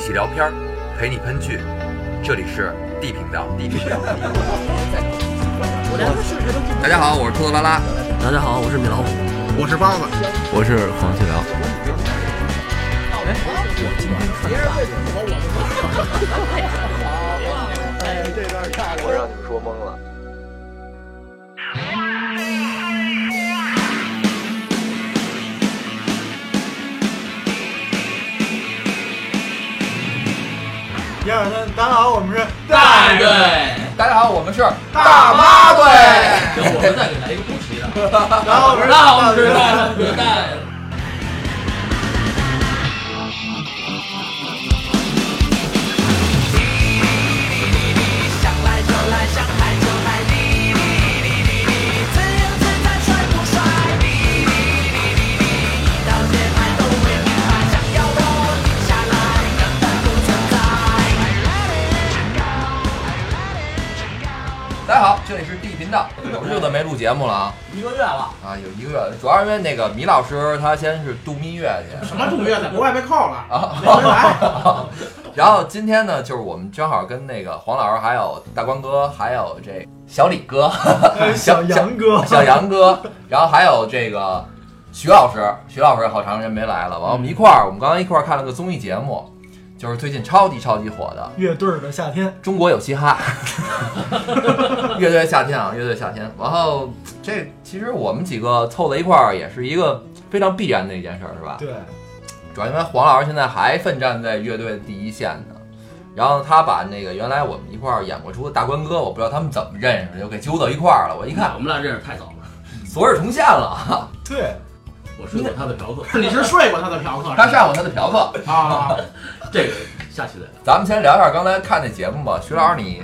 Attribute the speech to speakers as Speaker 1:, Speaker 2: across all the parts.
Speaker 1: 起聊片儿，陪你喷剧。这里是 D 频道，D 频道。大家好，我是兔子拉拉。
Speaker 2: 大家好，我是米老虎。
Speaker 3: 我是包子，
Speaker 4: 我是黄旭辽。
Speaker 5: 我让你们说懵了。
Speaker 6: 一二三，大家好，我们是
Speaker 7: 大队，
Speaker 1: 大家好，我们是
Speaker 6: 大妈队，
Speaker 7: 行，我们再给来一个不齐的。
Speaker 6: 然后我们是
Speaker 7: 那我
Speaker 6: 大
Speaker 7: 们知
Speaker 6: 队
Speaker 7: 道，我们知道。
Speaker 1: 大家好，这里是 D 频道。有日子没录节目了啊
Speaker 7: 一个月了，
Speaker 1: 啊，有一个月，主要是因为那个米老师他先是度蜜月去
Speaker 6: 什么住院在国外被铐了，
Speaker 1: 啊，
Speaker 6: 没回来。
Speaker 1: 然后今天呢，就是我们正好跟那个黄老师、还有大关哥、还有这小李哥、
Speaker 6: 小杨哥，
Speaker 1: 小杨哥，然后还有这个徐老师，徐老师好长时间没来了。完，我们一块儿，我们刚刚一块儿看了个综艺节目，就是最近超级超级火的
Speaker 6: 乐队儿的夏天
Speaker 1: 《中国有嘻哈》， 乐队夏天啊，乐队夏天。然后这其实我们几个凑在一块儿，也是一个非常必然的一件事儿，是吧？
Speaker 6: 对，
Speaker 1: 主要因为黄老师现在还奋战在乐队的第一线呢。然后他把那个原来我们一块儿演过出的大关哥，我不知道他们怎么认识的，就给揪到一块儿了。我一看，
Speaker 7: 我们俩认识太早了。
Speaker 1: 昨日重现了，
Speaker 6: 对，
Speaker 7: 我睡过他的嫖客，
Speaker 6: 你是睡过他的嫖客
Speaker 1: 他上过他的嫖客。
Speaker 6: 啊？
Speaker 7: 这个下期再聊。
Speaker 1: 咱们先聊一下刚才看那节目吧，徐老师你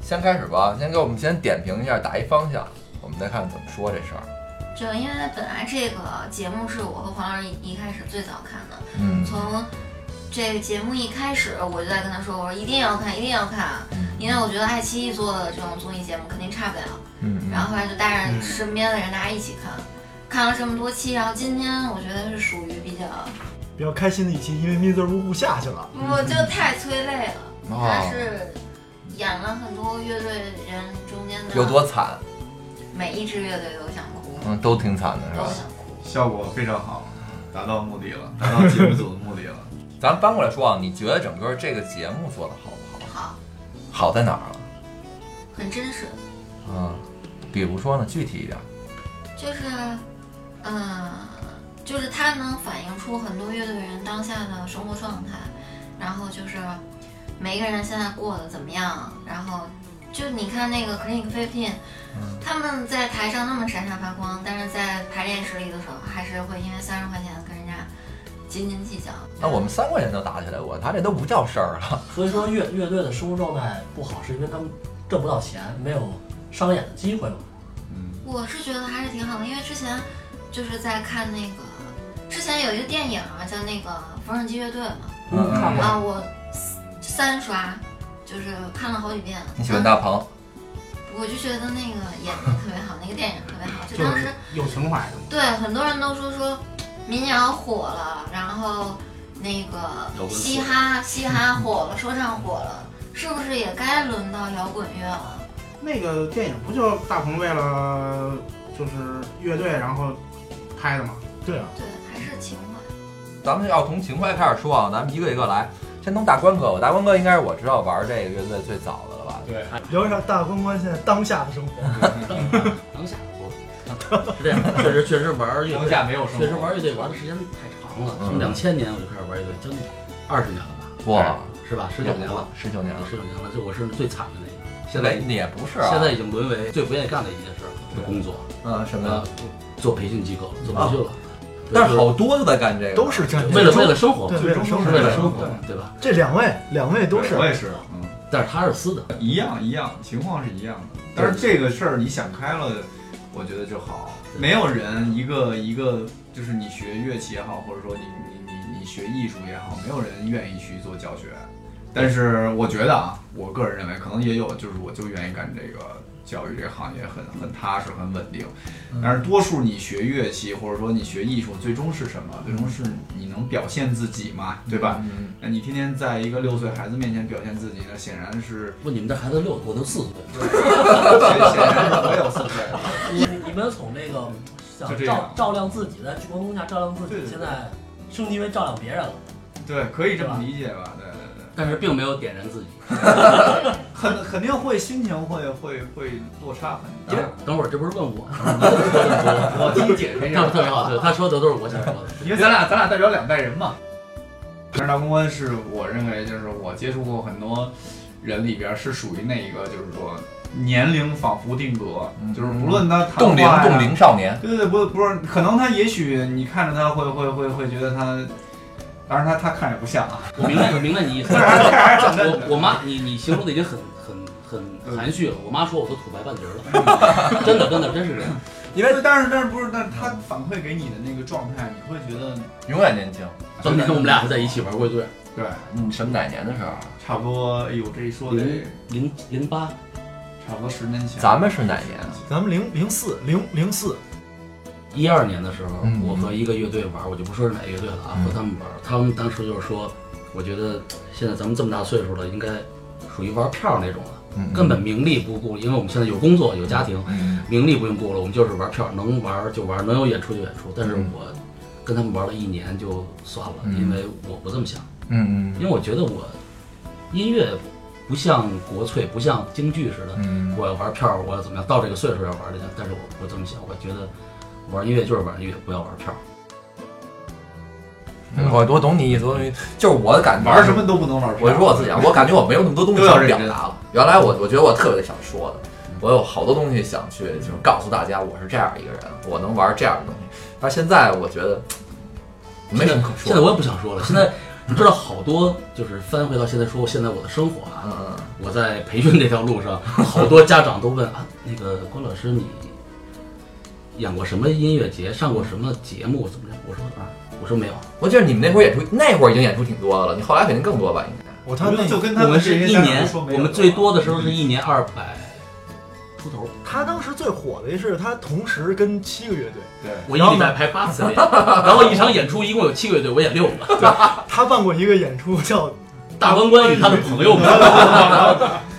Speaker 1: 先开始吧，先给我们先点评一下，打一方向，我们再看怎么说这事儿。
Speaker 8: 主要因为本来这个节目是我和黄老师一一开始最早看的，
Speaker 1: 嗯
Speaker 8: 从这个节目一开始我就在跟他说，我说一定要看，一定要看，啊因为我觉得爱奇艺做的这种综艺节目肯定差不了。
Speaker 1: 嗯
Speaker 8: 然
Speaker 1: 嗯
Speaker 8: 后后来就带着身边的人大家一起看，看了这么多期，然后今天我觉得是属于比较，
Speaker 6: 比较开心的一期，因为 Mr. 呜呼下去了，
Speaker 8: 我就太催泪了，
Speaker 1: 嗯哦
Speaker 8: 他是演了很多乐队人中间的
Speaker 1: 有多惨？
Speaker 8: 每一支乐队都想哭，
Speaker 1: 嗯，都挺惨的是
Speaker 8: 都
Speaker 1: 吧？
Speaker 8: 想哭。
Speaker 4: 效果非常好，达到目的了，达到节目组的目的了。
Speaker 1: 咱翻过来说啊，你觉得整个这个节目做的好不好？
Speaker 8: 好，
Speaker 1: 好在哪儿了？
Speaker 8: 很真实。
Speaker 1: 嗯，比如说呢，具体一点。
Speaker 8: 就是，嗯，就是它能反映出很多乐队人当下的生活状态，然后就是每一个人现在过得怎么样，然后就你看那个 Clinic Fifteen，他
Speaker 1: 嗯
Speaker 8: 们在台上那么闪闪发光，但是在排练室里的时候，还是会因为三十块钱跟人家斤斤计较。
Speaker 1: 那我们三块钱都打起来过，他这都不叫事儿啊了。
Speaker 2: 所以说乐乐队的生活状态不好，是因为他们挣不到钱，没有商演的机会嘛。
Speaker 4: 嗯
Speaker 8: 我是觉得还是挺好的，因为之前就是在看那个，之前有一个电影啊，叫那个《缝纫机乐队》嘛。
Speaker 1: 嗯
Speaker 2: 看过。
Speaker 8: 啊，我三刷，就是看了好几遍。
Speaker 1: 你喜欢大鹏？
Speaker 8: 我就觉得那个演的特别好，那个电影特别好。就
Speaker 6: 就
Speaker 8: 当
Speaker 6: 是
Speaker 8: 时
Speaker 6: 有情怀的。
Speaker 8: 对很多人都说说民谣火了，然后那个
Speaker 7: 滚火
Speaker 8: 嘻哈嘻哈火了，说唱火了，是不是也该轮到摇滚乐了？
Speaker 3: 那个电影不就大鹏为了就是乐队然后拍的吗？
Speaker 6: 对啊，
Speaker 8: 对，还是情怀。
Speaker 1: 咱们要从情怀开始说啊，咱们一个一个来。先从大关哥吧，大关哥应该是我知道玩这个乐队最早的了吧？
Speaker 6: 对，
Speaker 7: 哎
Speaker 6: 聊一下大关关现在当下的生活。
Speaker 7: 当下我。是这样，确实确实玩乐队，
Speaker 4: 没有
Speaker 7: 确实玩乐队玩的时间太长了，从
Speaker 1: 嗯
Speaker 7: 两千年我就开始玩乐队，将近二十年了吧，
Speaker 1: 哇，
Speaker 7: 是吧？十九年了，，
Speaker 1: 十九年了。
Speaker 7: 十九年了，就我是最惨的那个。现在
Speaker 1: 哎，你也不是啊，
Speaker 7: 现在已经沦为最不愿意干的一件事了，工作，
Speaker 1: 嗯什么
Speaker 7: 呃
Speaker 1: 呀？，
Speaker 7: 做培训机构，做
Speaker 4: 啊
Speaker 7: 培训了。对
Speaker 1: 但是好多都在干这个，
Speaker 6: 都是真的，
Speaker 7: 为了为了生活，
Speaker 6: 对
Speaker 7: 是
Speaker 6: 为了生活
Speaker 7: 为了生活
Speaker 6: 对，
Speaker 7: 对吧？
Speaker 6: 这两位，两位都是
Speaker 4: 我也是，嗯，
Speaker 7: 但是他是私的，
Speaker 4: 一样一样，情况是一样的。但是这个事儿你想开了，我觉得就好。没有人一个一个，就是你学乐器也好，或者说你你你你学艺术也好，没有人愿意去做教学。但是我觉得啊，我个人认为，可能也有，就是我就愿意干这个教育这个行业很很踏实、很稳定。
Speaker 6: 嗯
Speaker 4: 但是多数你学乐器或者说你学艺术，最终是什么？最终是你能表现自己嘛，对吧？
Speaker 1: 嗯，
Speaker 4: 那你天天在一个六岁孩子面前表现自己，那显然 是
Speaker 7: 不，你们这孩子六，我都四岁了。
Speaker 4: 显显然是我有四岁了。
Speaker 2: 你你们从那个
Speaker 4: 就
Speaker 2: 想
Speaker 4: 这
Speaker 2: 照
Speaker 4: 样
Speaker 2: 照亮自己，在聚光灯下照亮自
Speaker 4: 对对
Speaker 2: 己，
Speaker 4: 对
Speaker 2: 现在升级为照亮别人了。
Speaker 4: 对，可以这么理解吧？对对对，
Speaker 7: 但是并没有点燃自己。
Speaker 4: 肯肯定会心情会会会落差很大。
Speaker 7: 等会儿这不是问我，
Speaker 4: 我替你解释一
Speaker 7: 特
Speaker 4: 下
Speaker 7: 别。 特别好，对，他说的都是我想说的。
Speaker 4: 因为咱俩咱俩代表两代人嘛。但是大公关是我认为就是我接触过很多人里边是属于那一个，就是说年龄仿佛定格，
Speaker 1: 嗯
Speaker 4: 就是无论他谈
Speaker 1: 冻龄
Speaker 4: 话呀
Speaker 1: 冻龄少年，
Speaker 4: 对对对，不不是，可能他也许你看着他会会会会觉得他，当然他他看着也不像啊，
Speaker 7: 我明白，我明白你意思。
Speaker 4: 但是他还是长得
Speaker 7: 我我妈，你你形容的已经很很很含蓄了。我妈说我都吐白半截儿了， 真的真的真是这样。
Speaker 1: 因为
Speaker 4: 但是但是不是，但是他反馈给你的那个状态，你会觉得
Speaker 1: 永远年轻。
Speaker 7: 当年我们俩还在一起玩过一对，
Speaker 4: 对，
Speaker 1: 嗯，什么哪年的时候？
Speaker 4: 差不多，哎呦这一说得
Speaker 7: 零零零八，
Speaker 4: 差不多十年前，
Speaker 1: 嗯咱们是哪年啊？
Speaker 6: 咱们零零四零零四，
Speaker 7: 一二年的时候
Speaker 1: 嗯，
Speaker 7: 我和一个乐队玩，我就不说是哪个乐队了啊，
Speaker 1: 嗯
Speaker 7: 和他们玩，他们当时就是说，我觉得现在咱们这么大岁数了，应该属于玩票那种了，
Speaker 1: 嗯
Speaker 7: 根本名利不顾，因为我们现在有工作有家庭，
Speaker 1: 嗯
Speaker 7: 名利不用顾了，我们就是玩票，能玩就玩，能有演出就演出。但是
Speaker 1: 嗯
Speaker 7: 我跟他们玩了一年就算了，
Speaker 1: 嗯
Speaker 7: 因为我不这么想，
Speaker 1: 嗯
Speaker 7: 因为我觉得我音乐不像国粹，不像京剧似的，
Speaker 1: 嗯
Speaker 7: 我要玩票，我要怎么样，到这个岁数要玩这个。但是我不这么想，我觉得玩音乐就是玩音乐，不要玩票。
Speaker 1: 嗯，我我懂你意思，我懂你意思就是我的感觉。
Speaker 4: 玩什？么都不能玩票。
Speaker 1: 我就说我自己啊，我感觉我没有那么多东西想表
Speaker 4: 都要认真
Speaker 1: 达了。原来我我觉得我特别想说的，我有好多东西想去就是告诉大家，我是这样一个人，我能玩这样的东西。但是现在我觉得嘖没什么可说
Speaker 7: 现在
Speaker 1: 的。
Speaker 7: 我也不想说了，现在你知道好多就是翻回到现在说现在我的生活啊，
Speaker 1: 嗯嗯
Speaker 7: 我在培训这条路上，好多家长都问啊，那个关老师，你演过什么音乐节，上过什么节目，怎么样？我说啊，我说没有，
Speaker 1: 我记得你们那会儿演出，那会儿已经演出挺多的了，你后来肯定更多吧？应该。
Speaker 6: 我他
Speaker 4: 他
Speaker 6: 那
Speaker 4: 就跟他
Speaker 7: 我们
Speaker 4: 这
Speaker 7: 是一
Speaker 4: 些家长
Speaker 7: 年，
Speaker 4: 说没有
Speaker 7: 我们
Speaker 4: 了嗯
Speaker 7: 最多的时候是一年二百出头，
Speaker 6: 他当时最火的是他同时跟七个乐队，
Speaker 4: 对。
Speaker 7: 我一礼拜排八次练，然后一场演出一共有七个乐队，我演六个，
Speaker 6: 他办过一个演出叫
Speaker 7: 大关关与他的朋友们，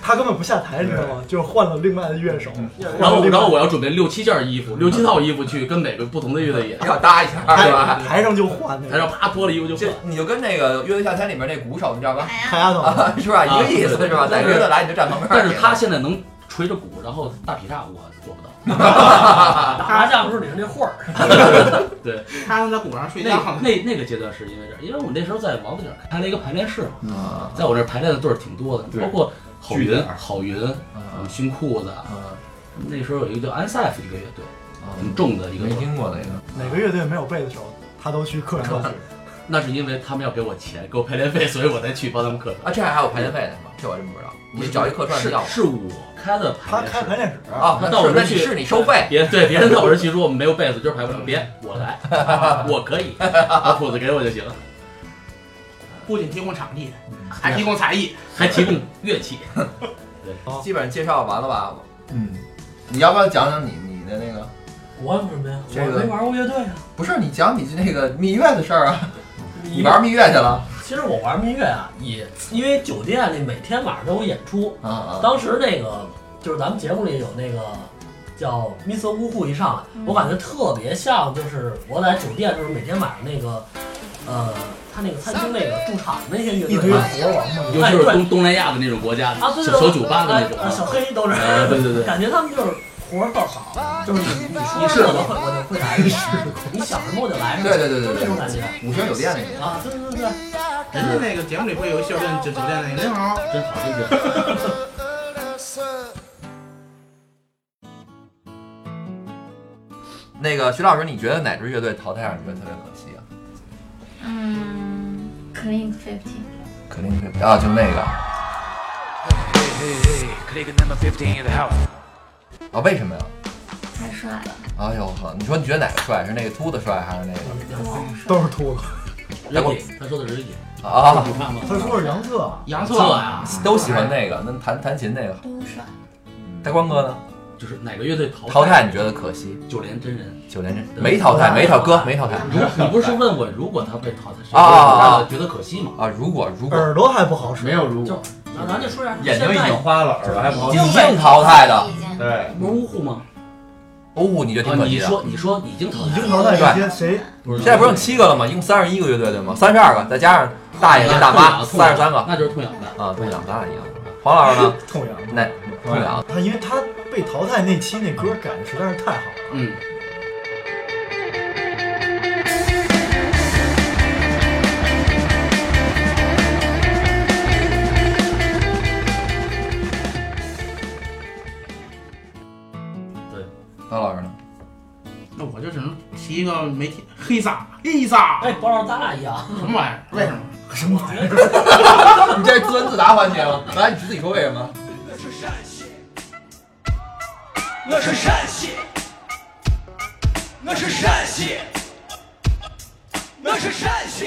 Speaker 6: 他根本不下台，你知道吗？就是换了另外的乐手，
Speaker 7: 然后
Speaker 6: 另外
Speaker 7: 然后我要准备六七件衣服， 六七套衣服去跟每个不同的乐队演，
Speaker 1: 要搭一下是吧？
Speaker 6: 台上就换那
Speaker 7: 台上
Speaker 6: 个
Speaker 7: 啪脱了衣服就
Speaker 1: 这
Speaker 7: 换。
Speaker 1: 你就跟那个《乐队夏天》里面那鼓手，你知道吧？
Speaker 8: 哎
Speaker 6: 海
Speaker 8: 呀，
Speaker 6: 丫头，
Speaker 1: 是吧？一
Speaker 7: 啊
Speaker 1: 个意思是吧？
Speaker 7: 对
Speaker 1: 带
Speaker 7: 对对
Speaker 1: 乐队来你就站旁边儿去了。
Speaker 7: 但是他现在能捶着鼓，然后大劈叉，我做不到。
Speaker 2: 打麻将的时候你是那会儿，
Speaker 3: 他能在鼓上睡觉
Speaker 7: 那
Speaker 3: 呢。
Speaker 7: 那那个阶段是因为这，样，因为我那时候在王府井开了一个排练室嘛，
Speaker 4: 嗯
Speaker 1: 啊
Speaker 7: 在我这儿排练的队儿挺多的，
Speaker 4: 对
Speaker 7: 包括郝
Speaker 4: 据
Speaker 7: 云
Speaker 4: 点、
Speaker 7: 郝云、
Speaker 1: 啊
Speaker 7: 嗯熏裤子，
Speaker 1: 啊
Speaker 7: 那时候有一个叫 NSF 一个乐队，
Speaker 1: 啊！
Speaker 7: 很重的一个
Speaker 1: 没
Speaker 7: 乐队，
Speaker 1: 听过那个。
Speaker 6: 哪个乐队没有贝的时候，他都去客串。
Speaker 7: 那是因为他们要给我钱，给我排练费，所以我才去帮他们客
Speaker 1: 啊，
Speaker 7: 串。
Speaker 1: 这还还有排练费呢是吧？这我真不知道。你是找一客串
Speaker 7: 是
Speaker 1: 要吗
Speaker 7: 是我开的
Speaker 6: 他
Speaker 7: 排
Speaker 6: 开排
Speaker 7: 练室。
Speaker 6: 练室，
Speaker 1: 啊？
Speaker 7: 他
Speaker 1: 那
Speaker 7: 到我
Speaker 1: 是
Speaker 7: 这
Speaker 1: 那
Speaker 7: 儿
Speaker 1: 你
Speaker 7: 去
Speaker 1: 是你收费？
Speaker 7: 别对别人到我这儿去说我们没有被子就是排不了，别我来，我可以，把谱子给我就行，
Speaker 3: 不仅提供场地，
Speaker 4: 嗯
Speaker 3: 还提供才艺。
Speaker 7: 还提供乐器。
Speaker 1: 基本上介绍完了吧？
Speaker 4: 嗯，
Speaker 1: 你要不要讲讲你你的那个？
Speaker 2: 我有什么呀？
Speaker 1: 这个
Speaker 2: 我没玩过乐队啊。
Speaker 1: 不是你讲你那个蜜月的事儿啊？
Speaker 2: 你
Speaker 1: 你玩蜜月去了？
Speaker 2: 其实我玩蜜月啊，也因为酒店里每天晚上都有演出。
Speaker 1: 啊啊！
Speaker 2: 当时那个就是咱们节目里有那个叫 Mr. 呜呼一上来，我感觉特别像，就是我在酒店就是每天晚上那个，呃，他那个餐厅那个驻场那些乐
Speaker 6: 一
Speaker 2: 队
Speaker 6: 堆
Speaker 2: 嘛
Speaker 6: 活王嘛，
Speaker 7: 尤其是东东南亚的那种国家，
Speaker 2: 啊，对对
Speaker 7: 小
Speaker 2: 对，
Speaker 7: 小酒吧的那种
Speaker 2: 哎小黑都是，
Speaker 7: 啊，对对对，
Speaker 2: 感觉他们就是活儿特好，就是你你说我就会我就会来什么，你想什么我就来什么，
Speaker 1: 对对对对
Speaker 2: 就这种
Speaker 1: 对，
Speaker 2: 感觉
Speaker 1: 五星酒店那
Speaker 2: 啊，对对对对。
Speaker 3: 真的那个节
Speaker 4: 嗯
Speaker 3: 目里不是有一小镇酒酒店那个你好，
Speaker 7: 真好，真是。
Speaker 1: 个。那个徐老师，你觉得哪支乐队淘汰让你觉得特别可惜啊？
Speaker 8: 嗯，Clean Fifteen，
Speaker 1: 肯定是啊，就那个
Speaker 9: Click number 15 in the house.
Speaker 1: 啊？为什么呀？
Speaker 8: 太帅了，
Speaker 1: 哎呦呵，你说你觉得哪个帅？是那个秃子帅还是那个
Speaker 6: 都是秃子。
Speaker 7: 人家他说的是人家，
Speaker 1: 啊？
Speaker 7: 你看吧，
Speaker 6: 他说是杨策，
Speaker 3: 杨
Speaker 7: 错呀，啊
Speaker 1: 都喜欢那个，那弹弹琴那个，
Speaker 8: 都帅。
Speaker 1: 大光哥呢？
Speaker 7: 就是哪个乐队淘
Speaker 1: 淘汰你觉得可惜？
Speaker 7: 九连真人？
Speaker 1: 九连真没淘汰，没淘哥，没淘汰
Speaker 7: 如你不是问我如果他被淘汰，谁
Speaker 1: 啊啊啊
Speaker 7: 会让我觉得可惜吗？
Speaker 1: 啊！如果如果
Speaker 6: 耳朵还不好使，
Speaker 4: 没有如
Speaker 2: 就
Speaker 4: 果，
Speaker 2: 那咱就说一下，
Speaker 4: 眼睛已经花了，耳朵还不好使
Speaker 1: 已。经淘汰的，
Speaker 8: 已经
Speaker 4: 对，
Speaker 7: 不是呜呼吗？
Speaker 1: 哦，你就挺
Speaker 7: 啊，
Speaker 1: 可惜
Speaker 7: 你
Speaker 1: 的。
Speaker 7: 说你说已经淘
Speaker 6: 已
Speaker 7: 汰
Speaker 6: 经
Speaker 7: 了，
Speaker 6: 淘汰一些谁？
Speaker 1: 现在不是有七个了吗？一共三十一个乐队对吗？三十二个，再加上大爷跟大妈，
Speaker 7: 痛痒
Speaker 1: 三十三个
Speaker 7: 那就是痛痒的。
Speaker 1: 啊，对，两咱俩一样。黄老师呢？
Speaker 6: 痛痒。
Speaker 1: 那不了，
Speaker 6: 他因为他被淘汰那期那歌改的实在是太好 了，
Speaker 7: 嗯，
Speaker 1: 高老师呢？
Speaker 5: 那我就只能
Speaker 3: 提一个媒体黑撒黑撒
Speaker 2: 哎，不知道咱俩一样，
Speaker 3: 什么玩意儿？为什么？
Speaker 1: 你这是自问自答环节吗？来，你自己说为什么？
Speaker 9: 我是陕西，我是陕西，我是陕西。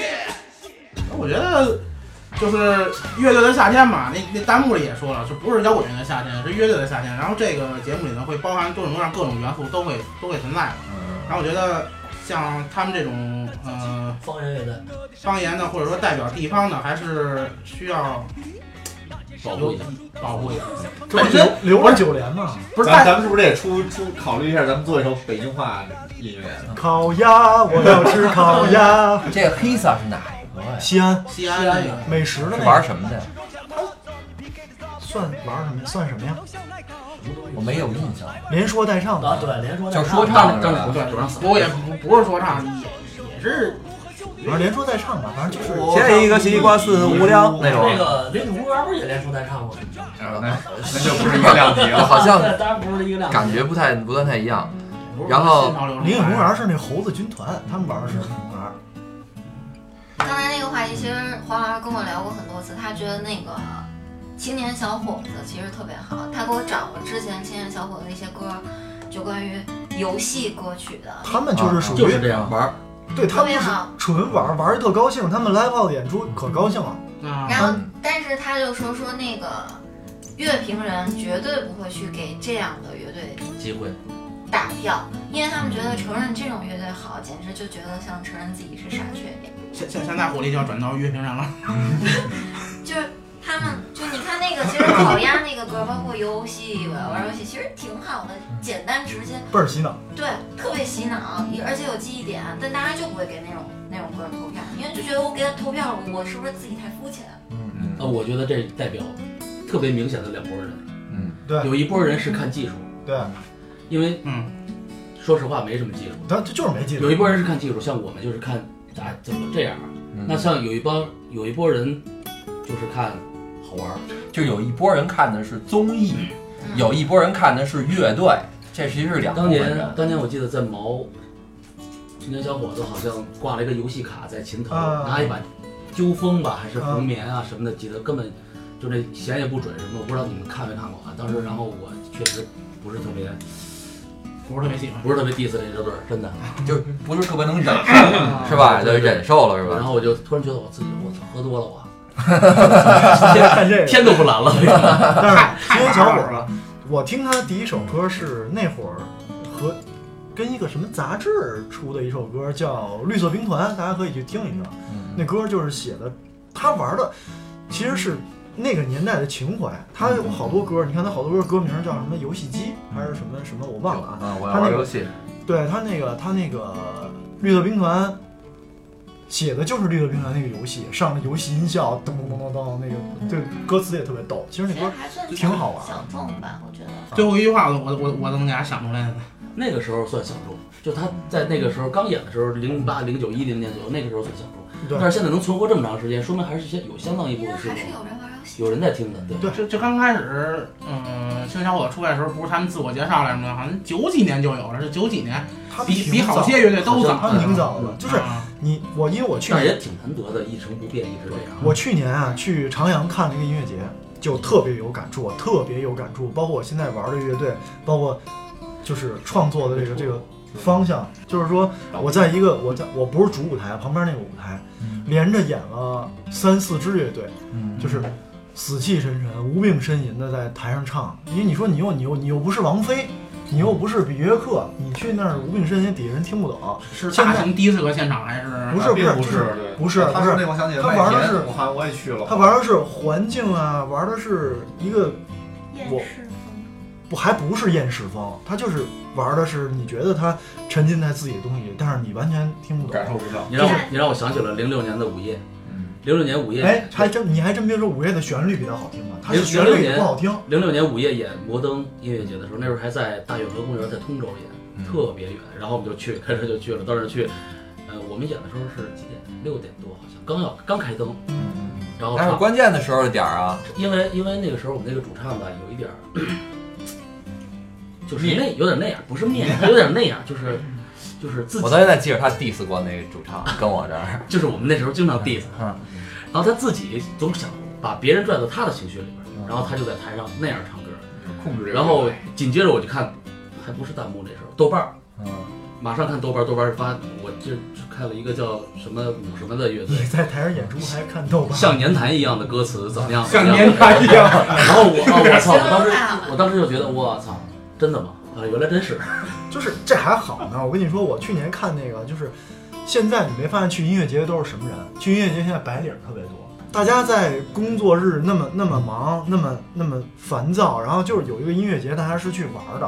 Speaker 3: 我觉得就是乐队的夏天嘛，那那弹幕里也说了，这不是摇滚乐的夏天，是乐队的夏天。然后这个节目里呢，会包含各种各样各种元素都会都会存在的。
Speaker 1: 嗯
Speaker 3: 然后我觉得像他们这种呃
Speaker 2: 方言乐队，
Speaker 3: 方言呢，或者说代表地方呢，还是需要
Speaker 7: 保护
Speaker 3: 有
Speaker 7: 一下。
Speaker 3: 保护一下。
Speaker 6: 这不是留留着九连嘛？
Speaker 3: 不是
Speaker 4: 咱
Speaker 3: 代
Speaker 4: 咱们是哎不是得出出考虑一下，咱们做一首北京话音乐？
Speaker 6: 烤鸭，我要吃 烤鸭。
Speaker 1: 这个黑色是哪一个呀？
Speaker 6: 西安
Speaker 3: 西安那
Speaker 2: 西安
Speaker 3: 个
Speaker 6: 美食的
Speaker 1: 是
Speaker 6: 那
Speaker 1: 玩
Speaker 6: 个
Speaker 1: 什么的呀？
Speaker 6: 算玩什么呀？算什么呀？
Speaker 1: 我没有印象。
Speaker 6: 连说带唱
Speaker 2: 啊，
Speaker 6: 的，
Speaker 2: 对，连说带
Speaker 1: 就
Speaker 2: 唱
Speaker 1: 是说唱
Speaker 7: 张
Speaker 1: 的
Speaker 7: 张
Speaker 3: 对
Speaker 7: 嘴上嗓，
Speaker 3: 不过也不不是说唱，也也是
Speaker 6: 反正连说带唱吧，反正就是
Speaker 1: 前一个西瓜四五两那
Speaker 2: 那
Speaker 1: 种，
Speaker 2: 个林土公园不是也连说带唱吗？
Speaker 1: 嗯
Speaker 4: 那那就不是一个量级了。
Speaker 1: 好像
Speaker 2: 对当然不是一个量级，
Speaker 1: 感觉不太不算太一样。
Speaker 3: 不是
Speaker 1: 然后
Speaker 3: 新潮流的
Speaker 6: 林野公园是那猴子军团，他们玩的是林野公园。
Speaker 8: 刚才那个话题，其实黄老师跟我聊过很多次，他觉得那个青年小伙子其实特别好。他给我找了之前青年小伙子的一些歌，就关于游戏歌曲的，
Speaker 6: 他们
Speaker 1: 啊
Speaker 6: 就是属于、
Speaker 7: 就是这样玩儿。
Speaker 6: 对他
Speaker 8: 特
Speaker 6: 们
Speaker 8: 别
Speaker 6: 就是
Speaker 8: 好。
Speaker 6: 纯玩，玩的特高兴。他们 live house 演出可高兴了，
Speaker 3: 啊，
Speaker 8: 然后，
Speaker 1: 嗯
Speaker 8: 但是他就说说那个乐评人绝对不会去给这样的乐队
Speaker 7: 机会，
Speaker 8: 打票，因为他们觉得承认这种乐队好，简直就觉得像承认自己是傻缺一样。
Speaker 3: 现现现在火力就要转到乐评人了。
Speaker 1: 啊
Speaker 8: 就是他们，就你看那个，其实烤鸭那个歌，包括游戏，我要玩游戏，其实挺好的，简单直接，
Speaker 6: 倍儿洗脑。
Speaker 8: 对，特别洗脑，也而且有记忆点。但大家就不会给那种那种歌投票，因为就觉得我给他投票，我是不是自己太肤浅？
Speaker 1: 嗯
Speaker 7: 呃，我觉得这代表特别明显的两拨人，
Speaker 1: 嗯
Speaker 6: 对
Speaker 7: 有一拨人是看技术，
Speaker 6: 对，
Speaker 7: 因为
Speaker 3: 嗯，
Speaker 7: 说实话没什么技术，
Speaker 6: 他就就是没劲。
Speaker 7: 有一 拨人是看技术，像我们就是看啊怎么这样啊，
Speaker 1: 嗯，
Speaker 7: 那像有一帮有一拨人就是看好玩儿，
Speaker 1: 就有一波人看的是综艺，
Speaker 8: 嗯
Speaker 1: 有一波人看的是乐队，这其实是两拨
Speaker 7: 当年
Speaker 1: 人。
Speaker 7: 当年我记得在毛，青年小伙子好像挂了一个游戏卡在琴头，
Speaker 6: 啊
Speaker 7: 拿一把纠风吧还是红棉啊什么的，记得根本就那弦也不准什么，我不知道你们看没看过啊。当
Speaker 6: 嗯
Speaker 7: 时然后我确实不是特别
Speaker 3: 不是特别喜欢。
Speaker 7: 不是特别 diss 这支队儿，真的。
Speaker 1: 就
Speaker 6: 嗯
Speaker 1: 不是特别能忍
Speaker 6: 啊
Speaker 1: 受，是吧？就
Speaker 7: 对对对
Speaker 1: 忍受了，是
Speaker 7: 然
Speaker 1: 吧？
Speaker 7: 后我就突然觉得我自己我操喝多了我，
Speaker 6: 看 这个，
Speaker 7: 天都不蓝了。
Speaker 6: 但是青年小伙
Speaker 3: 了，
Speaker 6: 我听他第一首歌是那会儿和跟一个什么杂志出的一首歌，叫《绿色兵团》，大家可以去听一听。那歌就是写的，他玩的其实是那个年代的情怀。他有好多歌，你看他好多歌歌名叫什么游戏机还是什么什么，我忘了啊。
Speaker 1: 啊，我要
Speaker 6: 他那
Speaker 1: 玩
Speaker 6: 个
Speaker 1: 游戏，
Speaker 6: 对他那个他那个绿色兵团写的就是绿色兵团那个游戏，上了游戏音效，噔噔噔噔噔，那个对歌词也特别逗。其实那
Speaker 8: 其实
Speaker 3: 哎
Speaker 6: 歌
Speaker 8: 还算
Speaker 6: 挺好玩
Speaker 8: 小众吧，我觉得。
Speaker 3: 最后一句话我我我我能给大家想出来的。
Speaker 7: 那个时候算小众，就他在那个时候刚演的时候，零八、零九、一零年左右，那个时候算小众。
Speaker 6: 对
Speaker 7: 但是现在能存活这么长时间，说明还是些有相当一部
Speaker 8: 因为
Speaker 7: 分市
Speaker 8: 还
Speaker 7: 场
Speaker 8: 是有人玩游 戏。
Speaker 7: 有人在听的，对。
Speaker 6: 对
Speaker 3: 这这刚开始，嗯，青小伙出来的时候，不是他们自我介绍来着吗？好像九几年就有了，是九几年，
Speaker 6: 他
Speaker 3: 比比
Speaker 6: 挺早
Speaker 3: 好些乐队都
Speaker 7: 好像
Speaker 3: 早
Speaker 6: 他。挺早的，就是
Speaker 3: 啊
Speaker 6: 你我因为我去
Speaker 7: 但也挺难得的，一成不变，一直这样。
Speaker 6: 我去年啊去长阳看了一个音乐节，就特别有感触，我特别有感触。包括我现在玩的乐队，包括就是创作的这个这个方向，就是说我在一个我在我不是主舞台，旁边那个舞台，连着演了三四支乐队，就是死气沉沉、无病呻吟的在台上唱。因为你说你又你又你又不是王菲，你又不是比约克，你去那儿无病呻吟，底下人听不懂。
Speaker 3: 是
Speaker 6: 现
Speaker 3: 大
Speaker 6: 在
Speaker 3: 型迪斯科现场还是？
Speaker 6: 不是
Speaker 4: 并
Speaker 6: 是
Speaker 4: 不
Speaker 6: 不
Speaker 4: 是对
Speaker 6: 不是
Speaker 4: 他
Speaker 6: 不
Speaker 4: 说
Speaker 6: 是
Speaker 4: 那我想起来
Speaker 6: 他
Speaker 4: 麦
Speaker 6: 玩的
Speaker 4: 田
Speaker 6: 是
Speaker 4: 我还我也去了，
Speaker 6: 他玩的是环境啊，玩的是一个
Speaker 8: 厌
Speaker 6: 我
Speaker 8: 世风，
Speaker 6: 不还不是厌世风，他就是玩的是你觉得他沉浸在自己的东西里，但是你完全听不懂
Speaker 4: 感。受不到。
Speaker 7: 你让我你让我想起了零六年的午夜，
Speaker 4: 嗯，
Speaker 7: 零六年午夜，
Speaker 6: 哎，还真你还真别说，午夜的旋律比较好听吧，它是
Speaker 7: 零
Speaker 6: 旋
Speaker 7: 零六
Speaker 6: 律也
Speaker 7: 年
Speaker 6: 不好听。
Speaker 7: 零六年午夜演摩登音乐节的时候，那时候还在大运河公园，在通州演，特别远。然后我们就去， 开车就去了，到那儿去，呃，我们演的时候是几点？六点多好像，刚要刚开灯，然
Speaker 6: 哦
Speaker 7: 后
Speaker 1: 但是
Speaker 7: 唱，
Speaker 1: 哎关键的时候的点儿啊，
Speaker 7: 因为因为那个时候我们那个主唱吧有一点儿，就是那有点那样，不是面，有点那样，就是就是自己
Speaker 1: 我到现在记着他 diss 过那个主 唱，跟我这儿，
Speaker 7: 就是我们那时候经
Speaker 6: 哦
Speaker 7: 常 diss 他
Speaker 1: 嗯，
Speaker 7: 然后他自己总想把别人拽到他的情绪里
Speaker 4: 嗯
Speaker 7: 边儿，然后他就在台上那样唱歌，
Speaker 4: 控制欲。
Speaker 7: 然后紧接着我就看，还不是弹幕那时候，豆瓣儿，
Speaker 1: 嗯，
Speaker 7: 马上看豆瓣儿，豆瓣儿发，我这看了一个叫什么五什么的乐队
Speaker 6: 你，在台上演出还看豆瓣，
Speaker 7: 像年谈一样的歌词怎么样？
Speaker 4: 嗯像
Speaker 7: 怎么样
Speaker 4: 年谈一样，
Speaker 7: 然后我啊，我操！我当时
Speaker 8: 形容他吧
Speaker 7: 我当时就觉得，我操，真的吗？啊，原来真是。
Speaker 6: 就是这还好呢。我跟你说，我去年看那个，就是现在你没发现去音乐节都是什么人？去音乐节现在白领特别多，大家在工作日那么那么忙，那么那么烦躁，然后就是有一个音乐节，大家是去玩的。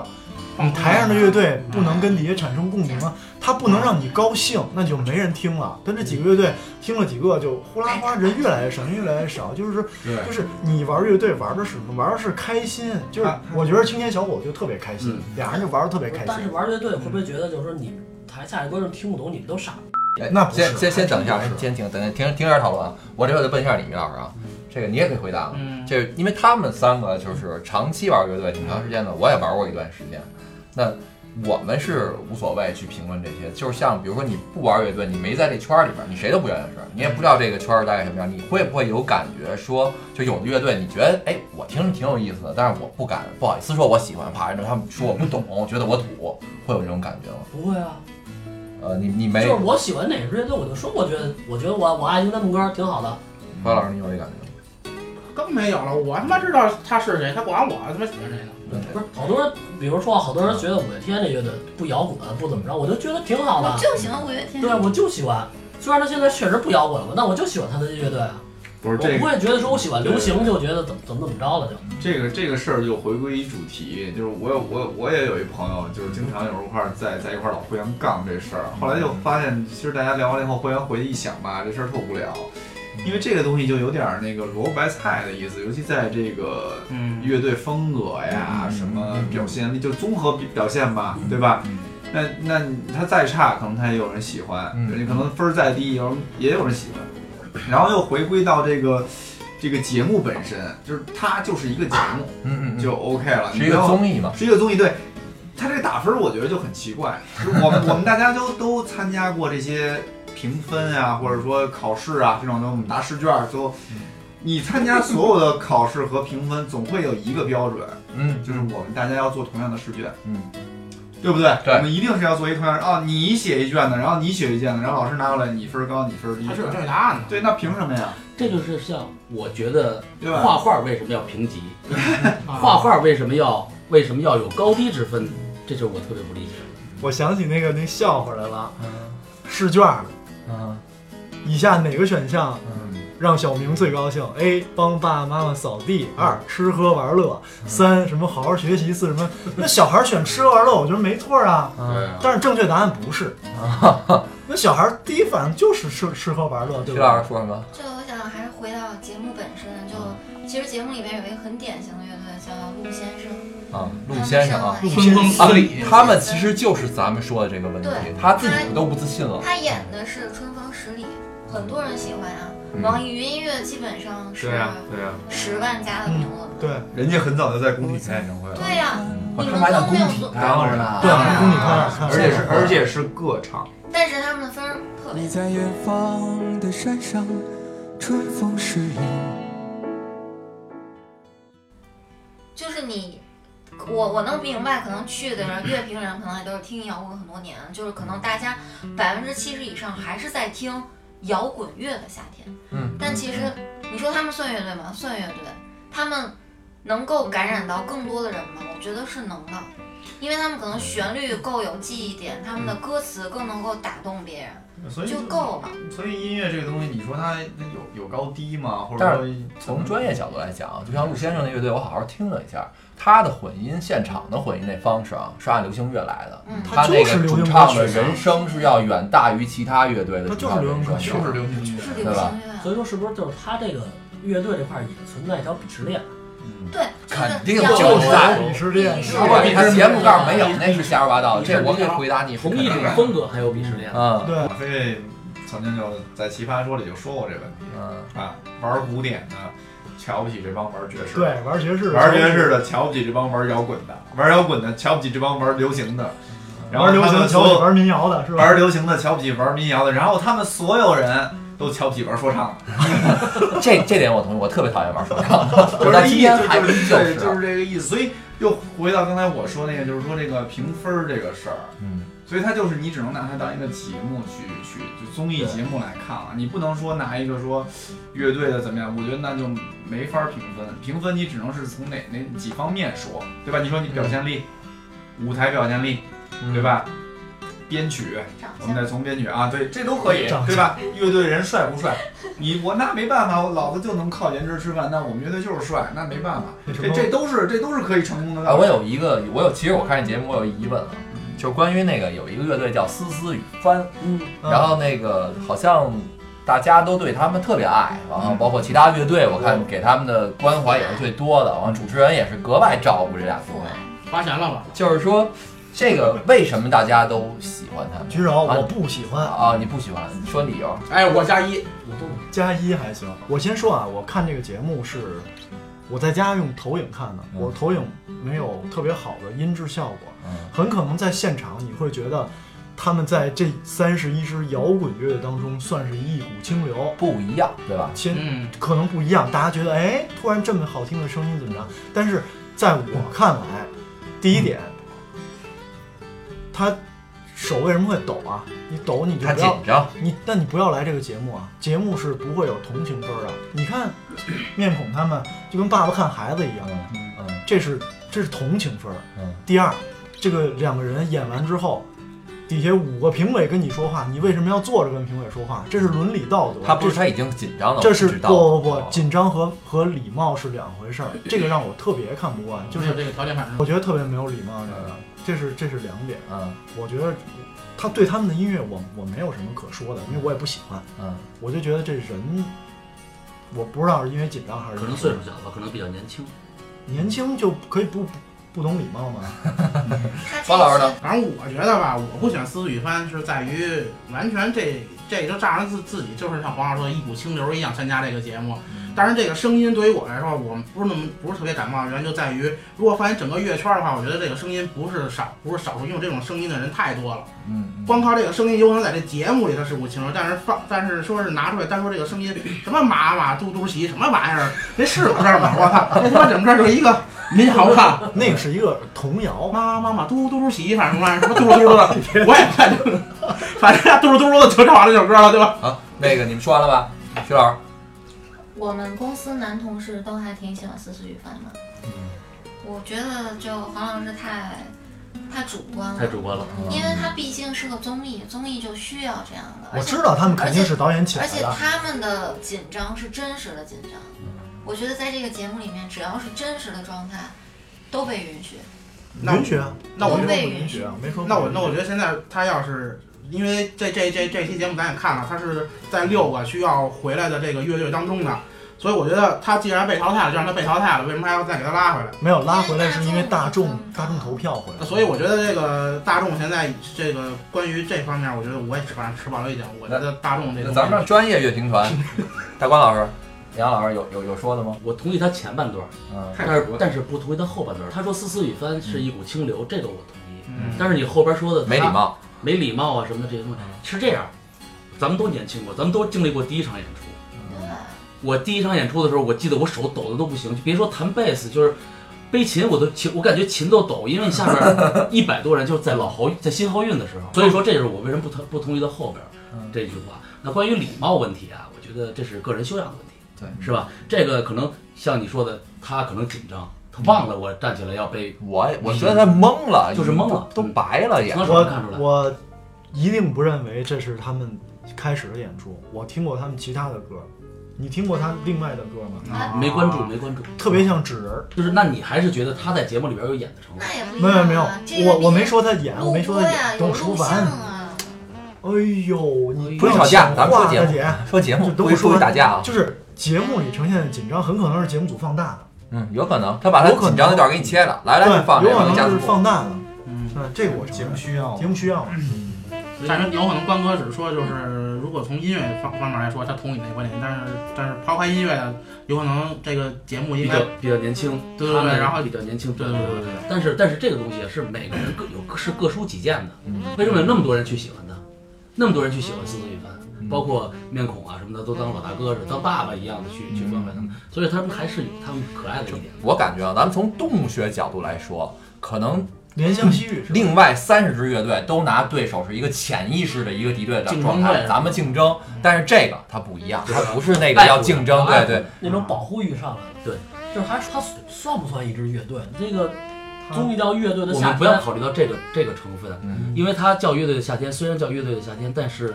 Speaker 3: 呃
Speaker 6: 你台上的乐队不能跟底下产生共鸣啊，它不能让你高兴，那就没人听了。但这几个乐队听了几个，就呼啦哗，人越来越少，人越来越少，就是
Speaker 4: 对
Speaker 6: 就是你玩乐队玩的是什么？玩的是开心，就是
Speaker 4: 啊
Speaker 6: 我觉得青年小伙就特别开心，俩人就玩的特别开
Speaker 2: 但
Speaker 6: 心
Speaker 2: 是。玩乐队会不会觉得就是说你台下的观众听不懂，你们都傻？
Speaker 1: 哎
Speaker 6: 那不是
Speaker 1: 先先先等一下
Speaker 6: 还真不，是
Speaker 1: 先停，等停停点讨论啊。我这会儿就问一下李明老师啊，
Speaker 6: 嗯
Speaker 1: 这个你也可以回答了。啊
Speaker 3: 嗯，
Speaker 1: 这因为他们三个就是长期玩乐队挺长时间的，我也玩过一段时间。那我们是无所谓去评论这些，就是像比如说你不玩乐队，你没在这圈儿里边，你谁都不认识，你也不知道这个圈儿大概什么样，你会不会有感觉说，就有的乐队你觉得哎我听着挺有意思的，但是我不敢不好意思说我喜欢，怕人他们说我不懂，觉得我土，会有这种感觉吗？
Speaker 2: 不会啊，
Speaker 1: 呃，你你
Speaker 2: 就
Speaker 1: 没
Speaker 2: 是我喜欢哪支乐队，我就说我觉得，我觉得我我爱听他们歌挺好的。
Speaker 4: 嗯
Speaker 1: 高老师你有这感觉吗？
Speaker 3: 更没有了。我他妈知道他是谁，他管我他妈喜欢谁呢？
Speaker 2: 不是好多人，比如说好多人觉得五月天这乐队不摇滚不怎么着，我就觉得挺好
Speaker 8: 我
Speaker 2: 的。
Speaker 8: 就喜欢五月天。
Speaker 2: 对，我就喜欢。虽然他现在确实不摇滚了，但我就喜欢他的乐队啊，
Speaker 4: 不是
Speaker 2: 我
Speaker 4: 这
Speaker 2: 不
Speaker 4: 个
Speaker 2: 会觉得说我喜欢流行就觉得怎么怎么怎么着了就。
Speaker 4: 这个这个事儿就回归一主题，就是我有我我也有一朋友，就是经常有时候一块儿在在一块儿老互相杠这事儿，后来就发现其实大家聊完了以后，互相回去一想吧，这事儿特无聊，因为这个东西就有点儿那个萝卜白菜的意思，尤其在这个
Speaker 3: 嗯，
Speaker 4: 乐队风格呀，
Speaker 1: 嗯
Speaker 4: 什么表现力，就综合表现吧，对吧
Speaker 1: 嗯？
Speaker 4: 那那你他再差，可能他也有人喜欢，
Speaker 1: 嗯
Speaker 4: 你可能分儿再低，有人也有人喜欢。然后又回归到这个这个节目本身，就是它就是一个节目
Speaker 1: 嗯嗯，嗯
Speaker 4: 就 OK 了，
Speaker 1: 是一个
Speaker 4: 你不要
Speaker 1: 综艺嘛，
Speaker 4: 是一个综艺对。他这个打分，我觉得就很奇怪。就是我们我们大家都都参加过这些评分啊，或者说考试啊这种东西，我们答试卷儿，最后你参加所有的考试和评分，总会有一个标准，
Speaker 1: 嗯
Speaker 4: 就是我们大家要做同样的试卷，
Speaker 1: 嗯，
Speaker 4: 对不对？
Speaker 1: 对
Speaker 4: 我们一定是要做一同样的啊，你写一卷子，然后你写一卷子，然后老师拿过来，你分儿高，你分儿低
Speaker 3: 他，是有正确答案的。
Speaker 4: 对，那凭什么呀？
Speaker 7: 这就是像我觉得
Speaker 4: 对
Speaker 7: 画
Speaker 4: 吧？
Speaker 7: 画为什么要评级，
Speaker 3: 啊
Speaker 7: 画画为什么要为什么要有高低之分，这就是我特别不理解。
Speaker 6: 我想起那个那笑话来了，试卷儿
Speaker 1: 嗯
Speaker 6: 以下哪个选项
Speaker 1: 嗯，
Speaker 6: 让小明最高兴？A. 帮爸爸妈妈扫地；二吃喝玩乐；三什么好好学习；四什么那小孩选吃喝玩乐，我觉得没错啊，
Speaker 1: 嗯，
Speaker 6: 但是正确答案不是。那小孩第一反应就是吃吃喝玩乐，对
Speaker 1: 徐
Speaker 6: 吧
Speaker 1: 老？师说什么？
Speaker 8: 就我想还是回到节目本身，就其实节目里面有一个很典型的乐队叫陆先生，
Speaker 1: 啊，陆
Speaker 8: 嗯他们
Speaker 1: 先
Speaker 8: 上
Speaker 1: 生啊
Speaker 8: 来。
Speaker 6: 陆
Speaker 8: 演
Speaker 6: 先生
Speaker 1: 啊
Speaker 8: 的是，
Speaker 1: 他们其实就是咱们说的这个问题
Speaker 8: 对，
Speaker 1: 他自己都不自信了。
Speaker 8: 他演的是《春风十里》，很多人喜欢啊。网易云音乐基本上是
Speaker 6: 啊
Speaker 4: 对呀、
Speaker 8: 十万加的评论，
Speaker 6: 对，
Speaker 4: 人家很早就在工体开演唱会了，
Speaker 8: 对呀，
Speaker 1: 嗯我
Speaker 8: 你
Speaker 1: 他
Speaker 8: 们
Speaker 1: 妈叫
Speaker 8: 都
Speaker 1: 工
Speaker 8: 没有
Speaker 1: 体
Speaker 8: 做，
Speaker 4: 当然了
Speaker 6: 对，
Speaker 8: 啊
Speaker 6: 宫里看看，
Speaker 4: 而且是而且是个唱。
Speaker 8: 但是他们的分儿特别
Speaker 9: 你
Speaker 8: 低。
Speaker 9: 在远方的山上，春风十里。
Speaker 8: 就是你，我我能明白，可能去的人乐评人可能也都是听摇滚很多年，就是可能大家百分之七十以上还是在听摇滚乐的夏天。
Speaker 1: 嗯，
Speaker 8: 但其实你说他们算乐队吗？算乐队，他们能够感染到更多的人吗？我觉得是能的。因为他们可能旋律够有记忆点，他们的歌词更能够打动别人，
Speaker 4: 所以
Speaker 8: 就够了。
Speaker 4: 所以音乐这个东西，你说它它有有高低吗？或
Speaker 1: 但
Speaker 4: 者说
Speaker 1: 从专业角度来讲，啊就像陆先生的乐队，我好好听了一下，他的混音、现场的混音那方式啊，是按流行乐来的。
Speaker 8: 嗯
Speaker 1: 他那个主唱的人声是要远大于其他乐队的
Speaker 6: 他
Speaker 1: 主
Speaker 6: 就是
Speaker 1: 唱
Speaker 6: 流
Speaker 1: 人
Speaker 6: 行歌
Speaker 1: 声，
Speaker 6: 曲
Speaker 4: 啊就是流行音乐
Speaker 8: 是
Speaker 1: 对
Speaker 8: 流
Speaker 1: 吧
Speaker 8: 行乐，啊
Speaker 2: 所以说是不是就是他这个乐队这块儿也存在一条鄙视链？
Speaker 8: 对，
Speaker 1: 肯定
Speaker 8: 就是
Speaker 1: 就
Speaker 8: 要
Speaker 1: 是
Speaker 8: 有
Speaker 1: 在
Speaker 6: 鄙视链，
Speaker 8: 是
Speaker 1: 如果你看啊节
Speaker 4: 啊
Speaker 1: 目告诉没有，那是瞎说八道的。这我可以回答你，
Speaker 7: 同一种风格还有鄙视链，
Speaker 1: 嗯
Speaker 6: 对，
Speaker 4: 马飞曾经就在《奇葩说》里就说过这问题
Speaker 1: 嗯，
Speaker 4: 啊，玩古典的瞧不起这帮玩爵士的，
Speaker 6: 对，玩爵士，
Speaker 4: 玩爵士的瞧不起这帮玩摇滚的，玩摇滚的瞧不起这帮玩流行的，然后
Speaker 6: 玩流
Speaker 4: 他
Speaker 6: 行，
Speaker 4: 们
Speaker 6: 瞧
Speaker 4: 所
Speaker 6: 你
Speaker 4: 有
Speaker 6: 玩民谣的是吧？
Speaker 4: 玩流行的瞧不起玩民谣的，然后他们所有人都瞧不起玩说唱的，
Speaker 1: 这这点我同意，我特别讨厌玩说唱，
Speaker 4: 就
Speaker 1: 到
Speaker 4: 是
Speaker 1: 今
Speaker 4: 意
Speaker 1: 天
Speaker 4: 思啊
Speaker 1: 还
Speaker 4: 就
Speaker 1: 依
Speaker 4: 是
Speaker 1: 旧，
Speaker 4: 对，就是是这个意思。所以又回到刚才我说那个，就是说这个评分儿这个事儿，
Speaker 1: 嗯，
Speaker 4: 所以它就是你只能拿它当一个节目去去就综艺节目来看了，你不能说拿一个说乐队的怎么样，我觉得那就没法评分，评分你只能是从哪哪几方面说，对吧？你说你表现力，舞台表现力，对吧？编曲，
Speaker 8: 长
Speaker 4: 我们
Speaker 8: 相。
Speaker 4: 再从编曲啊，对，这都可以
Speaker 6: 长，
Speaker 4: 对吧？乐队人帅不帅？你我那没办法，我老子就能靠颜值吃饭，那我们乐队就是帅，那没办法，
Speaker 6: 那什
Speaker 4: 这
Speaker 6: 么
Speaker 4: 这都是这都是可以成功的
Speaker 1: 啊，
Speaker 4: 道
Speaker 1: 我
Speaker 4: 理。
Speaker 1: 有一个，我有，其实我看这节目，我有疑问啊，
Speaker 4: 嗯
Speaker 1: 就是关于那个有一个乐队叫思思与帆，
Speaker 2: 嗯，
Speaker 1: 然后那个好像大家都对他们特别爱，然后包括其他乐队，我看给他们的关怀也是最多的，然后主持人也是格外照顾这俩姑
Speaker 8: 父
Speaker 1: 娘
Speaker 8: 爱，
Speaker 3: 花钱了吧？
Speaker 1: 就是说这个为什么大家都喜欢他们
Speaker 6: 举手，
Speaker 1: 啊
Speaker 6: 我不喜欢
Speaker 1: 啊？你不喜欢，你说理由，
Speaker 3: 哎，我加一，
Speaker 2: 我都不
Speaker 6: 加一还行。我先说啊，我看这个节目是我在家用投影看的，
Speaker 1: 嗯
Speaker 6: 我投影没有特别好的音质效果，
Speaker 1: 嗯
Speaker 6: 很可能在现场你会觉得他们在这三十一支摇滚乐当中算是一股清流，
Speaker 1: 不一样，对吧？
Speaker 6: 其实
Speaker 3: 嗯，
Speaker 6: 可能不一样，大家觉得哎，突然这么好听的声音怎么着？但是在我看来，第一点，
Speaker 1: 嗯
Speaker 6: 他手为什么会抖啊？你抖你就
Speaker 1: 他
Speaker 6: 不
Speaker 1: 紧
Speaker 6: 要
Speaker 1: 张，
Speaker 6: 你，但你不要来这个节目啊！节目是不会有同情分儿的。你看面孔他们就跟爸爸看孩子一样，
Speaker 1: 嗯嗯
Speaker 6: 这是这是同情分儿。
Speaker 1: 嗯
Speaker 6: 第二，这个两个人演完之后。底下五个评委跟你说话，你为什么要坐着跟评委说话？这是伦理道德，
Speaker 1: 他不
Speaker 6: 这
Speaker 1: 是他已经紧张了，
Speaker 6: 这
Speaker 1: 我
Speaker 6: 是
Speaker 1: 知道
Speaker 6: 不不不
Speaker 1: 哦，
Speaker 6: 紧张和和礼貌是两回事儿，这个让我特别看不惯，就
Speaker 3: 就是 有
Speaker 6: 是
Speaker 3: 这个条件反
Speaker 6: 我
Speaker 3: 射。
Speaker 6: 觉得特别没有礼貌，这个这是这是两点，
Speaker 1: 嗯
Speaker 6: 我觉得他对他们的音乐我我没有什么可说的，因为我也不喜欢，
Speaker 1: 嗯
Speaker 6: 我就觉得这人，我不知道是因为紧张还是
Speaker 7: 可能岁数小吧，可能比较年轻。
Speaker 6: 年轻就可以不不不懂礼貌吗？
Speaker 8: 他这
Speaker 1: 方老师呢
Speaker 8: 次
Speaker 3: 反正我觉得吧，我不喜欢思雨帆是在于完全这这就仗着自自己就是像黄老师说的一股清流一样参加这个节目。当然，这个声音对于我来说，我不是那么不是特别感冒，原因就在于如果放眼整个乐圈的话，我觉得这个声音不是少不是少数，用这种声音的人太多了。
Speaker 1: 嗯，
Speaker 3: 光靠这个声音，有可能在这节目里它是股清流，但是放，但是说是拿出来单说这个声音，什么马马嘟嘟席什么玩意儿，那是我这儿吗？我操，那他妈整个就是一个民谣啊唱，
Speaker 6: 那个是一个童谣吧，
Speaker 3: 妈妈妈嘟嘟嘟席，反正玩意儿什么嘟嘟嘟的， 我也看，反正嘟嘟嘟的就唱完了这首歌了，对吧？
Speaker 1: 好，那个你们说完了吧，徐老师，
Speaker 8: 我们公司男同事都还挺喜欢思思雨帆的。我觉得就黄老师太太主观了，
Speaker 7: 太主观了
Speaker 1: 嗯
Speaker 8: 因为他毕竟是个综艺，综艺就需要这样的。
Speaker 3: 哎
Speaker 6: 我
Speaker 8: 而且
Speaker 6: 知道他们肯定是导演请
Speaker 8: 而且
Speaker 6: 的，
Speaker 8: 他们的紧张是真实的紧张，
Speaker 6: 嗯
Speaker 8: 我觉得在这个节目里面，只要是真实的状态，都被允许。
Speaker 3: 那我
Speaker 6: 允许啊，
Speaker 3: 那我
Speaker 6: 没
Speaker 8: 觉
Speaker 6: 说
Speaker 8: 得
Speaker 6: 不允许啊，没说不
Speaker 3: 那我
Speaker 6: 允许
Speaker 3: 那我觉得现在他要是因为这这这这期节目咱也看了，他是在六个需要回来的这个乐队当中的，所以我觉得他既然被淘汰了，就让他被淘汰了，为什么还要再给他拉回来？
Speaker 6: 没有拉回来是因为大众大众投票回来，
Speaker 3: 所以我觉得这个大众现在这个关于这方面，我觉得我也是反正持保留意见。我觉得大众这
Speaker 1: 那
Speaker 3: 个，
Speaker 1: 咱们让专业乐评团， 大关老师、杨老师有有有说的吗？
Speaker 7: 我同意他前半段，
Speaker 1: 嗯
Speaker 7: 但是
Speaker 4: 多了
Speaker 7: 但是不同意他后半段。他说“丝丝雨帆”是一股清流，这个我同意。
Speaker 3: 嗯，
Speaker 7: 但是你后边说的
Speaker 1: 没礼、貌，嗯
Speaker 7: 没礼貌啊什么的这些东西是这样，咱们都年轻过，咱们都经历过第一场演出。
Speaker 8: 对吧，
Speaker 7: 我第一场演出的时候，我记得我手抖的都不行，就别说弹贝斯，就是背琴我都琴，我感觉琴都抖，因为你下面一百多人就是在老豪在新豪运的时候，所以说这就是我为什么不同不同意到后边
Speaker 1: 嗯
Speaker 7: 这句话。那关于礼貌问题啊，我觉得这是个人修养的问题，
Speaker 1: 对
Speaker 7: 是吧？这个可能像你说的，他可能紧张，他忘了我站起来要背，
Speaker 1: 我我觉得他懵了，
Speaker 7: 就是懵了
Speaker 1: 都白了眼
Speaker 7: 从。手上看出
Speaker 6: 我
Speaker 7: 来。
Speaker 6: 我一定不认为这是他们开始的演出，我听过他们其他的歌，你听过他另外的歌吗？
Speaker 7: 没关注，没关注，
Speaker 6: 特别像纸人儿。
Speaker 7: 就是那你还是觉得他在节目里边有演的成分
Speaker 8: 那也不一
Speaker 6: 没
Speaker 8: 样
Speaker 6: 有
Speaker 8: 啊
Speaker 6: 没有
Speaker 8: 这，个
Speaker 6: 我我
Speaker 8: 你
Speaker 6: 没说他演，我没说他
Speaker 8: 录播呀
Speaker 6: 演，等我
Speaker 8: 有
Speaker 6: 说
Speaker 8: 录
Speaker 6: 完
Speaker 8: 像。啊
Speaker 6: 哎呦，你
Speaker 1: 不
Speaker 6: 要
Speaker 1: 是吵架
Speaker 6: 讲
Speaker 1: 咱们说
Speaker 6: 话
Speaker 1: 节
Speaker 6: 了
Speaker 1: 目
Speaker 6: 姐，
Speaker 1: 说节目
Speaker 6: 这都
Speaker 1: 不会
Speaker 6: 说
Speaker 1: 出去
Speaker 6: 完
Speaker 1: 打架啊，
Speaker 6: 就是节目里呈现的紧张，很可能是节目组放大的，
Speaker 1: 嗯，有可能他把他
Speaker 6: 有可能
Speaker 1: 紧张那段给你切了，来来
Speaker 6: 对
Speaker 1: 你放这
Speaker 6: 有
Speaker 1: 个，你
Speaker 6: 可能
Speaker 1: 加速
Speaker 6: 是
Speaker 1: 度。
Speaker 6: 放大的。
Speaker 3: 嗯，
Speaker 6: 嗯，这个我
Speaker 4: 节
Speaker 6: 承
Speaker 4: 目
Speaker 6: 认
Speaker 4: 需要
Speaker 6: 节目需要嘛，
Speaker 3: 但
Speaker 7: 嗯
Speaker 3: 是有可能关哥只是说，就是如果从音乐方方面来说，他同意你的观点，但是但是抛开音乐的，有可能这个节目
Speaker 7: 比
Speaker 3: 应该
Speaker 7: 较比较年轻，
Speaker 3: 对对
Speaker 7: 他
Speaker 3: 对，
Speaker 7: 们
Speaker 3: 然后
Speaker 7: 比较年轻，
Speaker 3: 对
Speaker 7: 对
Speaker 3: 对
Speaker 7: 对对。
Speaker 3: 对对，
Speaker 7: 但是但是这个东西是每个人各有各是各抒己见的，
Speaker 4: 嗯
Speaker 7: 为什么有那么多人去喜欢他？那么多人去喜欢四子一帆，包括面孔啊什么的，都当老大哥似的，当爸爸一样的去
Speaker 1: 嗯
Speaker 7: 去关怀他们，所以他们还是有他们可爱的一点。
Speaker 1: 我感觉啊，咱们从动物学角度来说，可能
Speaker 6: 怜香惜玉是吧
Speaker 1: 另外三十支乐队都拿对手是一个潜意识的一个敌对的
Speaker 3: 竞争
Speaker 1: 状
Speaker 3: 对
Speaker 1: 态，咱们竞争，但是这个它不一样，
Speaker 7: 对
Speaker 1: 它不是那个要竞争，
Speaker 7: 爱
Speaker 1: 对
Speaker 7: 国
Speaker 1: 对，
Speaker 2: 那种保护欲上来了。
Speaker 7: 对，
Speaker 2: 就是还是他算不算一支乐队？这个综艺叫乐队的
Speaker 7: 我
Speaker 2: 夏
Speaker 7: 们
Speaker 2: 天，
Speaker 7: 不要考虑到这个这个成分，
Speaker 1: 嗯
Speaker 7: 因为它叫乐队的夏天，虽然叫乐队的夏天，但是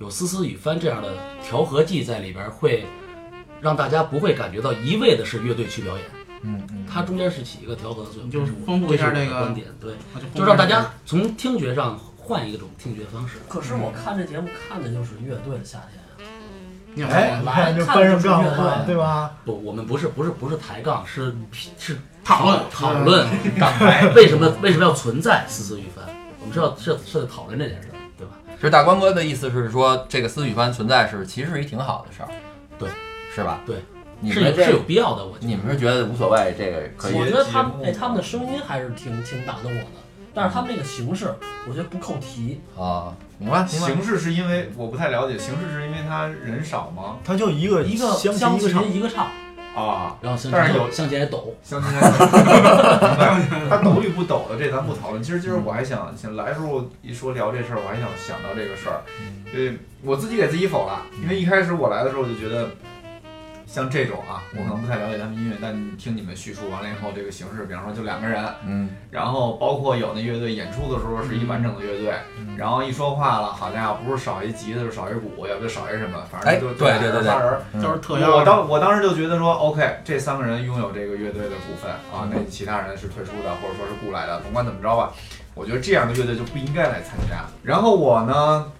Speaker 7: 有丝丝雨帆这样的调和剂在里边，会让大家不会感觉到一味的是乐队去表演，
Speaker 1: 嗯嗯，
Speaker 7: 它中间是起一个调和的作用，
Speaker 3: 就是
Speaker 7: 我
Speaker 3: 丰富一下
Speaker 7: 这
Speaker 3: 这
Speaker 7: 是我的
Speaker 3: 个
Speaker 7: 观，点，对，
Speaker 3: 就
Speaker 7: 就让大家从听觉上换一种听觉方式。
Speaker 2: 可是我看这节目看的就是乐队的夏天啊。
Speaker 3: 你有没有
Speaker 6: 哎，
Speaker 3: 看
Speaker 6: 你
Speaker 3: 过
Speaker 6: 看就搬上杠了，对吧？
Speaker 7: 不，我们不是不是不是抬杠，是是
Speaker 3: 讨论
Speaker 7: 讨论杠白， 为什么为什么要存在丝丝雨帆？我们是要是是在讨论这件事儿，对吧？
Speaker 1: 其实大关哥的意思是说，这个思雨帆存在是其实是一挺好的事儿，
Speaker 7: 对，
Speaker 1: 是吧？
Speaker 7: 对，
Speaker 1: 你
Speaker 7: 是有
Speaker 1: 们
Speaker 7: 是
Speaker 1: 这
Speaker 7: 有必要的，我觉得。
Speaker 1: 你们是觉得无所谓，这个可以
Speaker 2: 我觉得他们
Speaker 4: 节目
Speaker 2: 哎，他们的声音还是挺挺打动我的，但是他们那个形式，我觉得不扣题。
Speaker 1: 啊，明白明白。
Speaker 4: 形式是因为我不太了解，形式是因为他人少吗？
Speaker 6: 他就一个
Speaker 2: 一个
Speaker 6: 相
Speaker 2: 相
Speaker 6: 一个场
Speaker 2: 一个唱，
Speaker 4: 啊，
Speaker 7: 然后向
Speaker 4: 但是
Speaker 7: 前
Speaker 4: 有
Speaker 7: 向前也抖，
Speaker 4: 相亲还明白他抖与不抖的，这咱不讨论。其实今儿我还想，想来时候一说聊这事儿，我还想想到这个事儿，
Speaker 1: 嗯
Speaker 4: 呃，我自己给自己否了，因为一开始我来的时候我就觉得。像这种啊，
Speaker 1: 嗯
Speaker 4: 我可能不太了解他们音乐，但听你们叙述完了以后，这个形式，比方说就两个人，
Speaker 1: 嗯，
Speaker 4: 然后包括有那乐队演出的时候是一完整的乐队，
Speaker 1: 嗯
Speaker 4: 然后一说话了，好家伙，不是少一吉他就是少一鼓，也不是少一什么，反正
Speaker 1: 哎
Speaker 4: 就
Speaker 1: 对对对
Speaker 4: 仨人。
Speaker 3: 就是特
Speaker 4: 我
Speaker 3: 邀的，
Speaker 4: 当我当时就觉得说，OK，这三个人拥有这个乐队的股份啊，那其他人是退出的，或者说是雇来的，甭管怎么着吧，我觉得这样的乐队就不应该来参加。然后我呢，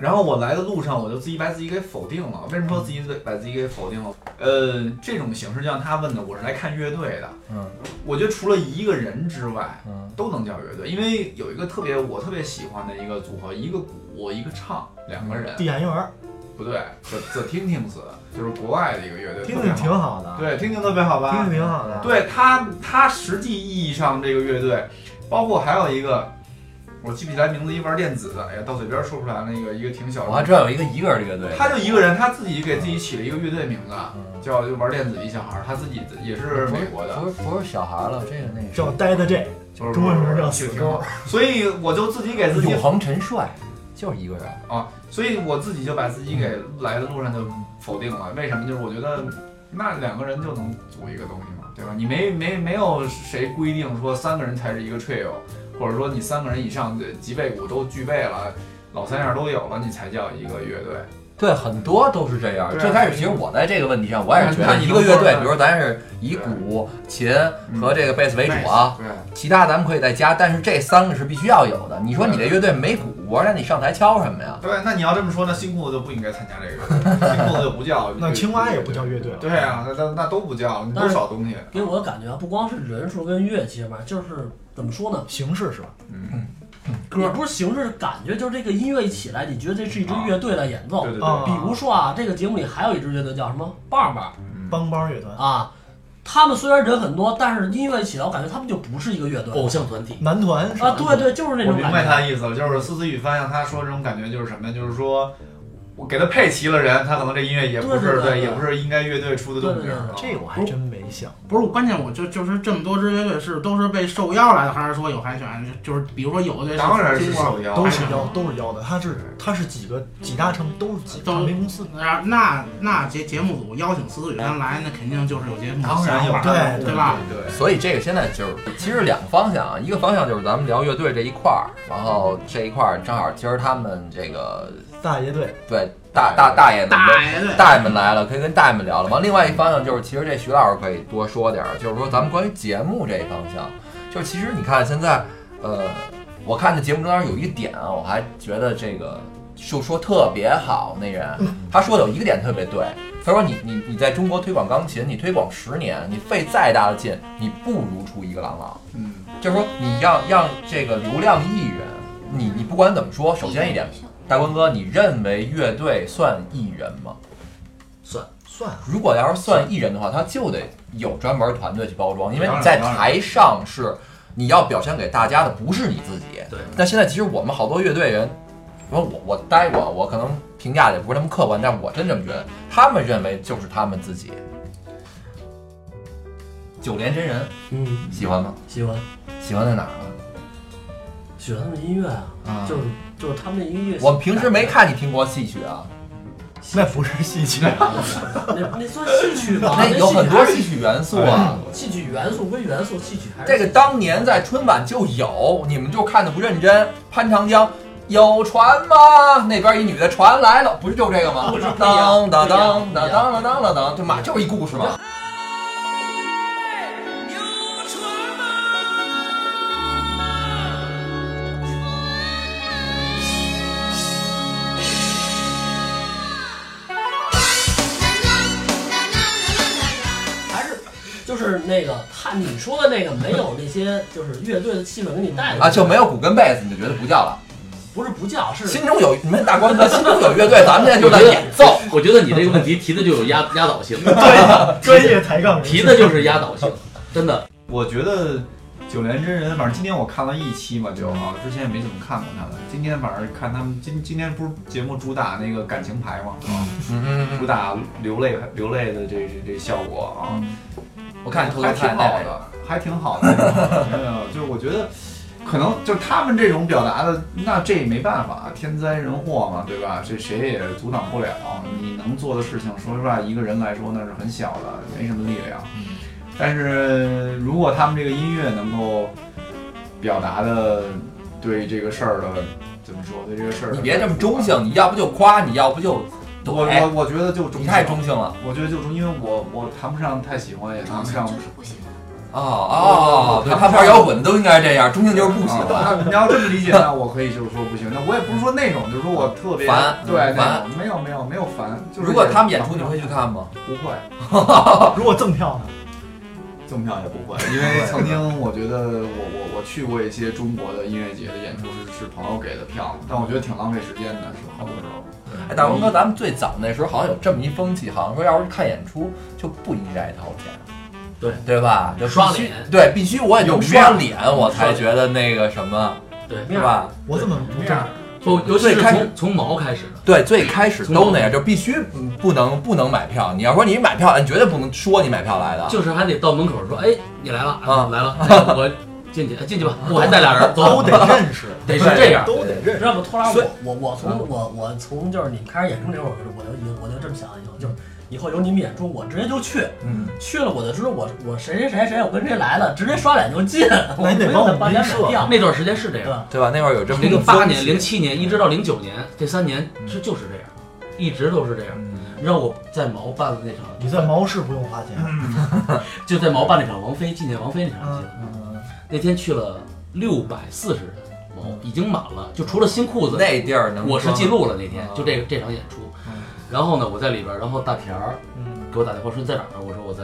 Speaker 4: 然后我来的路上我就自己把自己给否定了。为什么说自己把自己给否定了？呃，这种形式就像他问的，我是来看乐队的。
Speaker 1: 嗯，
Speaker 4: 我觉得除了一个人之外，
Speaker 1: 嗯，
Speaker 4: 都能叫乐队，因为有一个特别我特别喜欢的一个组合，一个鼓一个唱，两个人。
Speaker 6: 地下婴儿，
Speaker 4: 不对，The The Tintins 就是国外的一个乐队，
Speaker 6: 听
Speaker 4: 特别
Speaker 6: 听
Speaker 4: 好
Speaker 6: 挺好的，
Speaker 4: 对，听听特别好吧？
Speaker 6: 听听挺好的。，
Speaker 4: 对他，他实际意义上这个乐队，包括还有一个，我记不起来名字，一玩电子的，哎呀，到嘴边说不出来那个一个挺小
Speaker 1: 嗯我还
Speaker 4: 的，
Speaker 1: 知道有一个一个人乐队，
Speaker 4: 他就一个人，他自己给自己起了一个乐队名字，
Speaker 1: 嗯
Speaker 4: 叫就玩电子一小孩儿，他自己也是美国的，
Speaker 1: 不是不是小孩了，这个那
Speaker 6: 叫
Speaker 1: 个
Speaker 6: 呆的这，
Speaker 4: 就是
Speaker 6: 中文名叫
Speaker 4: 就
Speaker 6: 死
Speaker 4: 挺
Speaker 6: 勾
Speaker 4: 好，所以我就自己给自己
Speaker 1: 永恒陈帅，就是一个人。
Speaker 4: 啊，所以我自己就把自己给来的路上就否定了。为什么？就是我觉得那两个人就能组一个东西嘛，对吧？你没没没有谁规定说三个人才是一个 trio，或者说你三个人以上的脊背骨都具备了，老三样都有了，你才叫一个乐队。
Speaker 1: 对，很多都是这样。
Speaker 4: 对啊
Speaker 1: 最开始其实我在这个问题上，我也是觉
Speaker 4: 那
Speaker 1: 得
Speaker 4: 你
Speaker 1: 一
Speaker 4: 能
Speaker 1: 个乐队，
Speaker 4: 说
Speaker 1: 比如咱是以鼓、琴
Speaker 4: 嗯
Speaker 1: 和这个贝斯为主啊，
Speaker 4: 对，
Speaker 1: 其他咱们可以再加，但是这三个是必须要有的。你说你这乐队没鼓，那你上台敲什么呀？
Speaker 4: 对，那你要这么说，那新裤子就不应该参加这个乐 队，新裤子就不叫。
Speaker 6: 那青蛙也不叫。乐队了。嗯
Speaker 4: 对啊，那那那都不叫了，多少东西。
Speaker 2: 给我的感觉啊，不光是人数跟乐器吧，就是怎么说呢，
Speaker 6: 形式是吧？
Speaker 4: 嗯，
Speaker 2: 也不是形式，感觉就是这个音乐一起来，你觉得这是一支乐队在演奏
Speaker 4: 对。对对，
Speaker 6: 啊，
Speaker 2: 比如说啊，这个节目里还有一支乐队叫什么棒棒
Speaker 6: 邦邦乐团，
Speaker 2: 啊，他们虽然人很多，但是音乐一起来，我感觉他们就不是一个乐队
Speaker 7: 偶像团体，
Speaker 6: 男团是吧
Speaker 2: 啊。对对，就是那
Speaker 4: 我
Speaker 2: 种
Speaker 4: 明白
Speaker 2: 感
Speaker 4: 他
Speaker 2: 觉。
Speaker 4: 的意思了，就是思思雨帆像他说这种感觉就是什么呀？就是说我给他配齐了人，他可能这音乐也不
Speaker 2: 对
Speaker 4: 是
Speaker 2: 对对对
Speaker 4: 也不是应该乐队出的动静
Speaker 2: 对对对
Speaker 4: 啊。
Speaker 6: 这我还真没想过。
Speaker 3: 不是，关键我就就是这么多支乐队是都是被受邀来的，还是说有海选？就就是比如说有的队
Speaker 4: 当然是啊
Speaker 3: 经过
Speaker 4: 受邀
Speaker 6: 都
Speaker 3: 海
Speaker 6: 是
Speaker 3: 选
Speaker 6: 邀，都是邀的，他是他是几个几大城都是几
Speaker 3: 都
Speaker 6: 唱片公司，
Speaker 3: 然后那那节节目组邀请四子雨山来，那肯定就是有节目
Speaker 4: 当然有
Speaker 3: 想法
Speaker 6: 对
Speaker 3: 对吧？
Speaker 4: 对，
Speaker 1: 所以这个现在就是，其实两个方向啊，一个方向就是咱们聊乐队这一块儿，然后这一块儿正好今儿他们这个
Speaker 6: 大乐队
Speaker 1: 对大大大爷们
Speaker 3: 大爷对，
Speaker 1: 大爷们来了，可以跟大爷们聊了。完，另外一方向就是，其实这徐老师可以多说点儿，就是说咱们关于节目这一方向，就是其实你看现在，呃，我看这节目中间有一个点啊，我还觉得这个就说特别好那人，他说的有一个点特别对，他说你你你在中国推广钢琴，你推广十年，你费再大的劲，你不如出一个郎朗。
Speaker 4: 嗯，
Speaker 1: 就是说你让让这个流量艺人，你你不管怎么说，首先一点，大关哥，你认为乐队算艺人吗？
Speaker 6: 算
Speaker 1: 如果要是算艺人的话，他就得有专门团队去包装，因为
Speaker 4: 当
Speaker 1: 你
Speaker 4: 然
Speaker 1: 在
Speaker 4: 当然
Speaker 1: 台上是你要表现给大家的不是你自己。
Speaker 7: 对
Speaker 1: 那现在其实我们好多乐队人，因为我我待过，我可能评价的也不是那么客观，但我真这么觉得，他们认为就是他们自己。九连真人
Speaker 2: 嗯，
Speaker 1: 喜欢吗？
Speaker 2: 喜欢
Speaker 1: 喜欢在哪儿啊？
Speaker 2: 喜欢他们的音乐啊，
Speaker 4: 嗯
Speaker 1: 啊
Speaker 2: 就是就是他们的音乐。
Speaker 1: 我平时没，看你听过戏曲啊，
Speaker 6: 那不是戏曲，
Speaker 2: 那那算戏曲 吧？
Speaker 1: 那有很多
Speaker 2: 戏
Speaker 1: 戏曲元素啊。
Speaker 2: 曲还是戏曲元素归元素，戏曲还是
Speaker 1: 哎这个当年在春晚就有，你们就看的不认真。潘长江有船吗？那边一女的船来了，不是就这个吗？
Speaker 2: 不是不一样
Speaker 1: 当当
Speaker 2: 不一样
Speaker 1: 当当当当当当当，这马就是一故事嘛。
Speaker 9: 有船吗？
Speaker 2: 还是就是那个他你说的那个没有那些就是乐队的气氛给你带
Speaker 1: 啊，就没有鼓跟贝斯，你就觉得不叫了。
Speaker 2: 不是不叫是
Speaker 1: 心中有你们大关哥，心中有乐队，咱们现在就在演奏。
Speaker 7: 我觉得你这个问题提的就有压压倒 性，
Speaker 6: 专业抬杠人士
Speaker 7: 提的就是压倒性，真的。
Speaker 4: 我觉得九连真人，反正今天我看了一期嘛就好，之前也没怎么看过他们。今天反正看他们今今天不是节目主打那个感情牌嘛，
Speaker 1: 嗯嗯嗯
Speaker 4: 主打流泪流泪的这这这效果啊。
Speaker 1: 嗯，我看你偷偷
Speaker 4: 还挺
Speaker 1: 看
Speaker 4: 好
Speaker 1: 那
Speaker 4: 的
Speaker 1: 个，，
Speaker 4: 还挺好的。没有，就是我觉得，可能就是他们这种表达的，那这也没办法，天灾人祸嘛，对吧？这谁也阻挡不了。你能做的事情，说实话，一个人来说那是很小的，没什么力量。但是如果他们这个音乐能够表达的对这个事儿的怎么说，对这个事儿的，
Speaker 1: 你别这么中。性，你要不就夸，你要不就
Speaker 4: 我我
Speaker 1: 怼，
Speaker 4: 我觉得就中
Speaker 1: 你
Speaker 4: 性
Speaker 1: 太中，性了。
Speaker 4: 我觉得就中，因为我我谈不上太喜欢，也谈不
Speaker 1: 啊
Speaker 4: 上
Speaker 8: 就是不喜
Speaker 1: 哦
Speaker 8: 欢，
Speaker 1: 哦，对，他们玩摇滚的都应该这样，中性就是不喜欢。
Speaker 4: 啊。那你要这么理解，那我可以就是说不行。那我也不是说那种，就是说我特别
Speaker 1: 烦
Speaker 4: 对
Speaker 1: 嗯
Speaker 4: 那种没有没有没有烦。就是
Speaker 1: 如果他们演出，你会去看吗？
Speaker 4: 不会
Speaker 6: 如果赠票呢？
Speaker 4: 赠票也不会，因为曾经我觉得我我我去过一些中国的音乐节的演出是是朋友给的票，但我觉得挺浪费时间的，是好多时候。
Speaker 1: 哎，大王哥，咱们最早那时候好像有这么一风气，好像说要是看演出就不应该掏钱，
Speaker 7: 对
Speaker 1: 对吧？就必须
Speaker 7: 刷脸
Speaker 1: 对，必须我也就
Speaker 4: 有
Speaker 1: 刷
Speaker 4: 面
Speaker 1: 脸，我才觉得那个什么，
Speaker 7: 对
Speaker 1: 是吧？
Speaker 6: 我怎么不
Speaker 4: 这
Speaker 6: 这
Speaker 4: 样
Speaker 6: 样？
Speaker 7: 不，尤其
Speaker 1: 最
Speaker 7: 是
Speaker 1: 开始
Speaker 7: 从从毛开始的，
Speaker 1: 对，最开始
Speaker 7: 从
Speaker 1: 都那样，就必须嗯不能不能买票。你要说你买票，你绝对不能说你买票来的。
Speaker 7: 就是还得到门口说，哎，你来了
Speaker 1: 啊
Speaker 7: 来了，哎我进去，哎进 去吧，我还带俩人，
Speaker 6: 都
Speaker 7: 走，
Speaker 6: 得认识，
Speaker 7: 得是这样。
Speaker 6: 都得认
Speaker 2: 你
Speaker 6: 识。
Speaker 2: 知道吗？拖拉
Speaker 1: 所以
Speaker 2: 我我我从我我从就是你们开始演出那会儿，我就已经我就这么想以后就是以后有你们演出，我直接就去，
Speaker 1: 嗯，
Speaker 2: 去了我就知道我我谁谁谁谁我跟谁来了，直接刷脸就进，我
Speaker 6: 你
Speaker 2: 不
Speaker 6: 得
Speaker 2: 用
Speaker 6: 帮我
Speaker 2: 再
Speaker 6: 们
Speaker 2: 八点买
Speaker 6: 预设
Speaker 2: 票。
Speaker 7: 那段时间是这
Speaker 2: 对
Speaker 7: 样，
Speaker 2: 吧？
Speaker 1: 对吧？那会儿有嗯这么一嗯个
Speaker 7: 零八
Speaker 1: 风
Speaker 7: 年、
Speaker 1: 气
Speaker 7: 零七年一直到零九年这三年，这就是这样，一直都是这样。
Speaker 1: 嗯
Speaker 7: 让我在毛办的那场，
Speaker 6: 你在毛市不用花钱，
Speaker 7: 就在毛办那场王菲纪念王菲那场，我记得
Speaker 6: 嗯，
Speaker 7: 那天去了六百四十人，毛已经满了，就除了新裤子，
Speaker 1: 那地儿能
Speaker 7: 我是
Speaker 1: 装
Speaker 7: 记录了那天
Speaker 1: 啊，
Speaker 7: 就这个这场演出
Speaker 6: 嗯。
Speaker 7: 然后呢，我在里边儿，然后大田儿
Speaker 6: 嗯
Speaker 7: 给我打电话说你在哪儿呢？我说我在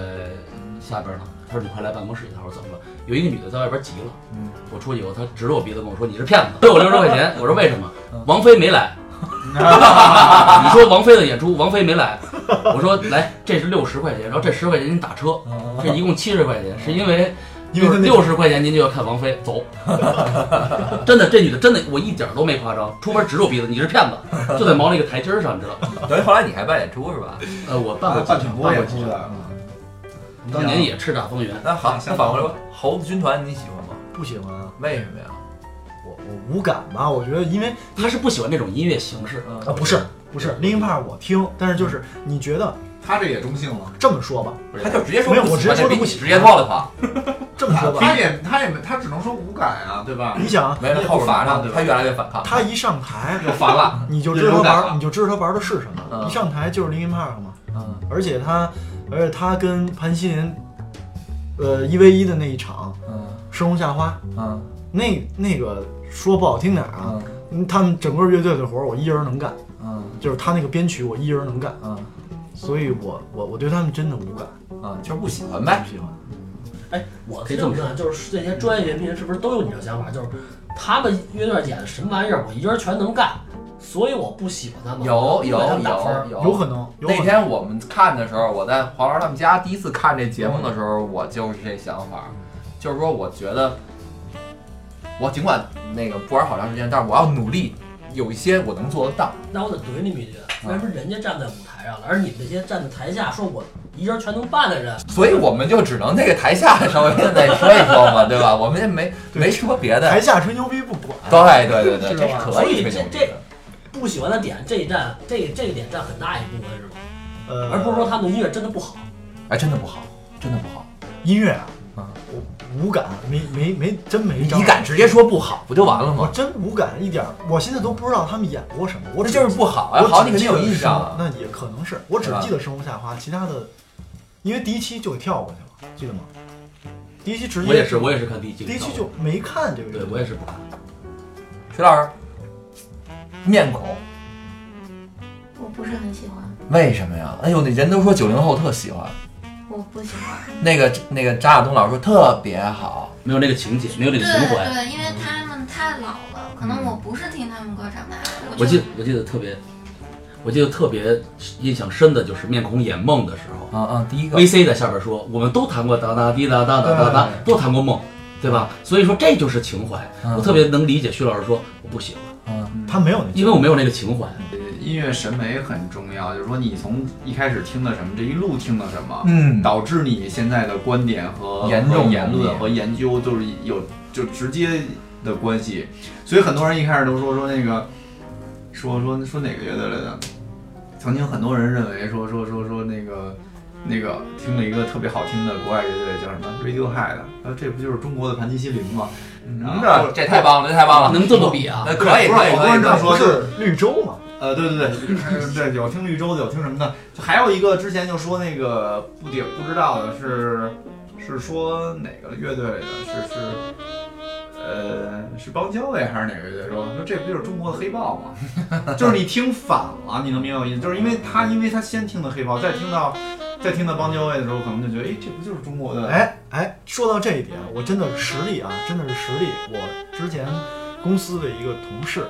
Speaker 7: 下边呢。他说你快来办公室一趟。我说怎么了？有一个女的在外边急了。
Speaker 1: 嗯
Speaker 7: 我出去以后，她指着我鼻子跟我说你是骗子，赔我六十块钱。我说为什么
Speaker 1: 嗯？
Speaker 7: 王菲 没来。你说王菲的演出，王菲没来。
Speaker 6: 嗯
Speaker 7: 我说来，这是六十块钱，然后这十块钱你打车，这一共七十块钱，是因为
Speaker 6: 因为他那
Speaker 7: 六十块钱您就要看王 菲，走。真的，这女的真的，我一点都没夸张，出门指着我鼻子，你是 骗子，就在毛那个台阶儿上，你知道吗？
Speaker 1: 等于后来你还办演出是吧？
Speaker 7: 呃，我办过
Speaker 4: 半
Speaker 7: 几
Speaker 4: 挺
Speaker 7: 场，
Speaker 4: 多
Speaker 7: 办过
Speaker 4: 也
Speaker 7: 几
Speaker 4: 出
Speaker 7: 场，
Speaker 4: 的，
Speaker 6: 嗯
Speaker 7: 当年也叱咤风云。
Speaker 1: 那好，那反过来问，猴子军团你喜欢吗？
Speaker 6: 不喜欢啊，
Speaker 1: 为什么呀？
Speaker 6: 我我无感吧，我觉得因为
Speaker 7: 他是不喜欢那种音乐形式，
Speaker 1: 嗯
Speaker 6: 啊不是不是 l i n k 我听，但是就是你觉得
Speaker 4: 他这也中性了。
Speaker 6: 这么说吧，
Speaker 1: 他就直接说
Speaker 6: 没有
Speaker 1: 不
Speaker 6: 我
Speaker 1: 喜
Speaker 6: 直
Speaker 1: 欢
Speaker 6: 接说
Speaker 1: 这
Speaker 6: 不
Speaker 1: 比
Speaker 6: 喜
Speaker 1: 直接脱了他，
Speaker 6: 这么说
Speaker 4: 他
Speaker 6: 吧，
Speaker 4: 也他也没他只能说无感啊，对吧？
Speaker 6: 你想
Speaker 1: 没人后边反抗，
Speaker 4: 对吧
Speaker 1: 他越来越反抗，
Speaker 6: 他一上台
Speaker 1: 又反了。
Speaker 6: 你就知道他
Speaker 4: 有感
Speaker 6: 玩
Speaker 4: 了
Speaker 6: 儿，你就知道他玩儿的是什么。
Speaker 1: 嗯
Speaker 6: 一上台就是 Linkin Park 嘛，
Speaker 1: 嗯
Speaker 6: 而且他，而且他跟潘西林，呃，一 v 一的那一场
Speaker 1: 嗯
Speaker 6: 《生如夏花》，
Speaker 1: 嗯
Speaker 6: 那那个说不好听点儿啊，
Speaker 1: 嗯
Speaker 6: 嗯他们整个乐队的活儿我一人能干，
Speaker 1: 嗯
Speaker 6: 就是他那个编曲我一人能干，
Speaker 1: 嗯
Speaker 6: 所以我我我对他们真的无感，
Speaker 1: 嗯，
Speaker 6: 啊
Speaker 1: 就是不喜欢呗
Speaker 6: 不。喜欢。
Speaker 2: 哎，我听这么看，就是这些专业乐迷是不是都有你这想法？就是他们乐队演的什么玩意儿，我一人全能干，所以我不喜欢他们，
Speaker 1: 有
Speaker 2: 我不给他
Speaker 1: 有
Speaker 2: 们打分
Speaker 1: 有有
Speaker 2: 儿。
Speaker 6: 有可能，有可
Speaker 1: 哦那
Speaker 6: 能。
Speaker 1: 天我们看的时候，我在黄老师他们家第一次看这节目的时候，我就是这想法，就是说我觉得，我尽管那个不玩好长时间，但是我要努力，有一些我能做得到。
Speaker 2: 那我得怼你们一句，为什么人家站在舞台上了，而你们这些站在台下说我一人全能办的人，
Speaker 1: 所以我们就只能那个台下稍微再说一说嘛，对吧？我们也没没说别的
Speaker 6: 台。下吹牛逼不管，
Speaker 1: 对对对对，
Speaker 6: 是吧
Speaker 1: 这是可以吹
Speaker 2: 所
Speaker 1: 牛
Speaker 2: 以
Speaker 1: 逼
Speaker 2: 这
Speaker 1: 的。
Speaker 2: 不喜欢的点这一站，这这个点占很大一部分是吗？
Speaker 6: 呃，
Speaker 2: 而不是说他们的音乐真的不好。
Speaker 1: 哎，真的不好，真的不好。
Speaker 6: 音乐啊
Speaker 1: 啊，
Speaker 6: 我无感，没没没，真没招儿。
Speaker 1: 你敢直接说不好不就完了
Speaker 6: 我
Speaker 1: 吗？
Speaker 6: 真无感一点儿，我现在都不知道他们演过什么，我
Speaker 1: 我
Speaker 6: 只
Speaker 1: 这就是不好呀、
Speaker 6: 我
Speaker 1: 好
Speaker 6: 只
Speaker 1: 你肯定有
Speaker 6: 记得
Speaker 1: 印象
Speaker 6: 生
Speaker 1: 啊。
Speaker 6: 那也可能是，我只
Speaker 1: 是吧
Speaker 6: 记得《生活夏花》，其他的，因为第一期就给跳过去了，记得吗？第一期直接
Speaker 7: 我也是，我也是看第一季，
Speaker 6: 第一期就没看这个
Speaker 7: 对
Speaker 6: 乐
Speaker 7: 我
Speaker 6: 队，
Speaker 7: 也是不看。
Speaker 1: 徐老师，面孔
Speaker 8: 我不是很喜欢，
Speaker 1: 为什么呀？哎呦，那人都说九零后特喜欢，
Speaker 8: 我不喜欢。
Speaker 1: 那个那个张亚东老师说特别好，
Speaker 7: 没有那个情节，没有那
Speaker 8: 对
Speaker 7: 个情怀。
Speaker 8: 对，因为他们太老了，可
Speaker 6: 嗯
Speaker 8: 能我不是听他们歌长大的。
Speaker 7: 我记
Speaker 8: 就
Speaker 7: 得我记得特别，我记得特别印象深的就是面孔演梦的时候
Speaker 1: 嗯嗯，第一个
Speaker 7: ，VC 在下边说，我们都谈过哒哒滴哒哒哒哒哒，都谈过梦，对吧？所以说这就是情怀。
Speaker 1: 嗯
Speaker 7: 我特别能理解徐老师说我不喜欢，
Speaker 1: 嗯
Speaker 6: 他没有那
Speaker 7: 因为我没有那个情怀。啊
Speaker 4: 音乐审美很重要，就是说你从一开始听的什么，这一路听的什么，
Speaker 1: 嗯
Speaker 4: 导致你现在的观点和
Speaker 1: 严重
Speaker 4: 和
Speaker 1: 能
Speaker 4: 言
Speaker 1: 力
Speaker 4: 论和研究就是有就直接的关系。所以很多人一开始都说说那个说说说哪个乐队来的，曾经很多人认为说说说说那个。那个听了一个特别好听的国外乐队叫什么 Radiohead，呃，这不就是中国的盘尼西林吗？
Speaker 1: 嗯，这这太棒了，这太棒了，
Speaker 7: 能这么比啊？
Speaker 1: 那可以
Speaker 4: 不是
Speaker 1: 可以
Speaker 4: 我不是
Speaker 1: 可以
Speaker 4: 这
Speaker 1: 可
Speaker 4: 么
Speaker 1: 以，
Speaker 4: 说
Speaker 6: 不是绿洲嘛？
Speaker 4: 呃，对对对，还有对， 有听绿洲的，有听什么的，就还有一个之前就说那个不也不知道的是是说哪个乐队的，是是呃是邦交委还是哪个乐队说说这不就是中国的黑豹吗？ 就是你听反了，你能明白我意思？就是因为他因为他先听的黑豹，再听到再听到邦交委的时候，可能就觉得哎这不就是中国的？
Speaker 6: 哎哎，说到这一点，我真的实力啊，真的是实力。我之前公司的一个同事，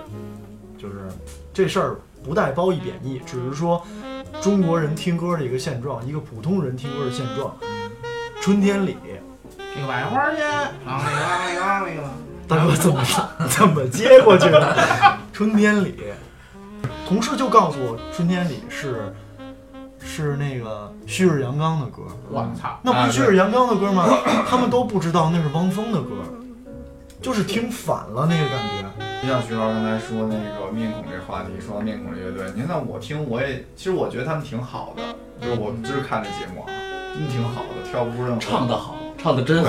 Speaker 6: 就是这事儿不带褒义贬义，只是说中国人听歌的一个现状，一个普通人听歌的现状。春天里，
Speaker 3: 品个百合花去，然后那个那个那个，
Speaker 6: 大哥怎么 怎么接过去的？春天里，同事就告诉我，春天里是是那个旭日阳刚的歌，
Speaker 3: 我操！
Speaker 6: 那不
Speaker 4: 啊
Speaker 6: 是旭日阳刚的歌吗？他们都不知道那是汪峰的歌，就是听反了那个感觉。
Speaker 4: 就像徐老师刚才说那个面孔这个话题，说到面孔这乐队，你看我听我也，其实我觉得他们挺好的，就是我就是看这节目啊，真挺好的，跳不出任何
Speaker 7: 唱的好，唱的真好。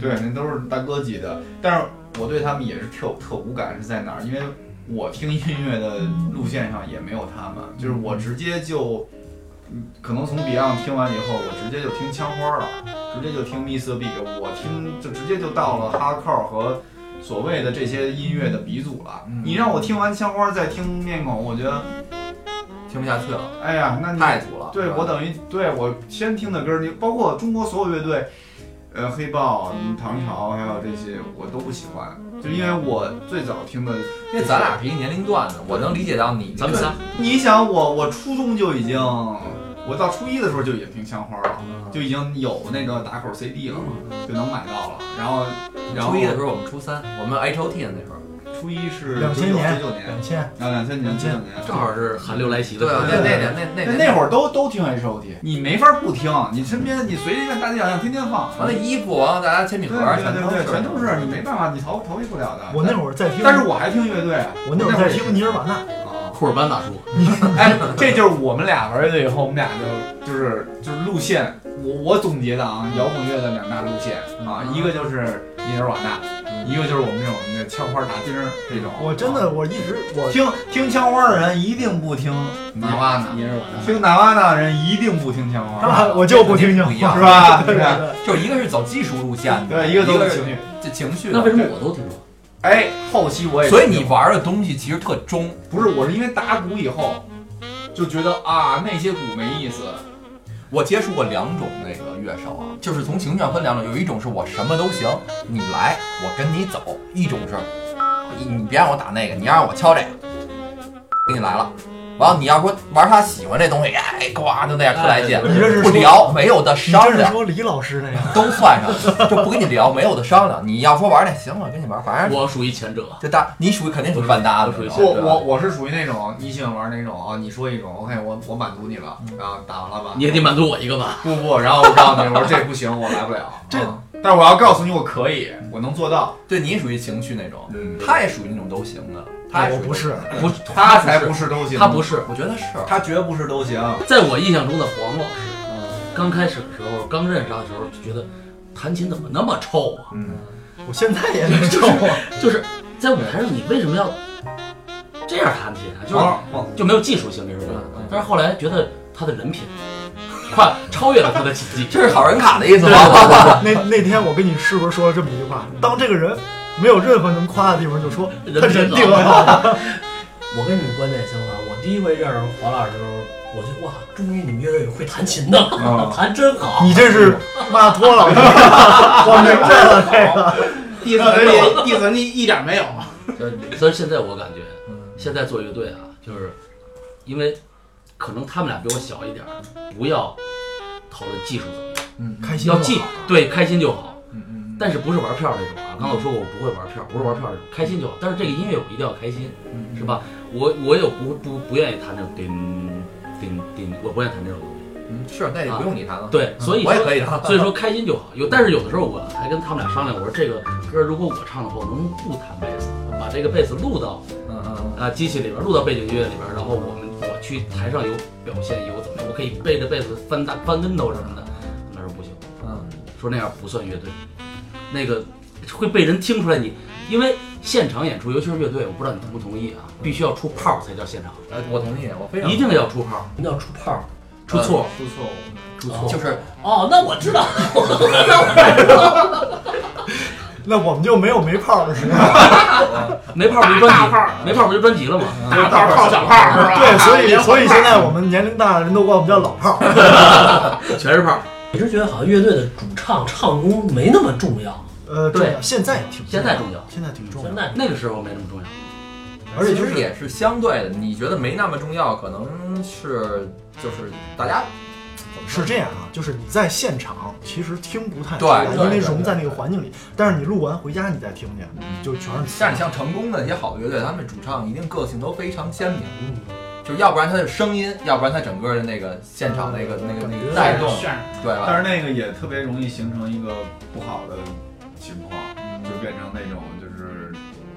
Speaker 4: 对，那都是大哥级的。但是我对他们也是特特无感是在哪儿？因为我听音乐的路线上也没有他们，就是我直接就，嗯可能从 Beyond 听完以后，我直接就听枪花了，直接就听 Mr. Big，我听就直接就到了 Hardcore 和所谓的这些音乐的鼻祖了。你让我听完枪花再听面孔，我觉得，
Speaker 1: 听不下去了，
Speaker 4: 哎呀，那你
Speaker 1: 太土了。
Speaker 4: 对我等于对我先听的歌，你包括中国所有乐队，呃，黑豹、嗯唐朝，还有这些我都不喜欢，就因为我最早听的，
Speaker 1: 因为咱俩是一个年龄段的，我能理解到你
Speaker 7: 咱们仨
Speaker 4: 你想我我初中就已经我到初一的时候就已经听香花了，
Speaker 1: 嗯
Speaker 4: 就已经有那个打口 CD 了嘛，就能买到了。然后，然
Speaker 1: 嗯
Speaker 4: 后
Speaker 1: 初一的时候我们初三，我们 H O T 的那时候，
Speaker 4: 初一是
Speaker 6: 两千年
Speaker 4: 九九年，
Speaker 6: 两千，
Speaker 4: 然后两千年九九年，
Speaker 7: 正好是寒流来袭的
Speaker 1: 对
Speaker 7: 时
Speaker 1: 啊，
Speaker 7: 候。
Speaker 1: 那那年那
Speaker 4: 那
Speaker 1: 那
Speaker 4: 那会儿都都听 H O T，你没法不听，你身边你随便大街小巷天天放，
Speaker 1: 完了衣服，完了大家铅笔
Speaker 4: 对
Speaker 1: 盒，
Speaker 4: 对对对，
Speaker 1: 是
Speaker 4: 全都是你没办法，你逃逃避不了的。
Speaker 6: 我那会儿在听，
Speaker 4: 但是我还听乐队，
Speaker 6: 我那会儿在听尼尔瓦纳，
Speaker 1: 哦
Speaker 4: 啊，
Speaker 7: 库尔班大叔，
Speaker 4: 哎，这就是我们俩玩乐队以后，我们俩就就是就是路线，我我总结的啊，摇滚乐的两大路线啊，
Speaker 1: 嗯
Speaker 4: 一个就是尼尔瓦纳，一个就是我们这种那枪花大钉儿这种。啊
Speaker 6: 我真的我一直我
Speaker 4: 哦 听听枪花的人一定不听
Speaker 1: 拿瓦呢，
Speaker 7: 尼日瓦纳，
Speaker 4: 听南瓦纳的人一定不听枪花，
Speaker 6: 啊我就不听听，
Speaker 1: 不一样
Speaker 4: 是吧？
Speaker 6: 对
Speaker 4: 是吧？
Speaker 6: 对
Speaker 1: 就是一个是走技术路线的，
Speaker 4: 对，一
Speaker 1: 一
Speaker 4: 个都
Speaker 1: 个
Speaker 4: 是
Speaker 1: 是
Speaker 4: 情侣。
Speaker 1: 这情绪的
Speaker 7: 那为什么我都听过？
Speaker 4: 哎，后期我也
Speaker 1: 所以你玩的东西其实特中，
Speaker 4: 不是我是因为打鼓以后就觉得啊那些鼓没意思，
Speaker 1: 我接触过两种那个乐手啊，就是从情绪上分两种，有一种是我什么都行，你来我跟你走；一种是，你你别让我打那个，你要让我敲这个，给你来了。完了，你要说玩他喜欢这东西，哎，呱就那样特来劲，
Speaker 6: 你这是
Speaker 1: 不
Speaker 6: 说
Speaker 1: 聊，没有的
Speaker 6: 你真
Speaker 1: 商
Speaker 6: 是
Speaker 1: 量，
Speaker 6: 说李老师那样，
Speaker 1: 都算上，就不跟你聊，没有的商量。你要说玩那行了，跟你玩，反正
Speaker 7: 我属于前者，
Speaker 1: 就大，你属于肯定属于半搭的
Speaker 7: 我属于
Speaker 1: 那
Speaker 4: 我
Speaker 1: 种，
Speaker 4: 我我是属于那种你喜欢玩哪种啊？你说一种，OK，我我满足你了，然后打完了吧？
Speaker 7: 嗯你也得满足我一个吧。
Speaker 4: 不不，然后我告诉你，我说这不行，我 来不了。
Speaker 6: 这
Speaker 4: 啊，但是我要告诉你，我可以，我能做到。
Speaker 1: 对你属于情绪那种，
Speaker 4: 嗯，
Speaker 1: 他也属于那种都行的，他也
Speaker 6: 我
Speaker 1: 属于
Speaker 6: 不，是，
Speaker 7: 不，
Speaker 4: 他才不是都行，
Speaker 7: 他不，是，
Speaker 1: 我觉得是，
Speaker 4: 他绝不是都行。
Speaker 7: 在我印象中的黄老师，呃刚开始的时候，刚认识他的时候，就觉得弹琴怎么那么臭啊？
Speaker 4: 嗯，
Speaker 6: 我现在也是臭啊，
Speaker 7: 就是在舞台上，你为什么要这样弹琴
Speaker 4: 哦
Speaker 7: 啊？就是
Speaker 4: 王王
Speaker 7: 就没有技术性这种的。
Speaker 1: 嗯
Speaker 7: 但是后来觉得他的人品快超越了他的琴技，
Speaker 1: 这是好人卡 的意思
Speaker 7: 对
Speaker 1: 吗？
Speaker 6: 那那天我跟你是不是说了这么一句话？当这个人没有任何能夸的地方，就说他人
Speaker 7: 人
Speaker 6: 挺
Speaker 7: 品 好
Speaker 6: 好。
Speaker 2: 我跟你们观点相反，我第一回认识黄老师的时候，我就哇，终于你们乐队有会弹琴的了，
Speaker 4: 啊
Speaker 2: 弹真好。
Speaker 6: 你这是骂托老师，我明白了这个。
Speaker 3: 弟子你弟子你一点没有，
Speaker 7: 就是所以现在我感觉，
Speaker 1: 嗯
Speaker 7: 现在做乐队啊，就是因为可能他们俩比我小一点儿，不要讨论技术怎么样，
Speaker 6: 开心
Speaker 7: 要
Speaker 6: 就
Speaker 7: 技
Speaker 6: 好
Speaker 7: 对开心就好。
Speaker 4: 嗯 嗯
Speaker 7: 但是不是玩票那种啊？刚才我说过我不会玩票，不是玩票那种，开心就好。但是这个音乐我一定要开心，是吧？我我有不不不愿意弹那种叮叮叮，我不愿意弹这种东西。
Speaker 1: 嗯，是，那也不用你谈了。
Speaker 7: 对，所以
Speaker 1: 嗯我也
Speaker 7: 说
Speaker 1: 可以的。
Speaker 7: 所以说开心就好。有，但是有的时候我还跟他们俩商量，我说这个歌如果我唱的话，我能不弹贝斯，把这个贝斯录到
Speaker 1: 嗯嗯
Speaker 7: 啊机器里边，录到背景音乐里边，然后我们我去台上有表现有怎么样，我可以背着贝斯翻大翻跟头什么的。他们说不行，
Speaker 1: 嗯，
Speaker 7: 说那样不算乐队，那个会被人听出来你，因为现场演出，尤其是乐队，我不知道你同不同意啊，必须要出炮才叫现场，
Speaker 1: 呃，我同意，我非常
Speaker 7: 一定要出炮，
Speaker 2: 什么叫出炮？
Speaker 7: 出错
Speaker 4: 出错误。
Speaker 7: 出错，
Speaker 1: 就是
Speaker 2: 哦，那我知道，那我知道。
Speaker 6: 那我们就没有没炮的时候。
Speaker 7: 没炮不就专辑，没炮不就专辑了吗？
Speaker 3: 大炮炮小炮是吧？
Speaker 6: 对，所以所以现在我们年龄大的人都管我们叫老炮儿。
Speaker 7: 全是炮。
Speaker 2: 你是觉得好像乐队的主唱唱功没那么重要？
Speaker 6: 呃，
Speaker 7: 对
Speaker 6: 重要现在挺
Speaker 7: 现在重要，
Speaker 6: 现在挺重
Speaker 2: 现
Speaker 6: 要，
Speaker 2: 在
Speaker 7: 那个时候没那么重要，
Speaker 6: 而且
Speaker 1: 其
Speaker 6: 就
Speaker 1: 实
Speaker 6: 是
Speaker 1: 也是相对的，你觉得没那么重要，可能是就是大家怎么说
Speaker 6: 是这样啊，就是你在现场其实听不太
Speaker 1: 对
Speaker 6: 出来因
Speaker 1: 对
Speaker 6: 为
Speaker 1: 对
Speaker 6: 融在那
Speaker 1: 对
Speaker 6: 个环境里。但是你录完回家你再听去，就全是
Speaker 1: 但是你像成功的一些好乐队，他们主唱一定个性都非常鲜明，
Speaker 2: 嗯，
Speaker 1: 就是要不然他的声音，要不然他整个的那个现场那个那个那个带
Speaker 3: 带
Speaker 1: 动
Speaker 3: 动，渲染，
Speaker 1: 对吧？
Speaker 4: 但是那个也特别容易形成一个不好的情况，就变成那种就是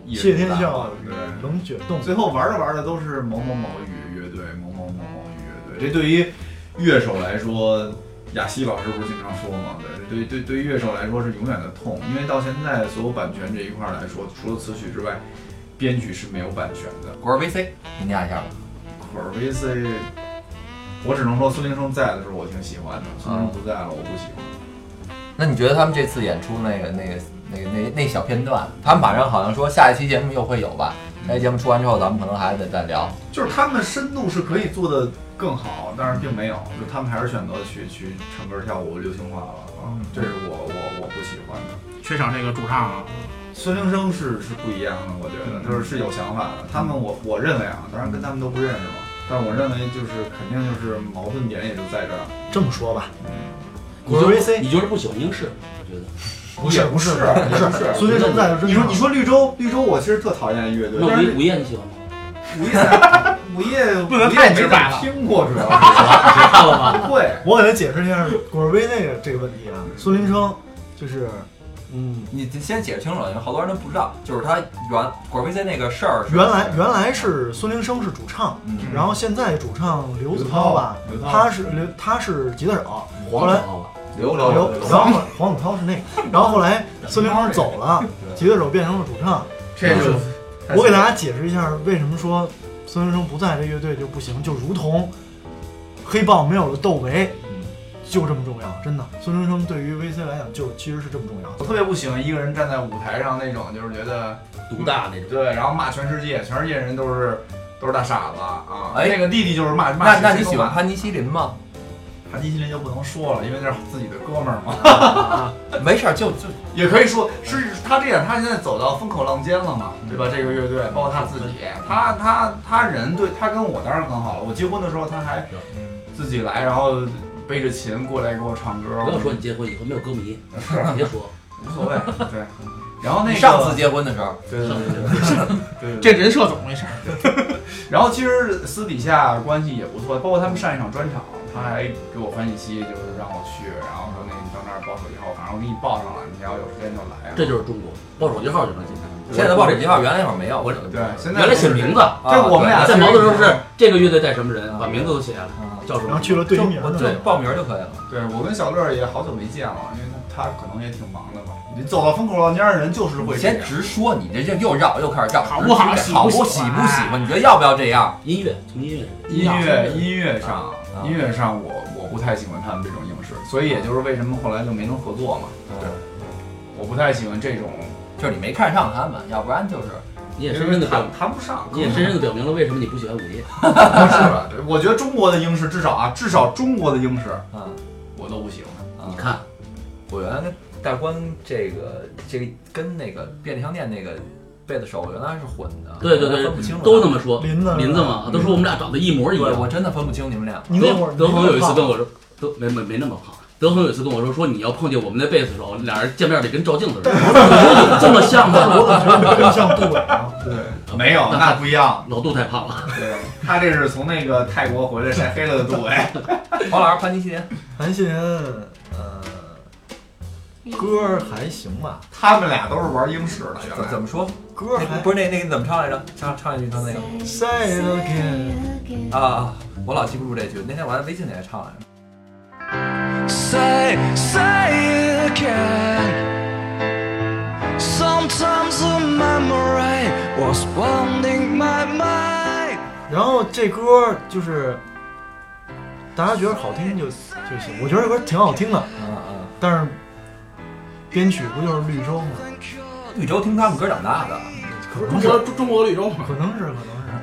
Speaker 4: 一
Speaker 6: 谢
Speaker 4: 人
Speaker 6: 天
Speaker 4: 大
Speaker 6: 笑
Speaker 4: 对。
Speaker 6: 冷血动。
Speaker 4: 最后玩着玩着都是某某某语乐队，某某某某语乐队。这对于乐手来说，雅西老师不是经常说吗？对，对对对于乐手来说是永远的痛，因为到现在所有版权这一块儿来说，除了词曲之外，编曲是没有版权的。
Speaker 1: 果儿 VC，评价一下吧。
Speaker 4: 可是 VC，我只能说孙林生在的时候我挺喜欢的，孙林生不在了我不喜欢。
Speaker 1: 那你觉得他们这次演出那个那个那个那那小片段，他们马上好像说下一期节目又会有吧？下一期节目出完之后，咱们可能还得再聊。
Speaker 4: 就是他们的深度是可以做的更好，但是并没有，就他们还是选择去去唱歌跳舞流行化了啊，这是我我我不喜欢的。
Speaker 3: 缺少这个主唱啊，
Speaker 4: 孙龄生是是不一样的，我觉得就是是有想法的。他们我我认为啊，当然跟他们都不认识嘛，但我认为就是肯定就是矛盾点也就在这儿。
Speaker 6: 这么说吧，
Speaker 7: 你就
Speaker 6: 我觉得 VC
Speaker 7: 是你就是不喜欢英式，我觉得。
Speaker 6: 不是不是
Speaker 4: 是
Speaker 6: 不
Speaker 4: 不是
Speaker 6: 孙学生在这
Speaker 4: 你说你说绿洲，绿洲我其实特讨厌乐队，
Speaker 7: 那
Speaker 4: 但是
Speaker 7: 午午夜你喜欢吗？
Speaker 4: 午夜午夜
Speaker 3: 不能太直白了
Speaker 4: 午夜没怎么听过主要是
Speaker 7: 看了 吗？
Speaker 4: 会。
Speaker 6: 我给他解释一下果儿威那个这个问题啊，孙林生就是，嗯，
Speaker 1: 你先解释清楚了，因为好多人都不知道，就是他原果 VC 那个事儿是
Speaker 6: 原来原来是孙林生是主唱，
Speaker 1: 嗯
Speaker 6: 然后现在主唱刘子涛吧
Speaker 4: 刘，涛
Speaker 6: 他是刘他是吉他手，后
Speaker 7: 黄
Speaker 6: 来
Speaker 7: 了，
Speaker 4: 刘
Speaker 6: 然后然后黄子韬是那个，然后后来孙林生走了，吉他手变成了主唱。
Speaker 3: 这就
Speaker 6: 我给大家解释一下为什么说孙林生不在这乐队就不行，就如同黑豹没有了窦唯。就这么重要，真的。孙林生对于 VC 来讲，就其实是这么重要。
Speaker 4: 我特别不喜欢一个人站在舞台上那种，就是觉得
Speaker 7: 独大那种。
Speaker 4: 对，然后骂全世界，全世界人都是都是大傻子啊。
Speaker 1: 哎
Speaker 4: 那个弟弟就是骂骂
Speaker 1: 那
Speaker 4: 谁
Speaker 1: 那
Speaker 4: 谁
Speaker 1: 你
Speaker 4: 都
Speaker 1: 喜欢
Speaker 4: 骂
Speaker 1: 潘尼西林吗？
Speaker 4: 他一林就不能说了，因为那是自己的哥们儿嘛。
Speaker 1: 没事儿，就就
Speaker 4: 也可以说是他这样，他现在走到风口浪尖了嘛，对吧？这个乐队包括他自己，他他他人对他跟我当然很好了。我结婚的时候他还自己来，然后背着琴过来给我唱歌，
Speaker 7: 不要说你结婚以后没有歌 迷，别说。
Speaker 4: 无所 谓。对，然后那
Speaker 1: 你
Speaker 4: 个
Speaker 1: 上次结婚的时候，
Speaker 4: 对对对对对
Speaker 3: 这人设怎么回事？
Speaker 4: 然后其实私底下关系也不错，包括他们上一场专场，他还给我发信息，就是让我去，然后说那你到那儿报手机号，反正我给你报上了，你要有时间就来啊。
Speaker 7: 这就是中国报手机号就能进来。
Speaker 1: 现在的报纸计划原来那会儿没有，我这
Speaker 4: 对，现在
Speaker 7: 原来写名字，
Speaker 4: 这我们俩
Speaker 7: 在忙的时候
Speaker 4: 是
Speaker 7: 是这个乐队带什么人，
Speaker 1: 啊
Speaker 7: 把名字都写下来，叫什
Speaker 6: 然
Speaker 7: 么
Speaker 6: 后？去了对
Speaker 1: 就
Speaker 6: 名
Speaker 7: 哦
Speaker 1: 我
Speaker 6: 的
Speaker 1: 就
Speaker 6: 那
Speaker 1: 报名就可以了。
Speaker 4: 对我跟小乐也好久没见了，因为他他可能也挺忙的吧。你走到风口浪尖儿的人就是会
Speaker 1: 你
Speaker 4: 这
Speaker 1: 先
Speaker 4: 样。
Speaker 1: 直说，你这这又绕又开始绕，
Speaker 3: 好不好喜不喜欢
Speaker 1: 好不喜不喜欢？你觉得要不要这样？
Speaker 7: 音乐，从音乐。
Speaker 4: 音乐音乐上
Speaker 1: 啊
Speaker 4: 音乐上我我不太喜欢他们这种应试，所以也就是为什么后来就没能合作嘛。对，我不太喜欢这种，
Speaker 1: 就是你没看上他们，要不然就是
Speaker 7: 你也
Speaker 4: 因
Speaker 7: 深深
Speaker 4: 为
Speaker 7: 的
Speaker 4: 谈
Speaker 7: 表，
Speaker 4: 谈不上。
Speaker 7: 你也深深的表明了为什么你不喜欢午夜。
Speaker 4: 不是吧？ 对我觉得中国的英式至少啊，至少中国的英式
Speaker 1: 啊，
Speaker 4: 我都不喜欢。
Speaker 1: 啊
Speaker 7: 你看，
Speaker 1: 我原来跟大关这个这个跟那个便利商店那个贝斯手，我原来是混的，
Speaker 7: 对对对
Speaker 1: 我分不清楚，
Speaker 7: 都那么说，
Speaker 6: 林子
Speaker 7: 林子嘛，都说我们俩长得一模一
Speaker 1: 对，
Speaker 7: 样。
Speaker 1: 我真的分不清你们俩。
Speaker 6: 你
Speaker 7: 德
Speaker 6: 那会儿
Speaker 7: 德
Speaker 6: 你那
Speaker 7: 恒
Speaker 6: 会儿
Speaker 7: 有一次
Speaker 6: 胖
Speaker 7: 跟我说，德没没没那么胖。德恒有一次跟我说，说你要碰见我们那贝斯手，俩人见面得跟照镜子似的。我说 这么像吗？
Speaker 6: 我觉得更像杜伟啊。
Speaker 4: 对，没有，那不一 样。
Speaker 7: 老杜太胖了，
Speaker 4: 对，他这是从那个泰国回来晒黑了的杜伟。
Speaker 1: 黄老师，潘尼西林，
Speaker 6: 韩信人，呃，歌儿还行吧，
Speaker 4: 他们俩都是玩英式的，原
Speaker 1: 怎
Speaker 4: 来
Speaker 1: 怎么说？
Speaker 6: 歌
Speaker 1: 那
Speaker 6: 儿还
Speaker 1: 哎不是那那个怎么唱来着？唱唱一句他那个
Speaker 6: Say it again。
Speaker 1: 啊，我老记不住这句。那天我在微信里还唱来着。
Speaker 9: Say, say it again. Sometimes a memory was wounding my mind.
Speaker 6: 然后这歌儿就是大家觉得好听就就行，我觉得这歌儿挺好听的，
Speaker 1: 嗯
Speaker 6: 但是编曲不就是绿洲吗？
Speaker 1: 嗯，绿洲听他们歌长大的。
Speaker 6: 可
Speaker 3: 中
Speaker 6: 能是，
Speaker 3: 国中中国绿洲嘛，
Speaker 6: 可能是，可能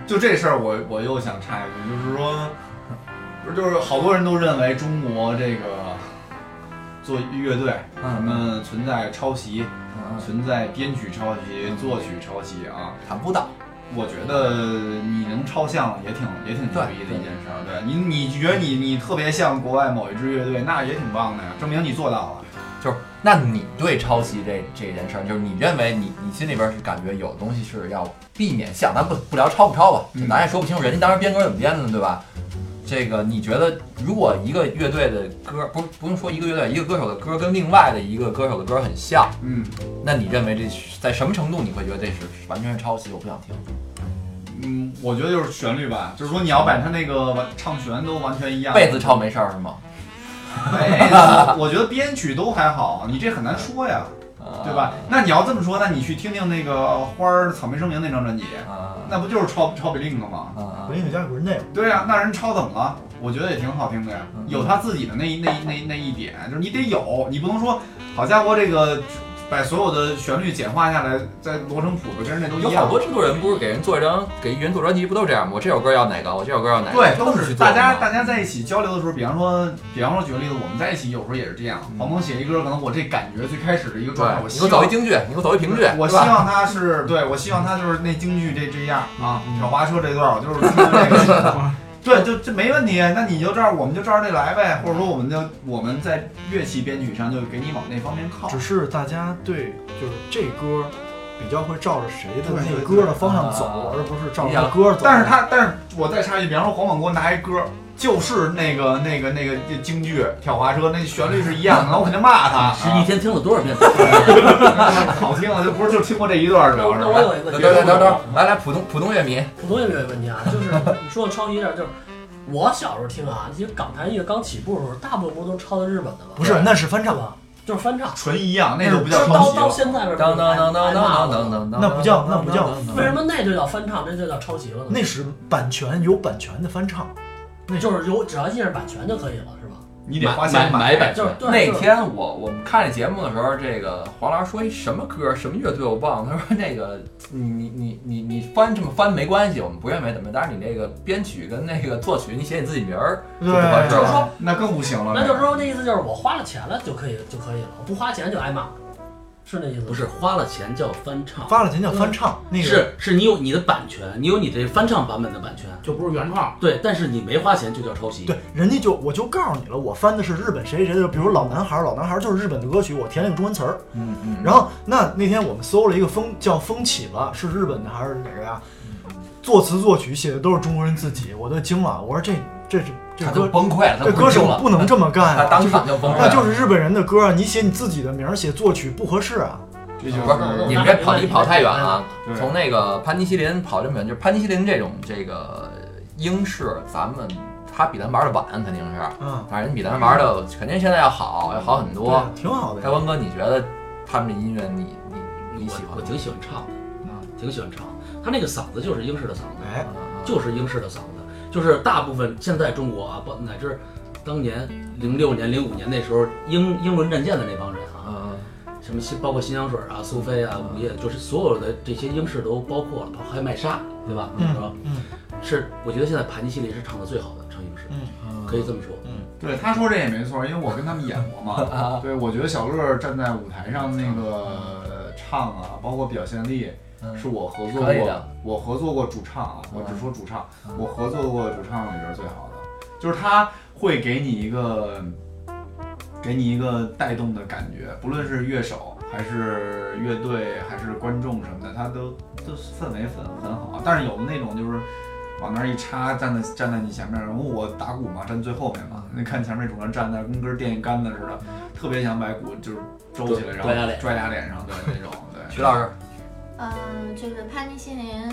Speaker 4: 就这事儿，我我又想插一句，就是说，不是就是好多人都认为中国这个做乐队，
Speaker 1: 嗯
Speaker 4: 什么存在抄袭，
Speaker 1: 嗯嗯，
Speaker 4: 存在编曲抄袭、作曲抄袭啊。
Speaker 1: 谈不到。
Speaker 4: 我觉得你能超像也挺也挺牛逼的一件事儿，对你你觉得你你特别像国外某一支乐队，那也挺棒的呀，证明你做到了。
Speaker 1: 就是，那你对抄袭这这件事儿，就是你认为你你心里边是感觉有东西是要避免像，咱不不聊抄不抄吧，
Speaker 4: 嗯
Speaker 1: 咱也说不清楚人家当时编歌怎么编的，对吧？这个你觉得，如果一个乐队的歌，不不用说一个乐队，一个歌手的歌跟另外的一个歌手的歌很像，
Speaker 4: 嗯，
Speaker 1: 那你认为这是在什么程度你会觉得这是完全是抄袭？我不想听。
Speaker 4: 啊嗯，我觉得就是旋律吧，就是说你要把它那个唱旋都完全一样。
Speaker 1: 被子抄没事儿是吗？
Speaker 4: 哎，我我觉得编曲都还好，你这很难说呀，
Speaker 1: 啊
Speaker 4: 对吧？那你要这么说，那你去听听那个花儿草莓声明那张专辑，
Speaker 1: 啊？
Speaker 4: 那不就是抄抄别令的吗？
Speaker 1: 啊啊
Speaker 6: 是文艺家不是那样。
Speaker 4: 对呀、那人抄怎么了？我觉得也挺好听的呀
Speaker 1: 嗯，
Speaker 4: 有他自己的那一那一那一那一点，就是你得有，你不能说，好家伙，这个把所有的旋律简化下来，再罗成谱子跟人那都
Speaker 1: 有
Speaker 4: 一
Speaker 1: 好
Speaker 4: 样
Speaker 1: 多。制作人不是给人做一张给艺人做专辑不都这样吗？我这首歌要哪个？我这首歌要哪个？
Speaker 4: 对，
Speaker 1: 这么
Speaker 4: 都
Speaker 1: 去
Speaker 4: 是
Speaker 1: 做
Speaker 4: 大家
Speaker 1: 的吗
Speaker 4: 大家在一起交流的时候，比方说，比方说举个例子，我们在一起有时候也是这样。黄东写一歌，可能我这感觉最开始的一个状态，
Speaker 1: 嗯对，
Speaker 4: 我
Speaker 1: 你
Speaker 4: 希
Speaker 1: 给我
Speaker 4: 望
Speaker 1: 走一京剧，你给我走一评剧，
Speaker 4: 我
Speaker 1: 是
Speaker 4: 希
Speaker 1: 吧？
Speaker 4: 望他
Speaker 2: 嗯
Speaker 4: 是对，我希望他就是那京剧这这样啊，小花车这段儿我就是听这个，对，就这没问题，那你就照着，我们就照着这来呗，或者说我们就我们在乐器编曲上就给你往那方面靠。
Speaker 6: 只是大家对就是这歌比较会照着谁的
Speaker 4: 对
Speaker 6: 那
Speaker 4: 对
Speaker 6: 个歌的方向
Speaker 1: 啊
Speaker 6: 走，而不是照
Speaker 1: 你
Speaker 6: 着那
Speaker 1: 想
Speaker 6: 歌走。
Speaker 4: 但是他，但是我再插一句，比方说黄广国拿一歌，就是那个那个那个京剧《挑滑车》，那旋律是一 样的，那我肯定骂他。
Speaker 7: 是一天听了多少遍？
Speaker 4: 好听啊，就不是就听过这一段儿，主要
Speaker 2: 那我
Speaker 4: 是。
Speaker 2: 有一个
Speaker 1: 等等等
Speaker 2: 嗯问题，
Speaker 1: 等等，来来，普通普通乐迷，
Speaker 2: 普通乐队问题啊，就是你说的抄袭一下，就是我小时候听啊，其实港台音乐刚起步的时候，大部分不都抄的日本的吗？
Speaker 6: 不是，那是翻
Speaker 2: 是
Speaker 6: 唱，
Speaker 2: 吧？就是翻唱，
Speaker 4: 纯一样，那
Speaker 6: 那
Speaker 4: 就
Speaker 6: 就
Speaker 4: 不叫抄
Speaker 2: 到
Speaker 4: 袭
Speaker 2: 到
Speaker 4: 了。
Speaker 2: 现在这
Speaker 1: 当当当当当当
Speaker 2: 当，
Speaker 1: 当当，
Speaker 6: 那不叫那不叫
Speaker 2: 为什么那就叫翻唱，这就叫抄袭了呢？
Speaker 6: 那是版权有版权的翻唱。
Speaker 2: 那就是有只要印着版权就可以了，是吧？
Speaker 4: 你得花钱
Speaker 7: 买版
Speaker 2: 就是
Speaker 7: 权，
Speaker 2: 对
Speaker 1: 那
Speaker 2: 就是
Speaker 1: 天我我们看这节目的时候，这个黄老师说一什么歌什么乐队我忘了，他说那个你你你你你翻这么翻没关系，我们不认为怎么样，但是你那个编曲跟那个作曲你写你自己名儿就不合适
Speaker 6: 对
Speaker 1: 了。
Speaker 2: 说
Speaker 4: 那更不行了。
Speaker 2: 那就是说，那意思就是我花了钱了就可以就可以了，我不花钱就挨骂，是那意思吗？
Speaker 7: 不是花了钱叫翻唱，
Speaker 6: 发了钱叫翻唱，那个
Speaker 7: 是是你有你的版权，你有你这翻唱版本的版权，
Speaker 3: 就不是原创。
Speaker 7: 对，但是你没花钱就叫抄袭。
Speaker 6: 对，人家就我就告诉你了，我翻的是日本谁谁的，比如老男孩儿，老男孩儿就是日本的歌曲，我填了一个中文词儿。
Speaker 1: 嗯嗯，
Speaker 6: 然后那那天我们搜了一个风叫风起了，是日本的还是哪个呀？作词作曲写的都是中国人自己，我都惊了，我说这这是这
Speaker 1: 他就
Speaker 6: 歌
Speaker 1: 崩溃了，他
Speaker 6: 这歌
Speaker 1: 不听
Speaker 6: 手
Speaker 1: 了
Speaker 6: 不能这么干
Speaker 1: 他
Speaker 6: 啊，
Speaker 1: 当
Speaker 6: 就是
Speaker 1: 场就崩溃
Speaker 6: 那
Speaker 1: 了。
Speaker 6: 就是日本人的歌，啊你写你自己的名儿，写作曲不合适啊。
Speaker 4: 这就
Speaker 1: 不是你们这跑题跑太远了，
Speaker 4: 对
Speaker 1: 从那个潘尼西林跑这么远，就是潘尼西林这种这个英式，咱们他比咱玩的晚，肯定是，
Speaker 6: 嗯，
Speaker 1: 但是人比咱玩的肯定现在要好，要好很
Speaker 6: 对
Speaker 1: 多。
Speaker 6: 挺好的
Speaker 1: 开
Speaker 6: 呀。
Speaker 1: 关哥，你觉得他们的音乐你你你喜
Speaker 7: 我
Speaker 1: 欢嗯
Speaker 7: 我
Speaker 1: 吗？
Speaker 7: 挺喜欢唱的，
Speaker 4: 啊
Speaker 7: 挺喜欢唱的。他那个嗓子就是英式的嗓子，
Speaker 6: 哎，
Speaker 7: 就是英式的嗓子，就是大部分现在中国啊，不乃至当年零六年、零五年那时候英英伦战舰的那帮人啊，
Speaker 1: 嗯，
Speaker 7: 什么新包括新香水啊、苏菲啊、午夜，就是所有的这些英式都包括了，包括还有麦莎，对吧？那时候
Speaker 6: 嗯嗯
Speaker 7: 是我觉得现在盘尼西林是唱的最好的，唱英式，
Speaker 1: 嗯
Speaker 7: 可以这么说。
Speaker 4: 对，他说这也没错，因为我跟他们演 过
Speaker 1: 啊
Speaker 4: 嘛。对，我觉得小乐站在舞台上那个唱啊，包括表现力，
Speaker 1: 嗯
Speaker 4: 是我合作
Speaker 1: 可以
Speaker 4: 过
Speaker 1: 的，
Speaker 4: 我合作过主唱啊，我只说主唱
Speaker 1: 嗯，
Speaker 4: 我合作过主唱里边最好的，就是他会给你一个，给你一个带动的感觉，不论是乐手还是乐队还是观众什么的，他都都是氛围很很好。但是有的那种就是往那儿一插，站在站在你前面，然后我打鼓嘛，站最后面
Speaker 7: 嗯
Speaker 4: 嘛，你看前面主唱站那儿跟根电线杆子似的，特别想把鼓就是周起来，然后
Speaker 7: 拽俩脸
Speaker 4: 拽俩脸上，对那种对。
Speaker 1: 徐老师，
Speaker 8: 嗯，这个潘尼西林，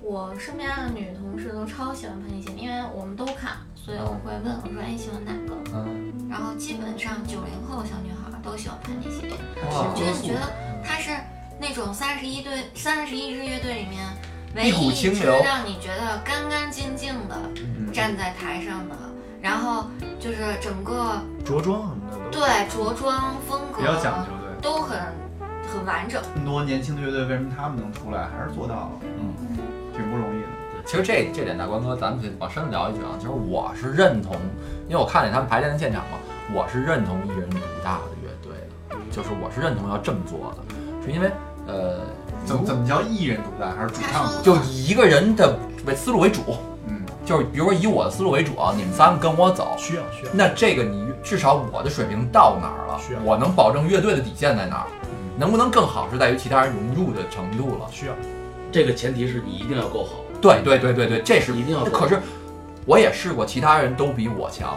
Speaker 8: 我身边的女同事都超喜欢潘尼西林，因为我们都看，所以我会问我说：“哎，喜欢哪个
Speaker 1: 嗯，？”
Speaker 8: 然后基本上九零后小女孩都喜欢潘尼西林，
Speaker 1: 哇
Speaker 8: 就是觉得她是那种三十一队三十一支乐队里面唯
Speaker 1: 一股
Speaker 8: 一
Speaker 1: 清
Speaker 8: 支
Speaker 1: 流
Speaker 8: 让你觉得干干净净的
Speaker 4: 嗯
Speaker 8: 站在台上的，然后就是整个
Speaker 6: 着装什么的都
Speaker 8: 对着装风
Speaker 4: 比较讲
Speaker 8: 格
Speaker 4: 究，对。
Speaker 8: 都很很完整。
Speaker 4: 这么多年轻的乐队，为什么他们能出来，还是做到了，嗯，挺不容易的。
Speaker 1: 其实这这点大关哥，咱们就往深了聊一句啊，就是我是认同，因为我看见他们排练的现场嘛，我是认同一人独大的乐队的，就是我是认同要这么做的，是因为呃，
Speaker 7: 嗯
Speaker 4: 怎么怎么叫一人独大，还是主
Speaker 8: 他
Speaker 4: 唱？
Speaker 8: 说
Speaker 1: 就以一个人的为思路为主，
Speaker 4: 嗯，
Speaker 1: 就是比如说以我的思路为主啊，你们三个跟我走，
Speaker 6: 需要需要。
Speaker 1: 那这个你至少我的水平到哪儿了
Speaker 6: 是啊，
Speaker 1: 我能保证乐队的底线在哪儿，
Speaker 6: 嗯
Speaker 1: 能不能更好是在于其他人融入的程度了。
Speaker 6: 需要，
Speaker 7: 这个前提是你一定要够好，
Speaker 1: 对对对对对，这是
Speaker 7: 一定要
Speaker 1: 可是我也试过，其他人都比我强，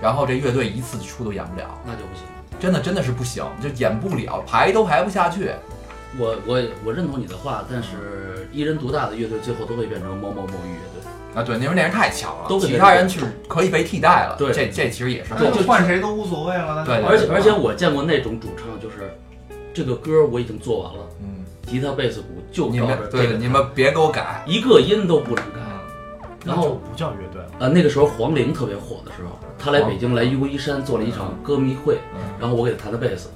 Speaker 1: 然后这乐队一次出都演不了，
Speaker 7: 那就不行。
Speaker 1: 真的真的是不行，就演不了，排都排不下去。
Speaker 7: 我我我认同你的话，但是一人独大的乐队最后都会变成某某某乐队。
Speaker 1: 啊，对，那边那人太强了，
Speaker 7: 都给
Speaker 1: 其
Speaker 7: 人
Speaker 1: 他人就是可以被替代了。
Speaker 7: 对
Speaker 1: 这这其实也是
Speaker 4: 那
Speaker 1: 好
Speaker 4: 就
Speaker 1: 的
Speaker 4: 换谁都无所谓了。那就
Speaker 1: 对
Speaker 7: 而且而且我见过那种主唱，就是这个歌我已经做完了，
Speaker 1: 嗯，
Speaker 7: 吉他、贝斯、鼓就
Speaker 1: 你
Speaker 7: 照
Speaker 1: 们
Speaker 7: 着这
Speaker 1: 对
Speaker 7: 个
Speaker 1: 你们别给我改。
Speaker 7: 一个音都不能改。然
Speaker 6: 那就
Speaker 7: 后
Speaker 6: 不叫乐队了。
Speaker 7: 呃，那个时候黄龄特别火的时候，他来北京来愚公移山做了一场歌迷会，
Speaker 1: 嗯
Speaker 7: 然后我给他弹的贝斯，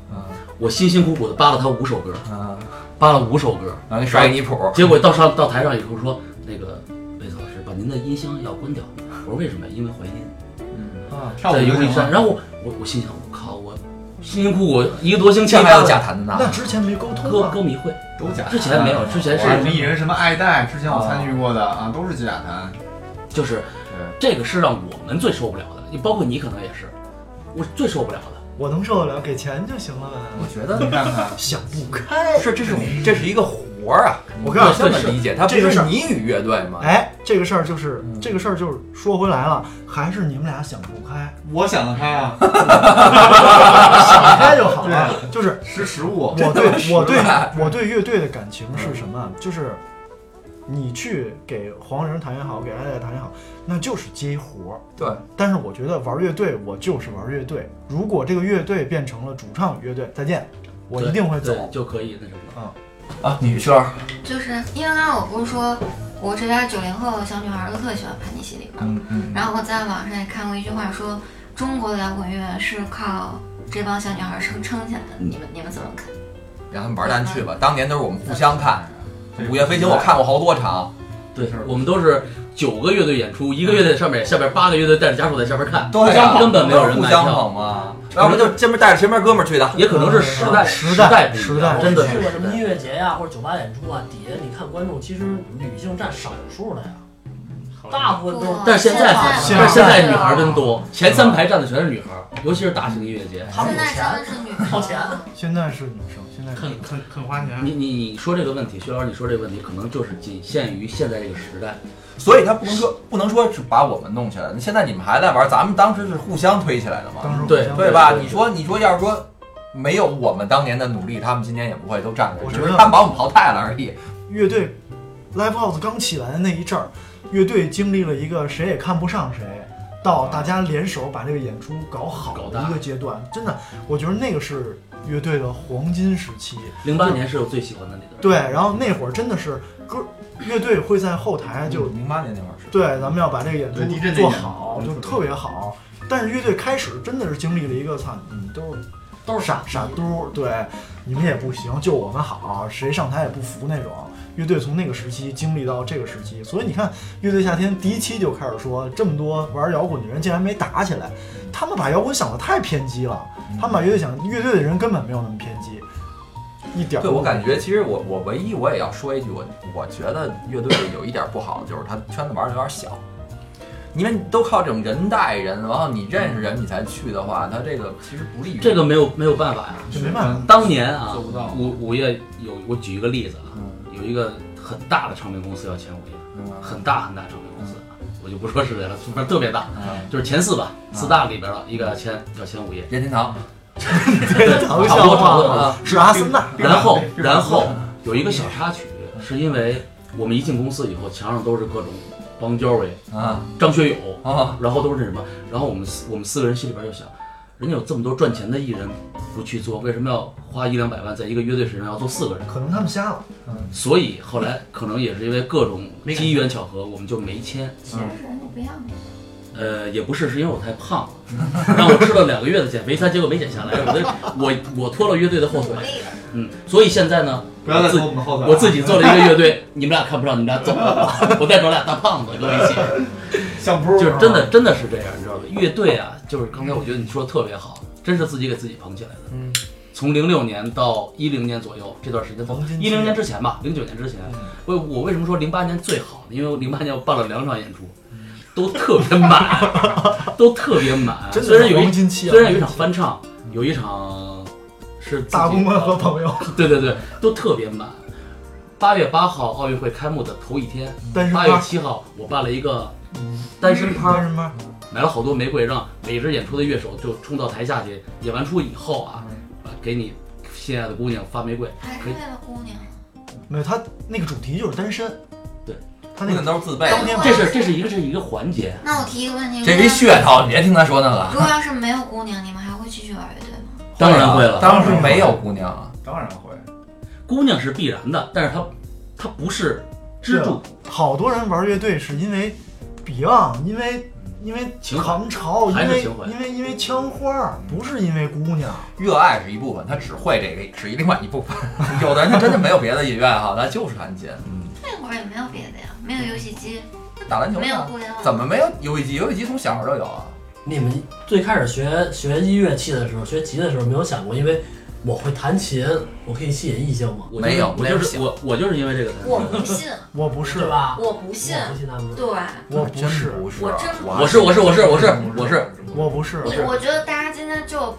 Speaker 7: 我辛辛苦苦的扒了他五首歌，
Speaker 1: 嗯，
Speaker 7: 扒了五首歌，
Speaker 1: 然后你甩给你谱，
Speaker 7: 结果到上到台上以后说那个贝斯老师把您的音箱要关掉，我说为什么？因为回音。
Speaker 6: 啊，
Speaker 4: 跳舞
Speaker 7: 在
Speaker 4: 就
Speaker 7: 游戏
Speaker 4: 行
Speaker 7: 山，
Speaker 4: 了。
Speaker 7: 然后我我我心想，我靠，我辛辛苦苦一个多星期
Speaker 1: 这还有
Speaker 7: 办
Speaker 1: 假弹的呢。
Speaker 6: 那之前没沟通
Speaker 7: 歌
Speaker 6: 啊。
Speaker 7: 歌迷会，
Speaker 4: 都假弹
Speaker 7: 之前没有，之前
Speaker 4: 我还迷
Speaker 7: 是啊
Speaker 4: 人什么爱戴，之前我参与过的啊，都是假弹。
Speaker 7: 就是这个是让我们最受不了的，你包括你可能也是，我最受不了的。
Speaker 6: 我能受得了，给钱就行了呗。
Speaker 1: 我觉得你看看
Speaker 6: 想不开，
Speaker 1: 是这是这是一个活儿啊，
Speaker 6: 我告
Speaker 1: 你
Speaker 6: 诉
Speaker 1: 要
Speaker 6: 你
Speaker 1: 这么理解，它不
Speaker 6: 这个事
Speaker 1: 是
Speaker 6: 儿
Speaker 1: 你与乐队嘛？
Speaker 6: 哎，这个事儿就是
Speaker 1: 嗯
Speaker 6: 这个事儿就是说回来了，还是你们俩想不 开，
Speaker 4: 我想得开啊，
Speaker 6: 想开就好了。就是
Speaker 4: 识 时务。
Speaker 6: 我对我对
Speaker 1: 吧
Speaker 6: 我对乐队的感情是什么？就是你去给黄仁弹也好，给爱爱弹也好，那就是接一活儿。
Speaker 1: 对，
Speaker 6: 但是我觉得玩乐队，我就是玩乐队。如果这个乐队变成了主唱乐队，再见，我一定会
Speaker 7: 对
Speaker 6: 走。
Speaker 7: 就可以那什么。
Speaker 1: 啊，女圈儿，
Speaker 8: 就是因为刚刚我不是说我这边九零后的小女孩儿都特喜欢盘尼西林吗？
Speaker 1: 嗯嗯，
Speaker 8: 然后我在网上也看过一句话说，中国的摇滚乐是靠这帮小女孩儿撑撑起来的。你们你们怎么看？
Speaker 1: 让他们玩蛋去吧。当年都是我们互相看，《午夜飞行》我看过好多场，
Speaker 7: 对，我们都是九个乐队演出，一个乐队在上面，下边八个乐队带着家属在下边看，
Speaker 1: 对呀
Speaker 7: 根本没有人
Speaker 1: 啊互
Speaker 7: 买
Speaker 1: 相
Speaker 7: 票。
Speaker 1: 捧嘛。然后我们就前面带着前面哥们儿去的，
Speaker 7: 也可能是时代
Speaker 6: 时
Speaker 7: 代
Speaker 6: 代
Speaker 7: 不一样
Speaker 6: 时代
Speaker 7: 真的
Speaker 2: 去
Speaker 7: 是
Speaker 2: 过什么音乐节呀、或者酒吧演出啊，底下你看观众，其实女性占少数的呀，大部分都是
Speaker 8: 不
Speaker 7: 但是现在好像，
Speaker 6: 现
Speaker 7: 但是现在
Speaker 8: 是
Speaker 7: 女孩真多，前三排站的全是女孩，尤其是大型音乐节。
Speaker 2: 他们
Speaker 8: 现
Speaker 2: 有
Speaker 8: 在真的。
Speaker 2: 钱
Speaker 8: 是女
Speaker 2: 靠前
Speaker 8: 生
Speaker 6: 现在是女生，现在是
Speaker 3: 很很很花
Speaker 6: 嗯
Speaker 3: 钱。
Speaker 7: 你你你说这个问题，薛老师，你说这个问题可能就是仅限于现在这个时代。
Speaker 1: 所以他不能说不能说是把我们弄起来的。现在你们还在玩，咱们当时是互相推起来的嘛，
Speaker 6: 当时
Speaker 7: 对
Speaker 6: 互相
Speaker 1: 对吧？
Speaker 7: 对对对
Speaker 1: 你说你说要是说没有我们当年的努力，他们今年也不会都站过
Speaker 6: 我
Speaker 1: 来，
Speaker 6: 觉
Speaker 1: 只
Speaker 6: 得
Speaker 1: 是他们把我们淘汰了而已。
Speaker 6: 乐队 live house 刚起来的那一阵儿，乐队经历了一个谁也看不上谁，到大家联手把这个演出搞好
Speaker 7: 搞
Speaker 6: 的
Speaker 7: 大
Speaker 6: 一个阶段，真的，我觉得那个是乐队的黄金时期。
Speaker 7: 零八年是我最喜欢的那段。
Speaker 6: 对，然后那会儿真的是歌乐队会在后台就
Speaker 1: 零八年那会儿是，
Speaker 6: 对，咱们要把这个演出
Speaker 4: 对地震那
Speaker 6: 做
Speaker 4: 年
Speaker 6: 好，
Speaker 4: 嗯
Speaker 6: 就特别好。但是乐队开始真的是经历了一个惨，嗯，都是都是傻傻嘟，对，你们也不行，就我们好，谁上台也不服那种。乐队从那个时期经历到这个时期，所以你看，乐队夏天第一期就开始说，这么多玩摇滚的人竟然没打起来，他们把摇滚想得太偏激了，
Speaker 1: 嗯
Speaker 6: 他们把乐队想，乐队的人根本没有那么偏激，一点儿
Speaker 1: 对
Speaker 6: 都
Speaker 1: 我
Speaker 6: 不
Speaker 1: 感觉其实我我唯一我也要说一句，我我觉得乐队有一点不好，就是他圈子玩的有点小。因为你都靠这种人带人，然后你认识人你才去的话，他这个其实不利于
Speaker 7: 这个没有没有办法呀、
Speaker 6: 就没办法。
Speaker 7: 当年啊
Speaker 4: 做不到，
Speaker 7: 午午夜有我举一个例子啊
Speaker 1: 嗯，
Speaker 7: 有一个很大的唱片公司要签午夜，
Speaker 1: 嗯
Speaker 7: 很大很大唱片公司啊，我就不说是谁了，反正特别大，
Speaker 1: 嗯
Speaker 7: 就是前四吧，四大里边的一个要签要签午夜，
Speaker 1: 任天堂
Speaker 7: 对，差不多差不多差不多。
Speaker 1: 啊，
Speaker 6: 是阿森纳，
Speaker 7: 然后然后有一个小插曲，是因为我们一进公司以后，墙上都是各种邦交委、
Speaker 1: 啊
Speaker 7: 张学友，
Speaker 1: 啊，
Speaker 7: 然后都是那什么，然后我们四我们四个人心里边就想，人家有这么多赚钱的艺人不去做，为什么要花一两百万在一个乐队身上要做四个人？
Speaker 6: 可能他们瞎了，嗯，
Speaker 7: 所以后来可能也是因为各种机缘巧合，我们就没签。
Speaker 8: 其实人就不一样的。
Speaker 7: 呃，也不是，是因为我太胖了，让我吃了两个月的减肥餐，结果没减下来，我的我我拖了乐队的后腿
Speaker 8: 努。力了，
Speaker 7: 嗯，所以现在呢，
Speaker 4: 不要再
Speaker 7: 我自
Speaker 4: 拖我们后腿了。
Speaker 7: 我自己做了一个乐队，你们俩看不上，你们俩走 吧，我带着我俩大胖子跟我一起。
Speaker 4: 相扑
Speaker 6: 啊
Speaker 7: 就是真的真的是这样，你知道吗？乐队啊，就是刚才我觉得你说的特别好，真是自己给自己捧起来的。嗯，从零六年到一零年左右这段时间，
Speaker 6: 黄金期嗯
Speaker 7: 一零年之前吧，零九年之前，我我为什么说零八年最好呢？因为零八年我办了两场演出，都特别满，都特别满。
Speaker 6: 真的
Speaker 7: 虽然
Speaker 6: 是
Speaker 7: 有
Speaker 6: 黄
Speaker 7: 一
Speaker 6: 金期啊，
Speaker 7: 虽然有一场翻唱，有一场是自己呃
Speaker 6: 大公关和朋友，
Speaker 7: 对对对，都特别满。八月八号奥运会开幕的头一天，
Speaker 6: 单身
Speaker 7: 八月
Speaker 6: 趴，
Speaker 7: 七号我办了一个单身趴
Speaker 6: 单。身趴，
Speaker 7: 买了好多玫瑰，让每支演出的乐手就冲到台下去。演完出以后啊，啊给你心爱的姑娘发玫瑰，
Speaker 8: 还是为了姑娘。
Speaker 6: 没有他那个主题就是单身，
Speaker 7: 对
Speaker 6: 他
Speaker 1: 那
Speaker 6: 那
Speaker 1: 个
Speaker 6: 个
Speaker 1: 都是自备的，
Speaker 8: 当天
Speaker 7: 这是这是一个这是一个环节。
Speaker 8: 那我提一个问题，
Speaker 1: 这是啊一噱头，你别听他说那个。
Speaker 8: 如果要是没有姑娘，你们还会继续玩乐队吗？
Speaker 7: 当然会
Speaker 1: 啊
Speaker 7: 了
Speaker 1: 当时没有姑娘啊，
Speaker 4: 当然会。
Speaker 7: 姑娘是必然的，但是她她不是支柱，
Speaker 6: 好多人玩乐队是因为 Beyond，因为因为
Speaker 7: 情怀
Speaker 6: 唐朝，因
Speaker 7: 还是
Speaker 6: 为
Speaker 7: 情怀
Speaker 6: 因为因为枪花，不是因为姑娘。
Speaker 1: 热爱是一部分，他只会这个是另外一 部分。有的人真的没有别的音乐爱好，他就是弹琴，
Speaker 8: 那会儿也没有别的呀，没有游戏机，
Speaker 1: 打篮球
Speaker 8: 没有
Speaker 1: 呢。
Speaker 8: 互联网，
Speaker 1: 怎么没有游戏机？游戏机从小就有啊。
Speaker 2: 你们最开始学学音乐器的时候，学吉的时候，没有想过，因为我会弹琴，我可以吸引异性吗？
Speaker 7: 我就是
Speaker 1: 没有
Speaker 7: 我
Speaker 1: 没
Speaker 7: 就
Speaker 1: 有
Speaker 7: 是
Speaker 1: 想
Speaker 7: 我，我就是因为这个才
Speaker 8: 我不信，
Speaker 6: 啊我不是
Speaker 2: 对，吧？
Speaker 8: 我不信，
Speaker 2: 我不信他们。
Speaker 8: 对，
Speaker 6: 我
Speaker 1: 真
Speaker 6: 不是，
Speaker 1: 不是，啊
Speaker 8: 我真
Speaker 7: 我是我是我是我是我
Speaker 4: 我
Speaker 7: 是
Speaker 6: 我不是，
Speaker 8: 你我觉得大家今天就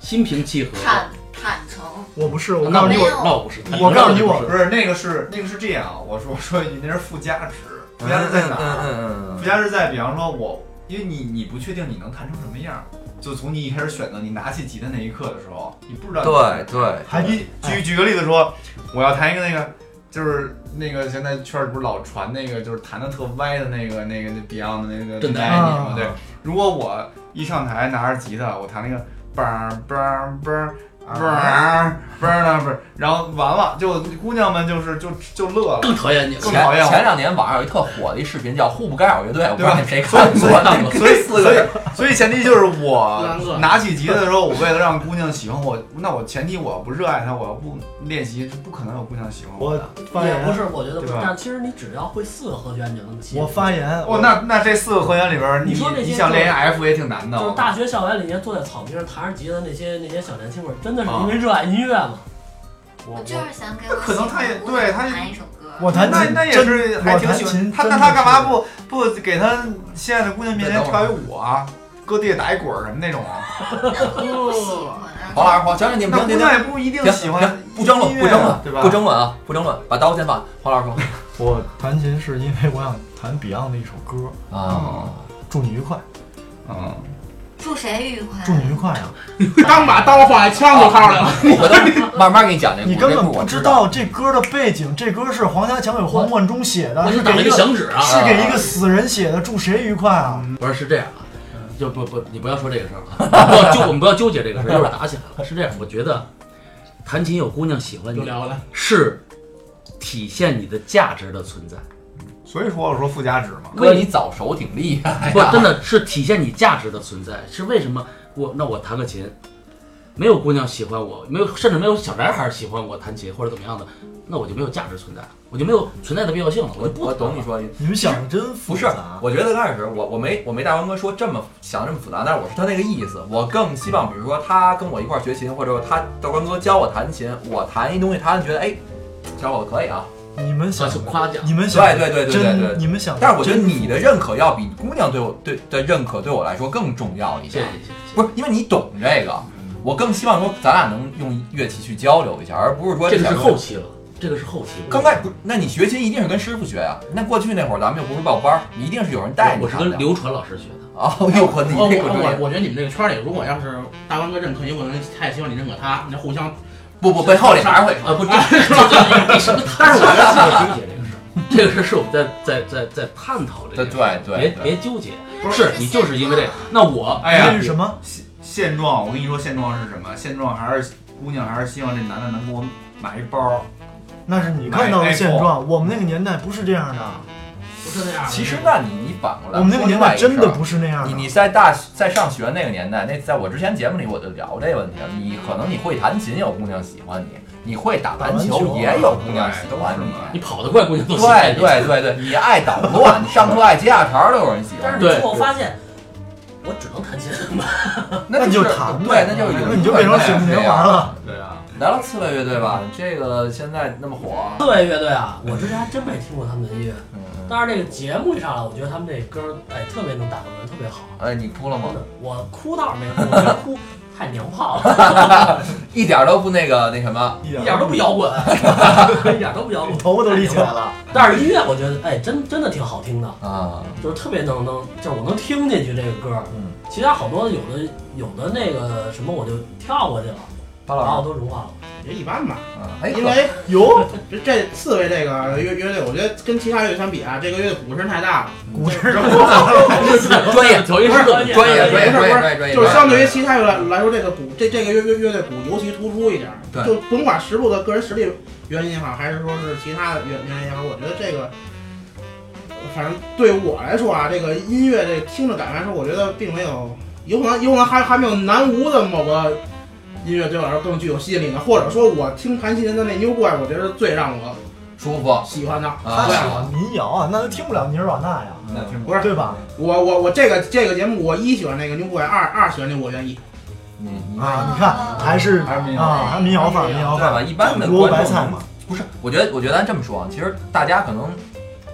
Speaker 7: 心平气和。
Speaker 8: 坦坦诚，
Speaker 6: 我不是，我
Speaker 7: 那
Speaker 6: 告诉你，
Speaker 7: 我
Speaker 8: 没有
Speaker 6: 我
Speaker 7: 那我不是，
Speaker 6: 我告诉你我
Speaker 7: 不是
Speaker 4: 不是那个是那个是这样啊，我说我说一句那是附加值，附加值在哪
Speaker 1: 嗯
Speaker 4: 儿？
Speaker 1: 嗯
Speaker 4: 附
Speaker 1: 嗯
Speaker 4: 加值在比方说我，因为你你不确定你能弹成什么样儿，就从你一开始选择你拿起吉他那一刻的时候，你不知道
Speaker 1: 嗯，
Speaker 4: 你
Speaker 1: 对对，
Speaker 6: 还
Speaker 4: 你举举个例子说，我要弹一个那个，就是那个现在圈儿里不是老传那个，就是弹的特歪的那个那个那 Beyond 的那个
Speaker 7: 真的
Speaker 4: 爱你吗
Speaker 6: 啊？
Speaker 1: 嗯
Speaker 4: 对，如果我一上台拿着吉他，我弹那个梆梆梆。梆梆的不是，然后完了，就姑娘们就是就就乐了，
Speaker 7: 更讨厌你了。
Speaker 4: 更
Speaker 1: 前
Speaker 4: 讨厌我
Speaker 1: 前两年网上有一特火的一视频叫《互不干扰乐队》，我不知道你们谁
Speaker 4: 所
Speaker 1: 看
Speaker 4: 以所
Speaker 1: 过
Speaker 4: 以
Speaker 1: 那个
Speaker 4: 所以
Speaker 1: 四
Speaker 4: 所
Speaker 1: 个
Speaker 4: 以
Speaker 1: 人，
Speaker 4: 所以前提就是
Speaker 3: 自
Speaker 4: 我
Speaker 3: 然乐
Speaker 4: 拿起吉他的时候，我为了让姑娘喜欢我，那我前提我不热爱她，我要不练习，是不可能有姑娘喜欢我的。
Speaker 6: 发
Speaker 2: 也不
Speaker 6: 言，
Speaker 2: 是，我觉得不是
Speaker 4: 对。吧
Speaker 2: 但其实你只要会四个和弦，你就能吸引。
Speaker 6: 我发言，
Speaker 4: 哦，那那这四个和弦里边儿，你
Speaker 2: 你说那些
Speaker 4: 你想练一 F 也挺难的。哦
Speaker 2: 就是大学校园里那些坐在草坪上弹着吉他那些那些小年轻们，真的是
Speaker 6: 啊
Speaker 2: 因为热爱音乐嘛？
Speaker 4: 我
Speaker 8: 我
Speaker 4: 我
Speaker 8: 就是想给我
Speaker 4: 可能他也
Speaker 8: 喜欢的
Speaker 4: 对
Speaker 8: 姑娘
Speaker 4: 他也
Speaker 8: 弹一首歌，
Speaker 6: 我弹
Speaker 4: 那
Speaker 6: 琴
Speaker 4: 那也
Speaker 6: 真
Speaker 4: 是还挺喜
Speaker 6: 我弹琴
Speaker 4: 欢他，
Speaker 6: 真
Speaker 4: 那
Speaker 6: 的
Speaker 4: 他干嘛
Speaker 6: 是
Speaker 4: 不不给他现在的姑娘面前
Speaker 1: 等会
Speaker 4: 跳
Speaker 1: 儿
Speaker 4: 一舞啊，搁地下打一滚儿什么那种啊？
Speaker 8: 不喜欢。
Speaker 1: 好了，好，行，你们
Speaker 4: 那
Speaker 1: 停停
Speaker 4: 姑娘
Speaker 1: 停。
Speaker 4: 也不一定
Speaker 1: 停
Speaker 4: 喜
Speaker 1: 行，
Speaker 4: 欢
Speaker 1: 不争论，
Speaker 4: 音乐
Speaker 1: 不争论，
Speaker 4: 对吧？
Speaker 1: 不争论啊，不争论，把刀先放。黄老师说
Speaker 6: 我弹琴是因为我想弹 Beyond 的一首歌，
Speaker 1: 啊，
Speaker 6: 祝你愉快，
Speaker 4: 嗯，
Speaker 8: 祝谁愉快？
Speaker 6: 祝你愉快啊！
Speaker 3: 当把刀划一枪就掏出来了。
Speaker 1: 啊我回头慢慢给你讲这故
Speaker 6: 你
Speaker 1: 事。
Speaker 6: 根本
Speaker 1: 这故事
Speaker 6: 不
Speaker 1: 哎我
Speaker 6: 知
Speaker 1: 道，
Speaker 6: 道这歌的背景，这歌是黄家强给黄贯中写的，
Speaker 7: 我
Speaker 6: 是
Speaker 7: 是打
Speaker 6: 给
Speaker 7: 了
Speaker 6: 一
Speaker 7: 一个响指啊！
Speaker 6: 是给一个死人写的，祝谁愉快啊？
Speaker 2: 嗯
Speaker 7: 不是是这样啊，
Speaker 3: 嗯
Speaker 7: 就不不，你不要说这个事儿啊， 不要纠，我们不要纠结这个事儿，一会儿打起来了。是这样，我觉得弹琴有姑娘喜欢
Speaker 3: 又
Speaker 7: 你，
Speaker 3: 聊了，
Speaker 7: 是体现你的价值的存在，
Speaker 4: 所以说我说附加值嘛。
Speaker 1: 哥你早熟挺厉
Speaker 3: 哎
Speaker 1: 害
Speaker 7: 不，真
Speaker 1: 呀。
Speaker 7: 的是体现你价值的存在。是为什么？我那我弹个琴，没有姑娘喜欢我，没有甚至没有小男孩喜欢我弹琴或者怎么样的，那我就没有价值存在，我就没有存在的必要性了，我
Speaker 1: 我
Speaker 7: 就不
Speaker 1: 我懂
Speaker 7: 弹
Speaker 1: 你
Speaker 7: 了。
Speaker 1: 说的意思，
Speaker 6: 你们想的真复
Speaker 1: 不是
Speaker 6: 杂，。
Speaker 1: 我觉得刚开始我我没我没大王哥说这么想这么复杂，但是我是他那个意思。我更希望，比如说他跟我一块儿学琴，或者他大王哥教我弹琴，我弹一东西，他觉得哎，小伙子可以啊。
Speaker 6: 你们想
Speaker 7: 算是夸奖，
Speaker 6: 你们想
Speaker 1: 对对对对对对
Speaker 6: 真，。你们想，
Speaker 1: 但是我觉得你的认可要比姑娘对我对的认可对我来说更重要一些
Speaker 7: 谢谢。谢谢。
Speaker 1: 不是因为你懂这个，我更希望说咱俩能用乐器去交流一下，而不是说
Speaker 7: 这个是
Speaker 1: 两
Speaker 7: 后期了，这个是后期。
Speaker 1: 刚开始不是，那你学琴一定是跟师傅学呀、那过去那会儿咱们又不是报班儿，你一定是有人带你
Speaker 7: 我是
Speaker 1: 上
Speaker 7: 跟
Speaker 1: 的。
Speaker 7: 刘传老师学的。
Speaker 1: 哦，又和你
Speaker 3: 我
Speaker 1: 这个专
Speaker 3: 我
Speaker 1: 业
Speaker 3: 我我觉得你们这个圈里，如果要是大光哥认可你，我能他也希望你认可他，你这互相
Speaker 1: 不不背后里还是会
Speaker 7: 啊，不，这 这这什么？但是我要纠结这个事儿，这个事儿是我们在在在在探讨这
Speaker 1: 对
Speaker 7: 个事
Speaker 1: 对
Speaker 7: 儿，别
Speaker 1: 对对，
Speaker 7: 别纠结，
Speaker 8: 不
Speaker 7: 是你就是因为这个。那我
Speaker 4: 哎呀
Speaker 6: 这是什么？
Speaker 4: 现现状，我跟你说现状是什么？现状还是姑娘还是希望这男的能给我买一包。
Speaker 6: 那是你看到的现状，我们那个年代不是这样的，
Speaker 2: 不是那样的。
Speaker 1: 其实那你你反过来，
Speaker 6: 我们那个年代真的不是那样
Speaker 1: 你你
Speaker 6: 的。
Speaker 1: 在大在上学那个年代，那在我之前节目里我就聊这个问题了。你可能你会弹琴，有姑娘喜欢你；你会打
Speaker 6: 打
Speaker 1: 篮
Speaker 6: 篮球
Speaker 1: 球，也有姑娘喜
Speaker 4: 对
Speaker 1: 欢
Speaker 4: 都是
Speaker 1: 你
Speaker 4: 嘛。
Speaker 7: 你跑得快，姑娘都喜欢
Speaker 1: 对对
Speaker 7: 你。
Speaker 1: 对对，你爱捣乱，你上课爱接下茬儿都有人喜
Speaker 2: 但
Speaker 1: 欢
Speaker 2: 是
Speaker 1: 你。
Speaker 2: 最
Speaker 7: 对
Speaker 2: 后发现，我只能弹琴。
Speaker 1: 那
Speaker 6: 你
Speaker 1: 就
Speaker 6: 就是谈
Speaker 1: 对，
Speaker 6: 呗
Speaker 1: 那就是有
Speaker 6: 那你就变成雪木年华了。
Speaker 4: 对啊，
Speaker 1: 聊聊刺猬乐队吧，这个现在那么火，
Speaker 2: 刺猬乐队啊，我之前还真没听过他们的音乐，
Speaker 1: 嗯，
Speaker 2: 但是这个节目一上来，我觉得他们这歌哎特别能打动人，特别好。
Speaker 1: 哎，你哭了吗
Speaker 2: 真？的，我哭倒是没哭，我觉得哭太娘炮了，
Speaker 1: 一点都不那个那什么，
Speaker 6: 一
Speaker 2: 一点都不摇滚， 一点都不摇滚，
Speaker 6: 哎头发都立起来了。
Speaker 2: 但是音乐我觉得哎真真的挺好听的。
Speaker 1: 啊，
Speaker 2: 就是特别能能，就是我能听进去这个歌。
Speaker 1: 嗯，
Speaker 2: 其他好多有的有的那个什么，我就跳过去了，
Speaker 1: 巴
Speaker 2: 把
Speaker 1: 老
Speaker 2: 我
Speaker 1: 师，
Speaker 2: 都融化了。
Speaker 3: 也一般吧，
Speaker 1: 啊哎，
Speaker 3: 因为
Speaker 6: 哟，
Speaker 3: 这这刺猬这个乐乐队，我觉得跟其他乐队相比啊，这个乐队鼓声太大了，
Speaker 6: 鼓声
Speaker 3: 然后
Speaker 1: 专业
Speaker 7: 调音师专业
Speaker 1: 专业专业专
Speaker 3: 不是
Speaker 1: 业专业专业，
Speaker 3: 就是相对于其他乐队来说，这个鼓这这个乐乐乐队鼓尤其突出一点儿。
Speaker 1: 对
Speaker 3: 就甭管实录的个人实力原因也好，还是说是其他的原原因也好，我觉得这个，反正对我来说啊，这个音乐这听着感来说，我觉得并没有，有可能有可能还还没有南无的某个音乐对我来说更具有吸引力呢。或者说，我听弹琴的那妞怪，我觉得是最让我
Speaker 1: 舒服啊
Speaker 3: 喜欢的。
Speaker 6: 他
Speaker 3: 对
Speaker 6: 喜
Speaker 3: 啊
Speaker 6: 欢民谣啊，那都听不了尼尔瓦纳呀，
Speaker 4: 那听
Speaker 3: 不是
Speaker 6: 对吧？
Speaker 3: 我我我这个这个节目，我一喜欢那个妞怪，二二喜欢那我愿意。
Speaker 1: 你你
Speaker 6: 啊，你看还是
Speaker 4: 还是民谣
Speaker 6: 啊，还是民谣范儿，民谣
Speaker 1: 对
Speaker 6: 范
Speaker 1: 吧？
Speaker 6: 儿，
Speaker 1: 一般的
Speaker 6: 这么多白
Speaker 1: 观众
Speaker 6: 菜嘛，
Speaker 1: 不是，我觉得，我觉得咱这么说啊，其实大家可能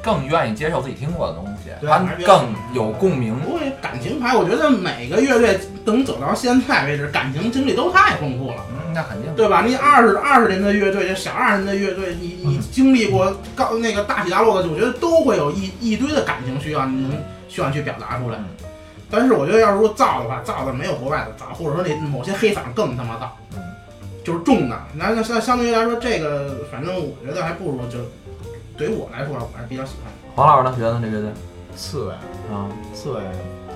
Speaker 1: 更愿意接受自己听过的东西，
Speaker 6: 对
Speaker 1: 他更有共鸣。
Speaker 3: 不过感情牌，我觉得每个乐队能走到现在为止，感情经历都太丰富了，
Speaker 1: 嗯，那肯定。
Speaker 3: 对吧？你二十二十年的乐队，这小二十年的乐队，你你经历过高那个大起大落的，我觉得都会有一一堆的感情需要你能需要去表达出来。但是我觉得，要是说造的话，造的没有国外的造，或者说那某些黑嗓更他妈造
Speaker 1: 嗯，
Speaker 3: 就是重的。那那相相对于来说，这个反正我觉得还不如就对于我来说，我还是比较喜欢。
Speaker 1: 黄老师呢？觉得呢？这乐队
Speaker 6: 刺猬，
Speaker 1: 啊，
Speaker 6: 刺猬，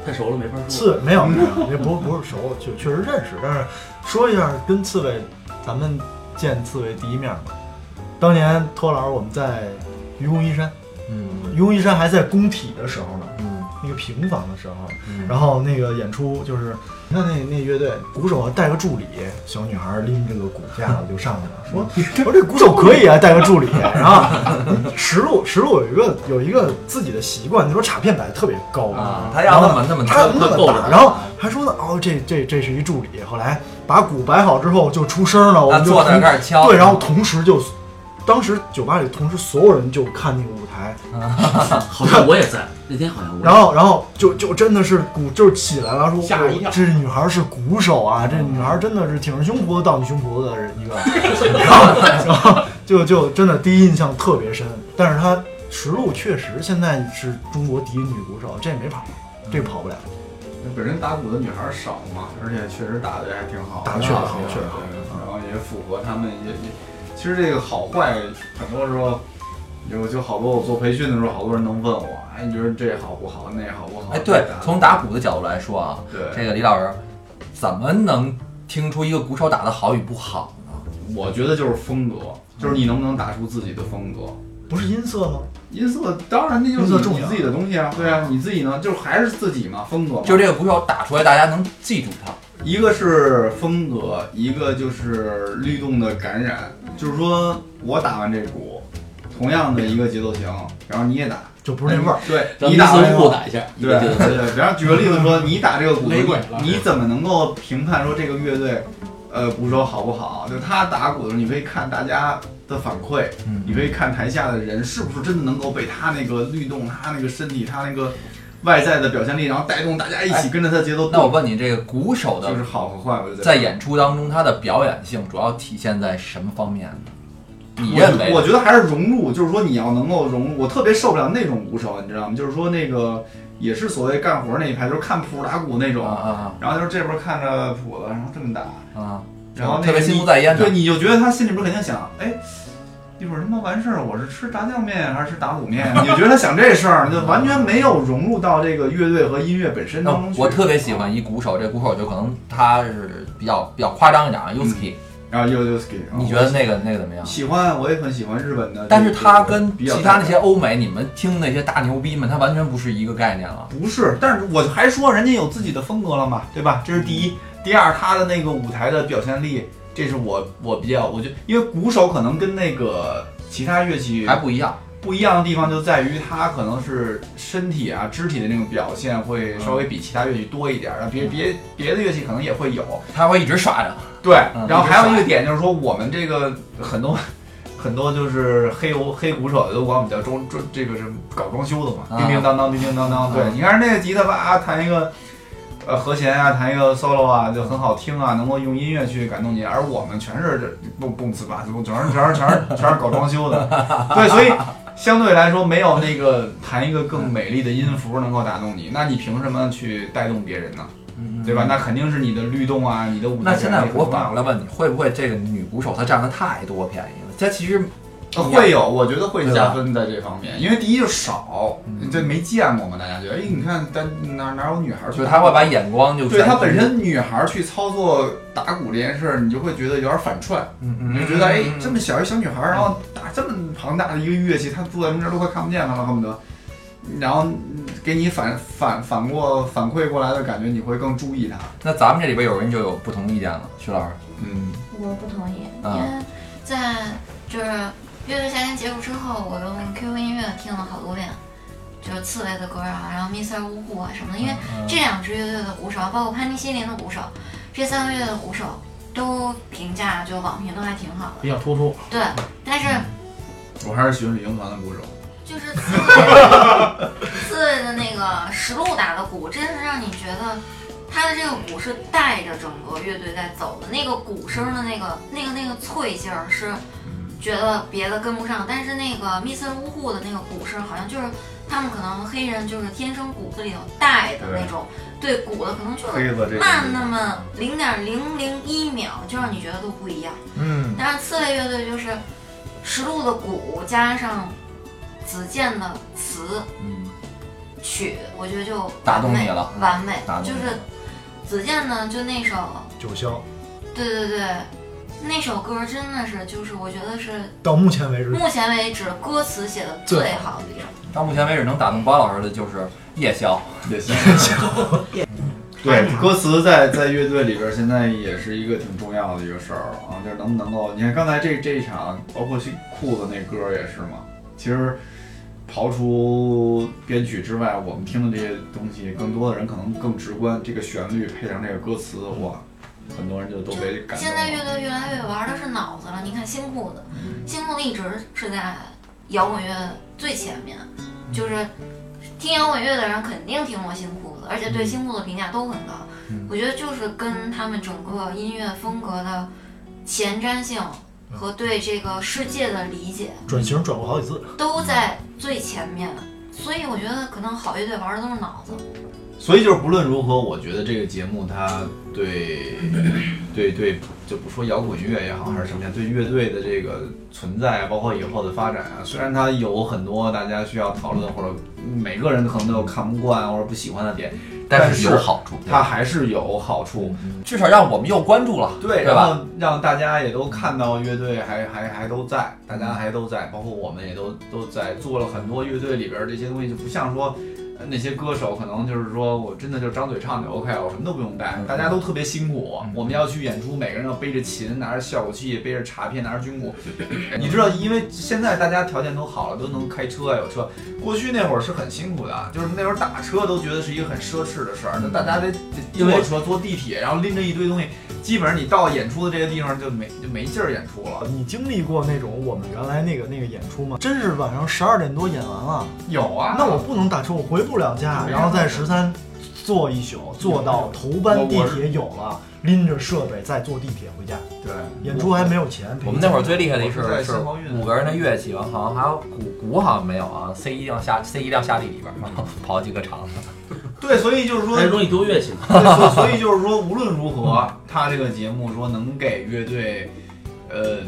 Speaker 7: 太熟了没法说。
Speaker 6: 刺没有没有，也不不是熟，就确实认识，但是说一下跟刺猬，咱们见刺猬第一面嘛。当年托老师我们在愚公移山，
Speaker 1: 嗯
Speaker 6: 愚公移山还在工体的时候呢，
Speaker 1: 嗯
Speaker 6: 那个平房的时候，
Speaker 1: 嗯，
Speaker 6: 然后那个演出就是，你看那那乐队鼓手带个助理，小女孩拎着个骨架子就上去了，
Speaker 1: 嗯
Speaker 6: 说我说这鼓手可以啊，带个助理。然后石路石路有一个有一个自己的习惯，就说镲片摆得特别高
Speaker 1: 啊，他要那么那么
Speaker 6: 他那
Speaker 7: 他
Speaker 6: 么
Speaker 7: 够
Speaker 6: 大，
Speaker 7: 了
Speaker 6: 然后还说呢，哦，这这这是一助理。后来把鼓摆好之后就出声了，我
Speaker 1: 他
Speaker 6: 们就
Speaker 1: 啊坐在那儿开始敲，嗯
Speaker 6: 对，然后同时就，当时酒吧里同时所有人就看那个舞台，
Speaker 7: 啊好像我也在那天，好像我也
Speaker 6: 然后，然后就就真的是鼓就起来了，说哦
Speaker 3: 吓我一跳
Speaker 6: 这女孩是鼓手啊，这女孩真的是挺着胸脯子到你胸脯子的一 个，然后就就真的第一印象特别深。但是她实录确实现在是中国第一女鼓手，这也没跑，这个跑不了。
Speaker 4: 本身打鼓的女孩儿少嘛，而且确实打的还挺好，啊
Speaker 6: 打得确实好确实好
Speaker 4: 对然后也符合他们也也，其实这个好坏很多时候，有就好多我做培训的时候，好多人能问我，哎，你觉得这好不好，那好不好？
Speaker 1: 哎，对
Speaker 4: 这打，
Speaker 1: 从打鼓的角度来说啊，
Speaker 4: 对，
Speaker 1: 这个李老师怎么能听出一个鼓手打的好与不好呢？
Speaker 4: 我觉得就是风格，就是你能不能打出自己的风格。
Speaker 6: 不是音色吗？
Speaker 4: 音色当然，那就是
Speaker 6: 嗯音色
Speaker 4: 你
Speaker 6: 重要
Speaker 4: 你自己的东西啊，对啊，你自己呢，就是还是自己嘛，风格嘛。
Speaker 1: 就这个鼓手打出来，大家能记住他。
Speaker 4: 一个是风格，一个就是律动的感染。就是说我打完这鼓，同样的一个节奏型，然后你也打，哎
Speaker 6: 就不是那味儿。
Speaker 4: 对
Speaker 7: 咱
Speaker 4: 你
Speaker 7: 们
Speaker 4: 打完
Speaker 7: 四
Speaker 4: 以
Speaker 7: 步
Speaker 4: 后
Speaker 7: 打一下，一
Speaker 4: 对
Speaker 7: 个劲
Speaker 4: 对
Speaker 7: 儿
Speaker 4: 对，然后举个例子说，你打这个鼓，
Speaker 3: 雷鬼了
Speaker 4: 你怎么能够评判说这个乐队，呃，鼓手好不好？就他打鼓的时候，你可以看大家的反馈，你
Speaker 1: 嗯，
Speaker 4: 可以看台下的人是不是真的能够被他那个律动、他那个身体、他那个外在的表现力，然后带动大家一起跟着他节奏
Speaker 1: 嗯那我
Speaker 4: 动，
Speaker 1: 问你，这个鼓手的
Speaker 4: 就是好和坏，我就
Speaker 1: 在演出当中，他的表演性主要体现在什么方面呢？你
Speaker 4: 我
Speaker 1: 认为？
Speaker 4: 我觉得还是融入，就是说你要能够融入。我特别受不了那种鼓手，你知道吗？就是说那个也是所谓干活那一派，就是看谱打鼓那种，
Speaker 1: 啊
Speaker 4: 然后就是这边看着谱子，然后这么打，
Speaker 1: 啊啊！
Speaker 4: 然后那个
Speaker 1: 特别心不在焉的啊
Speaker 4: 对，你就觉得他心里边肯定想，哎，一会儿他妈完事儿，我是吃炸酱面还是吃打卤面？你就觉得他想这事儿，就完全没有融入到这个乐队和音乐本身当中去。
Speaker 1: 哦我特别喜欢一鼓手，这鼓手就可能他是比较比较夸张一点啊 y u s k i
Speaker 4: 啊，又又 ski，
Speaker 1: 你觉得那个那个怎么样？
Speaker 4: 喜欢？我也很喜欢日本的，
Speaker 1: 但是他跟
Speaker 4: 比较
Speaker 1: 其他那
Speaker 4: 代表
Speaker 1: 些欧美，你们听那些大牛逼们，他完全不是一个概念了。
Speaker 4: 不是，但是我还说人家有自己的风格了嘛，对吧？这是第一，第二，他的那个舞台的表现力，这是我我比较，我觉得因为鼓手可能跟那个其他乐器
Speaker 1: 还不一样，
Speaker 4: 不一样的地方就在于他可能是身体啊、肢体的那种表现会稍微比其他乐器多一点，然后别别别的乐器可能也会有，
Speaker 1: 他会一直耍着。
Speaker 4: 对
Speaker 1: 嗯，
Speaker 4: 然后还有一个点就是说，我们这个很多很多就是黑油黑鼓手都管我们叫装装，这个是搞装修的嘛，
Speaker 1: 啊
Speaker 4: 叮叮当当，叮叮当当。对
Speaker 1: 啊，
Speaker 4: 你看那个吉他吧，啊弹一个呃和弦啊，弹一个 solo 啊，就很好听啊，能够用音乐去感动你。而我们全是这蹦蹦次吧，全是全是全是全是搞装修的，对，所以。相对来说，没有那个弹一个更美丽的音符能够打动你，那你凭什么去带动别人呢？嗯对吧？那肯定是你的律动啊，你的舞台
Speaker 1: 嗯那现在
Speaker 4: 表演力
Speaker 1: 我
Speaker 4: 很重要
Speaker 1: 反过来问你，会不会这个女鼓手她占了太多便宜了？她其实
Speaker 4: 呃会有，我觉得会加分在这方面，因为第一就少，这没见过嘛，大家觉得，哎，你看，但哪哪有女孩儿去
Speaker 1: 就是
Speaker 4: 打鼓？
Speaker 1: 她会把眼光就
Speaker 4: 对
Speaker 1: 全
Speaker 4: 她本身女孩儿去操作打鼓这件事儿，你就会觉得有点反串，
Speaker 1: 嗯嗯
Speaker 4: 你就觉得，哎，这么小一小女孩儿，然后打这么庞大的一个乐器，她坐在中间都快看不见她了，恨不得，然后嗯给你反反反过反馈过来的感觉，你会更注意她。
Speaker 1: 那咱们这里边有人就有不同意见了，徐老师，
Speaker 4: 嗯，
Speaker 8: 我不同意，
Speaker 1: 啊
Speaker 8: 因为在就是乐队夏天结束之后，我用 QQ 音乐听了好多遍，就是刺猬的歌啊，然后 Mr. 呜呼啊什么的，因为这两支乐队的鼓手，包括潘尼西林的鼓手，这三个乐队的鼓手都评价就网评都还挺好的。
Speaker 3: 比较突出。
Speaker 8: 对，但是
Speaker 4: 我还是喜欢旅行团的鼓手。
Speaker 8: 就是刺猬，刺猬的那个实录打的鼓，真是让你觉得他的这个鼓是带着整个乐队在走的，那个鼓声的那个那个那个脆劲儿是觉得别的跟不上，但是那个密森乌户的那个鼓声好像就是他们可能黑人就是天生骨子里头带的那种对鼓的可能就
Speaker 4: 黑
Speaker 8: 是
Speaker 4: 子这个
Speaker 8: 慢那么零点零零一秒就让你觉得都不一样。
Speaker 6: 嗯，
Speaker 8: 但是刺猬乐队就是实录的鼓加上子健的词
Speaker 1: 嗯，
Speaker 8: 曲，我觉得就
Speaker 1: 打动
Speaker 8: 完美
Speaker 1: 你了
Speaker 8: 完美
Speaker 1: 打。动
Speaker 8: 就
Speaker 1: 你
Speaker 8: 是子健呢，就那首，
Speaker 6: 哎九霄
Speaker 8: 对对对，那首歌真的是，就是我觉得是
Speaker 6: 到目前为止，
Speaker 8: 目前为止歌词写的最好的一首。
Speaker 1: 到目前为止能打动包老师的就是夜宵，
Speaker 4: 也行。 对，歌词在在乐队里边儿现在也是一个挺重要的一个事儿了啊，就是能不能够，你看刚才这这一场，包括去裤子那歌儿也是嘛，其实刨除编曲之外，我们听的这些东西，更多的人可能更直观，这个旋律配上这个歌词，哇，很多人就都被感动
Speaker 8: 现在乐
Speaker 4: 了。嗯
Speaker 8: 队越来越玩的是脑子了。你看新裤子，新裤子一直是在摇滚乐最前面，
Speaker 4: 嗯
Speaker 8: 就是听摇滚乐的人肯定听过新裤子，而且
Speaker 4: 嗯
Speaker 8: 对新裤子评价都很高。我觉得就是跟他们整个音乐风格的前瞻性
Speaker 4: 嗯
Speaker 8: 和对这个世界的理解
Speaker 6: 转型转过好几次，
Speaker 4: 嗯
Speaker 8: 都在最前面，所以我觉得可能好乐队玩的都是脑子。
Speaker 4: 所以就是不论如何，我觉得这个节目它对对对，就不说摇滚乐也好还是什么呀，对乐队的这个存在，啊包括以后的发展啊，虽然它有很多大家需要讨论或者每个人可能都有看不惯或者不喜欢的点，
Speaker 1: 但
Speaker 4: 但
Speaker 1: 是有好处，
Speaker 4: 它还是有好处。
Speaker 1: 至少让我们又关注了，
Speaker 4: 对，
Speaker 1: 对
Speaker 4: 然
Speaker 1: 吧？
Speaker 4: 后让大家也都看到乐队还还还都在，大家还都在，包括我们也都都在做了很多乐队里边儿这些东西，就不像说呃那些歌手可能就是说我真的就张嘴唱就 OK，我什么都不用带
Speaker 1: 嗯，
Speaker 4: 大家都特别辛苦
Speaker 1: 嗯，
Speaker 4: 我们要去演出，每个人要背着琴，拿着效果器，背着镲片，拿着 军鼓，你知道，因为现在大家条件都好了，都能开车有车，过去那会儿是很辛苦的，就是那会儿打车都觉得是一个很奢侈的事儿，那大家得得坐车坐地铁，然后拎着一堆东西。基本上你到演出的这个地方就没就没劲儿演出了。
Speaker 6: 你经历过那种我们原来那个那个演出吗？真是晚上十二点多演完了，
Speaker 4: 有啊，
Speaker 6: 那我不能打车，我回不了家，然后在十三坐一宿，坐到头班地铁有了，拎着设备再坐地铁回家。
Speaker 4: 对
Speaker 6: 演出还没有钱，
Speaker 1: 我们那会儿最厉害的一
Speaker 4: 我是
Speaker 1: 是
Speaker 4: 在
Speaker 1: 是
Speaker 4: 新光运
Speaker 1: 五个人的乐器，好像还有鼓，鼓好像没有啊，C 一辆下 C 一辆下地里边，然后跑几个场子，
Speaker 4: 对，所以就是说
Speaker 7: 还，容易丢乐器呢。
Speaker 4: 对所所以就是说，无论如何，他这个节目说能给乐队，呃，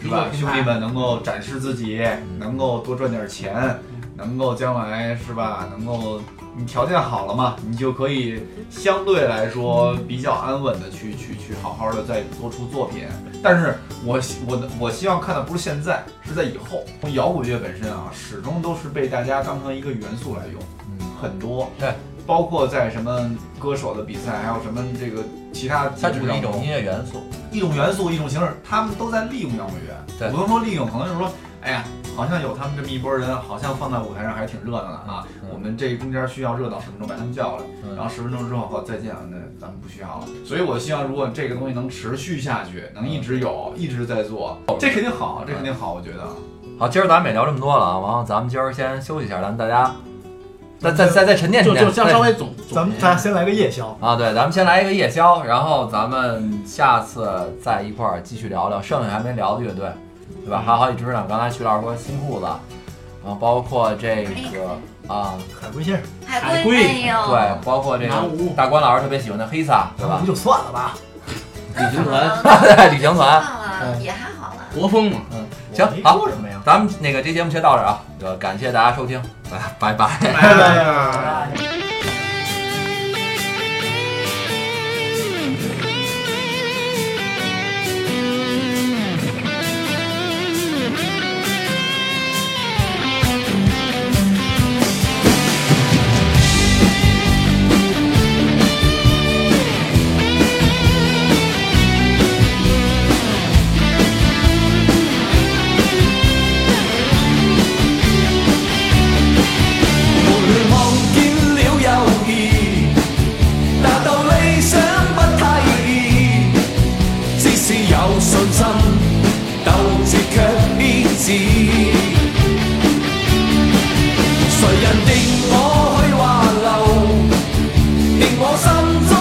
Speaker 4: 是吧，兄弟们能够展示自己，能够多赚点钱，能够将来是吧，能够你条件好了嘛，你就可以相对来说比较安稳的去去去好好的再做出作品。但是我希我的我希望看的不是现在，是在以后。摇滚乐本身啊，始终都是被大家当成一个元素来用。很多，
Speaker 1: 嗯对，
Speaker 4: 包括在什么歌手的比赛，还有什么这个其他
Speaker 1: 它
Speaker 4: 节
Speaker 1: 只
Speaker 4: 目
Speaker 1: 是一
Speaker 4: 当
Speaker 1: 种
Speaker 4: 中，
Speaker 1: 音乐元素。
Speaker 4: 一种元素，一种形式，他们都在利用摇滚乐。
Speaker 1: 对
Speaker 4: 我不能说利用，可能就是说，哎呀，好像有他们这么一波人，好像放在舞台上还挺热闹的啊。
Speaker 1: 嗯
Speaker 4: 我们这中间需要热闹十分钟，把他们叫来，
Speaker 1: 嗯
Speaker 4: 然后十分钟之后，好再见，那咱们不需要了。所以我希望，如果这个东西能持续下去，能一直有，
Speaker 1: 嗯
Speaker 4: 一直在做，这肯定好，这肯定好，我觉得。
Speaker 1: 好，今儿咱们也聊这么多了啊，完了咱们今儿先休息一下，咱们大家再再再再沉淀沉
Speaker 3: 就
Speaker 1: 淀，
Speaker 3: 就像
Speaker 1: 对
Speaker 3: 稍微总，
Speaker 6: 咱们咱俩先来个夜宵，
Speaker 1: 啊，对，咱们先来一个夜宵，然后咱们下次再一块儿继续聊聊剩下还没聊的乐队，对吧？还有好几支呢，刚才徐老师说新裤子，然后包括这个啊，
Speaker 6: 海龟先生，
Speaker 8: 海
Speaker 3: 海
Speaker 8: 龟
Speaker 3: 龟
Speaker 8: 没有，
Speaker 1: 对，包括这
Speaker 3: 南
Speaker 1: 个
Speaker 3: 无
Speaker 1: 大关老师特别喜欢的黑撒，对
Speaker 6: 要
Speaker 1: 吧
Speaker 6: 不？就算了吧。
Speaker 7: 旅行团
Speaker 1: 对，旅行 团。
Speaker 8: 算了，也还好了。
Speaker 7: 国风嘛，
Speaker 1: 行
Speaker 6: 我没
Speaker 1: 好
Speaker 6: 说什么呀？
Speaker 1: 咱们那个这节目先到这儿啊，呃，感谢大家收听，哎拜拜拜。
Speaker 3: 拜拜。
Speaker 9: 無論看見了
Speaker 4: 我心中。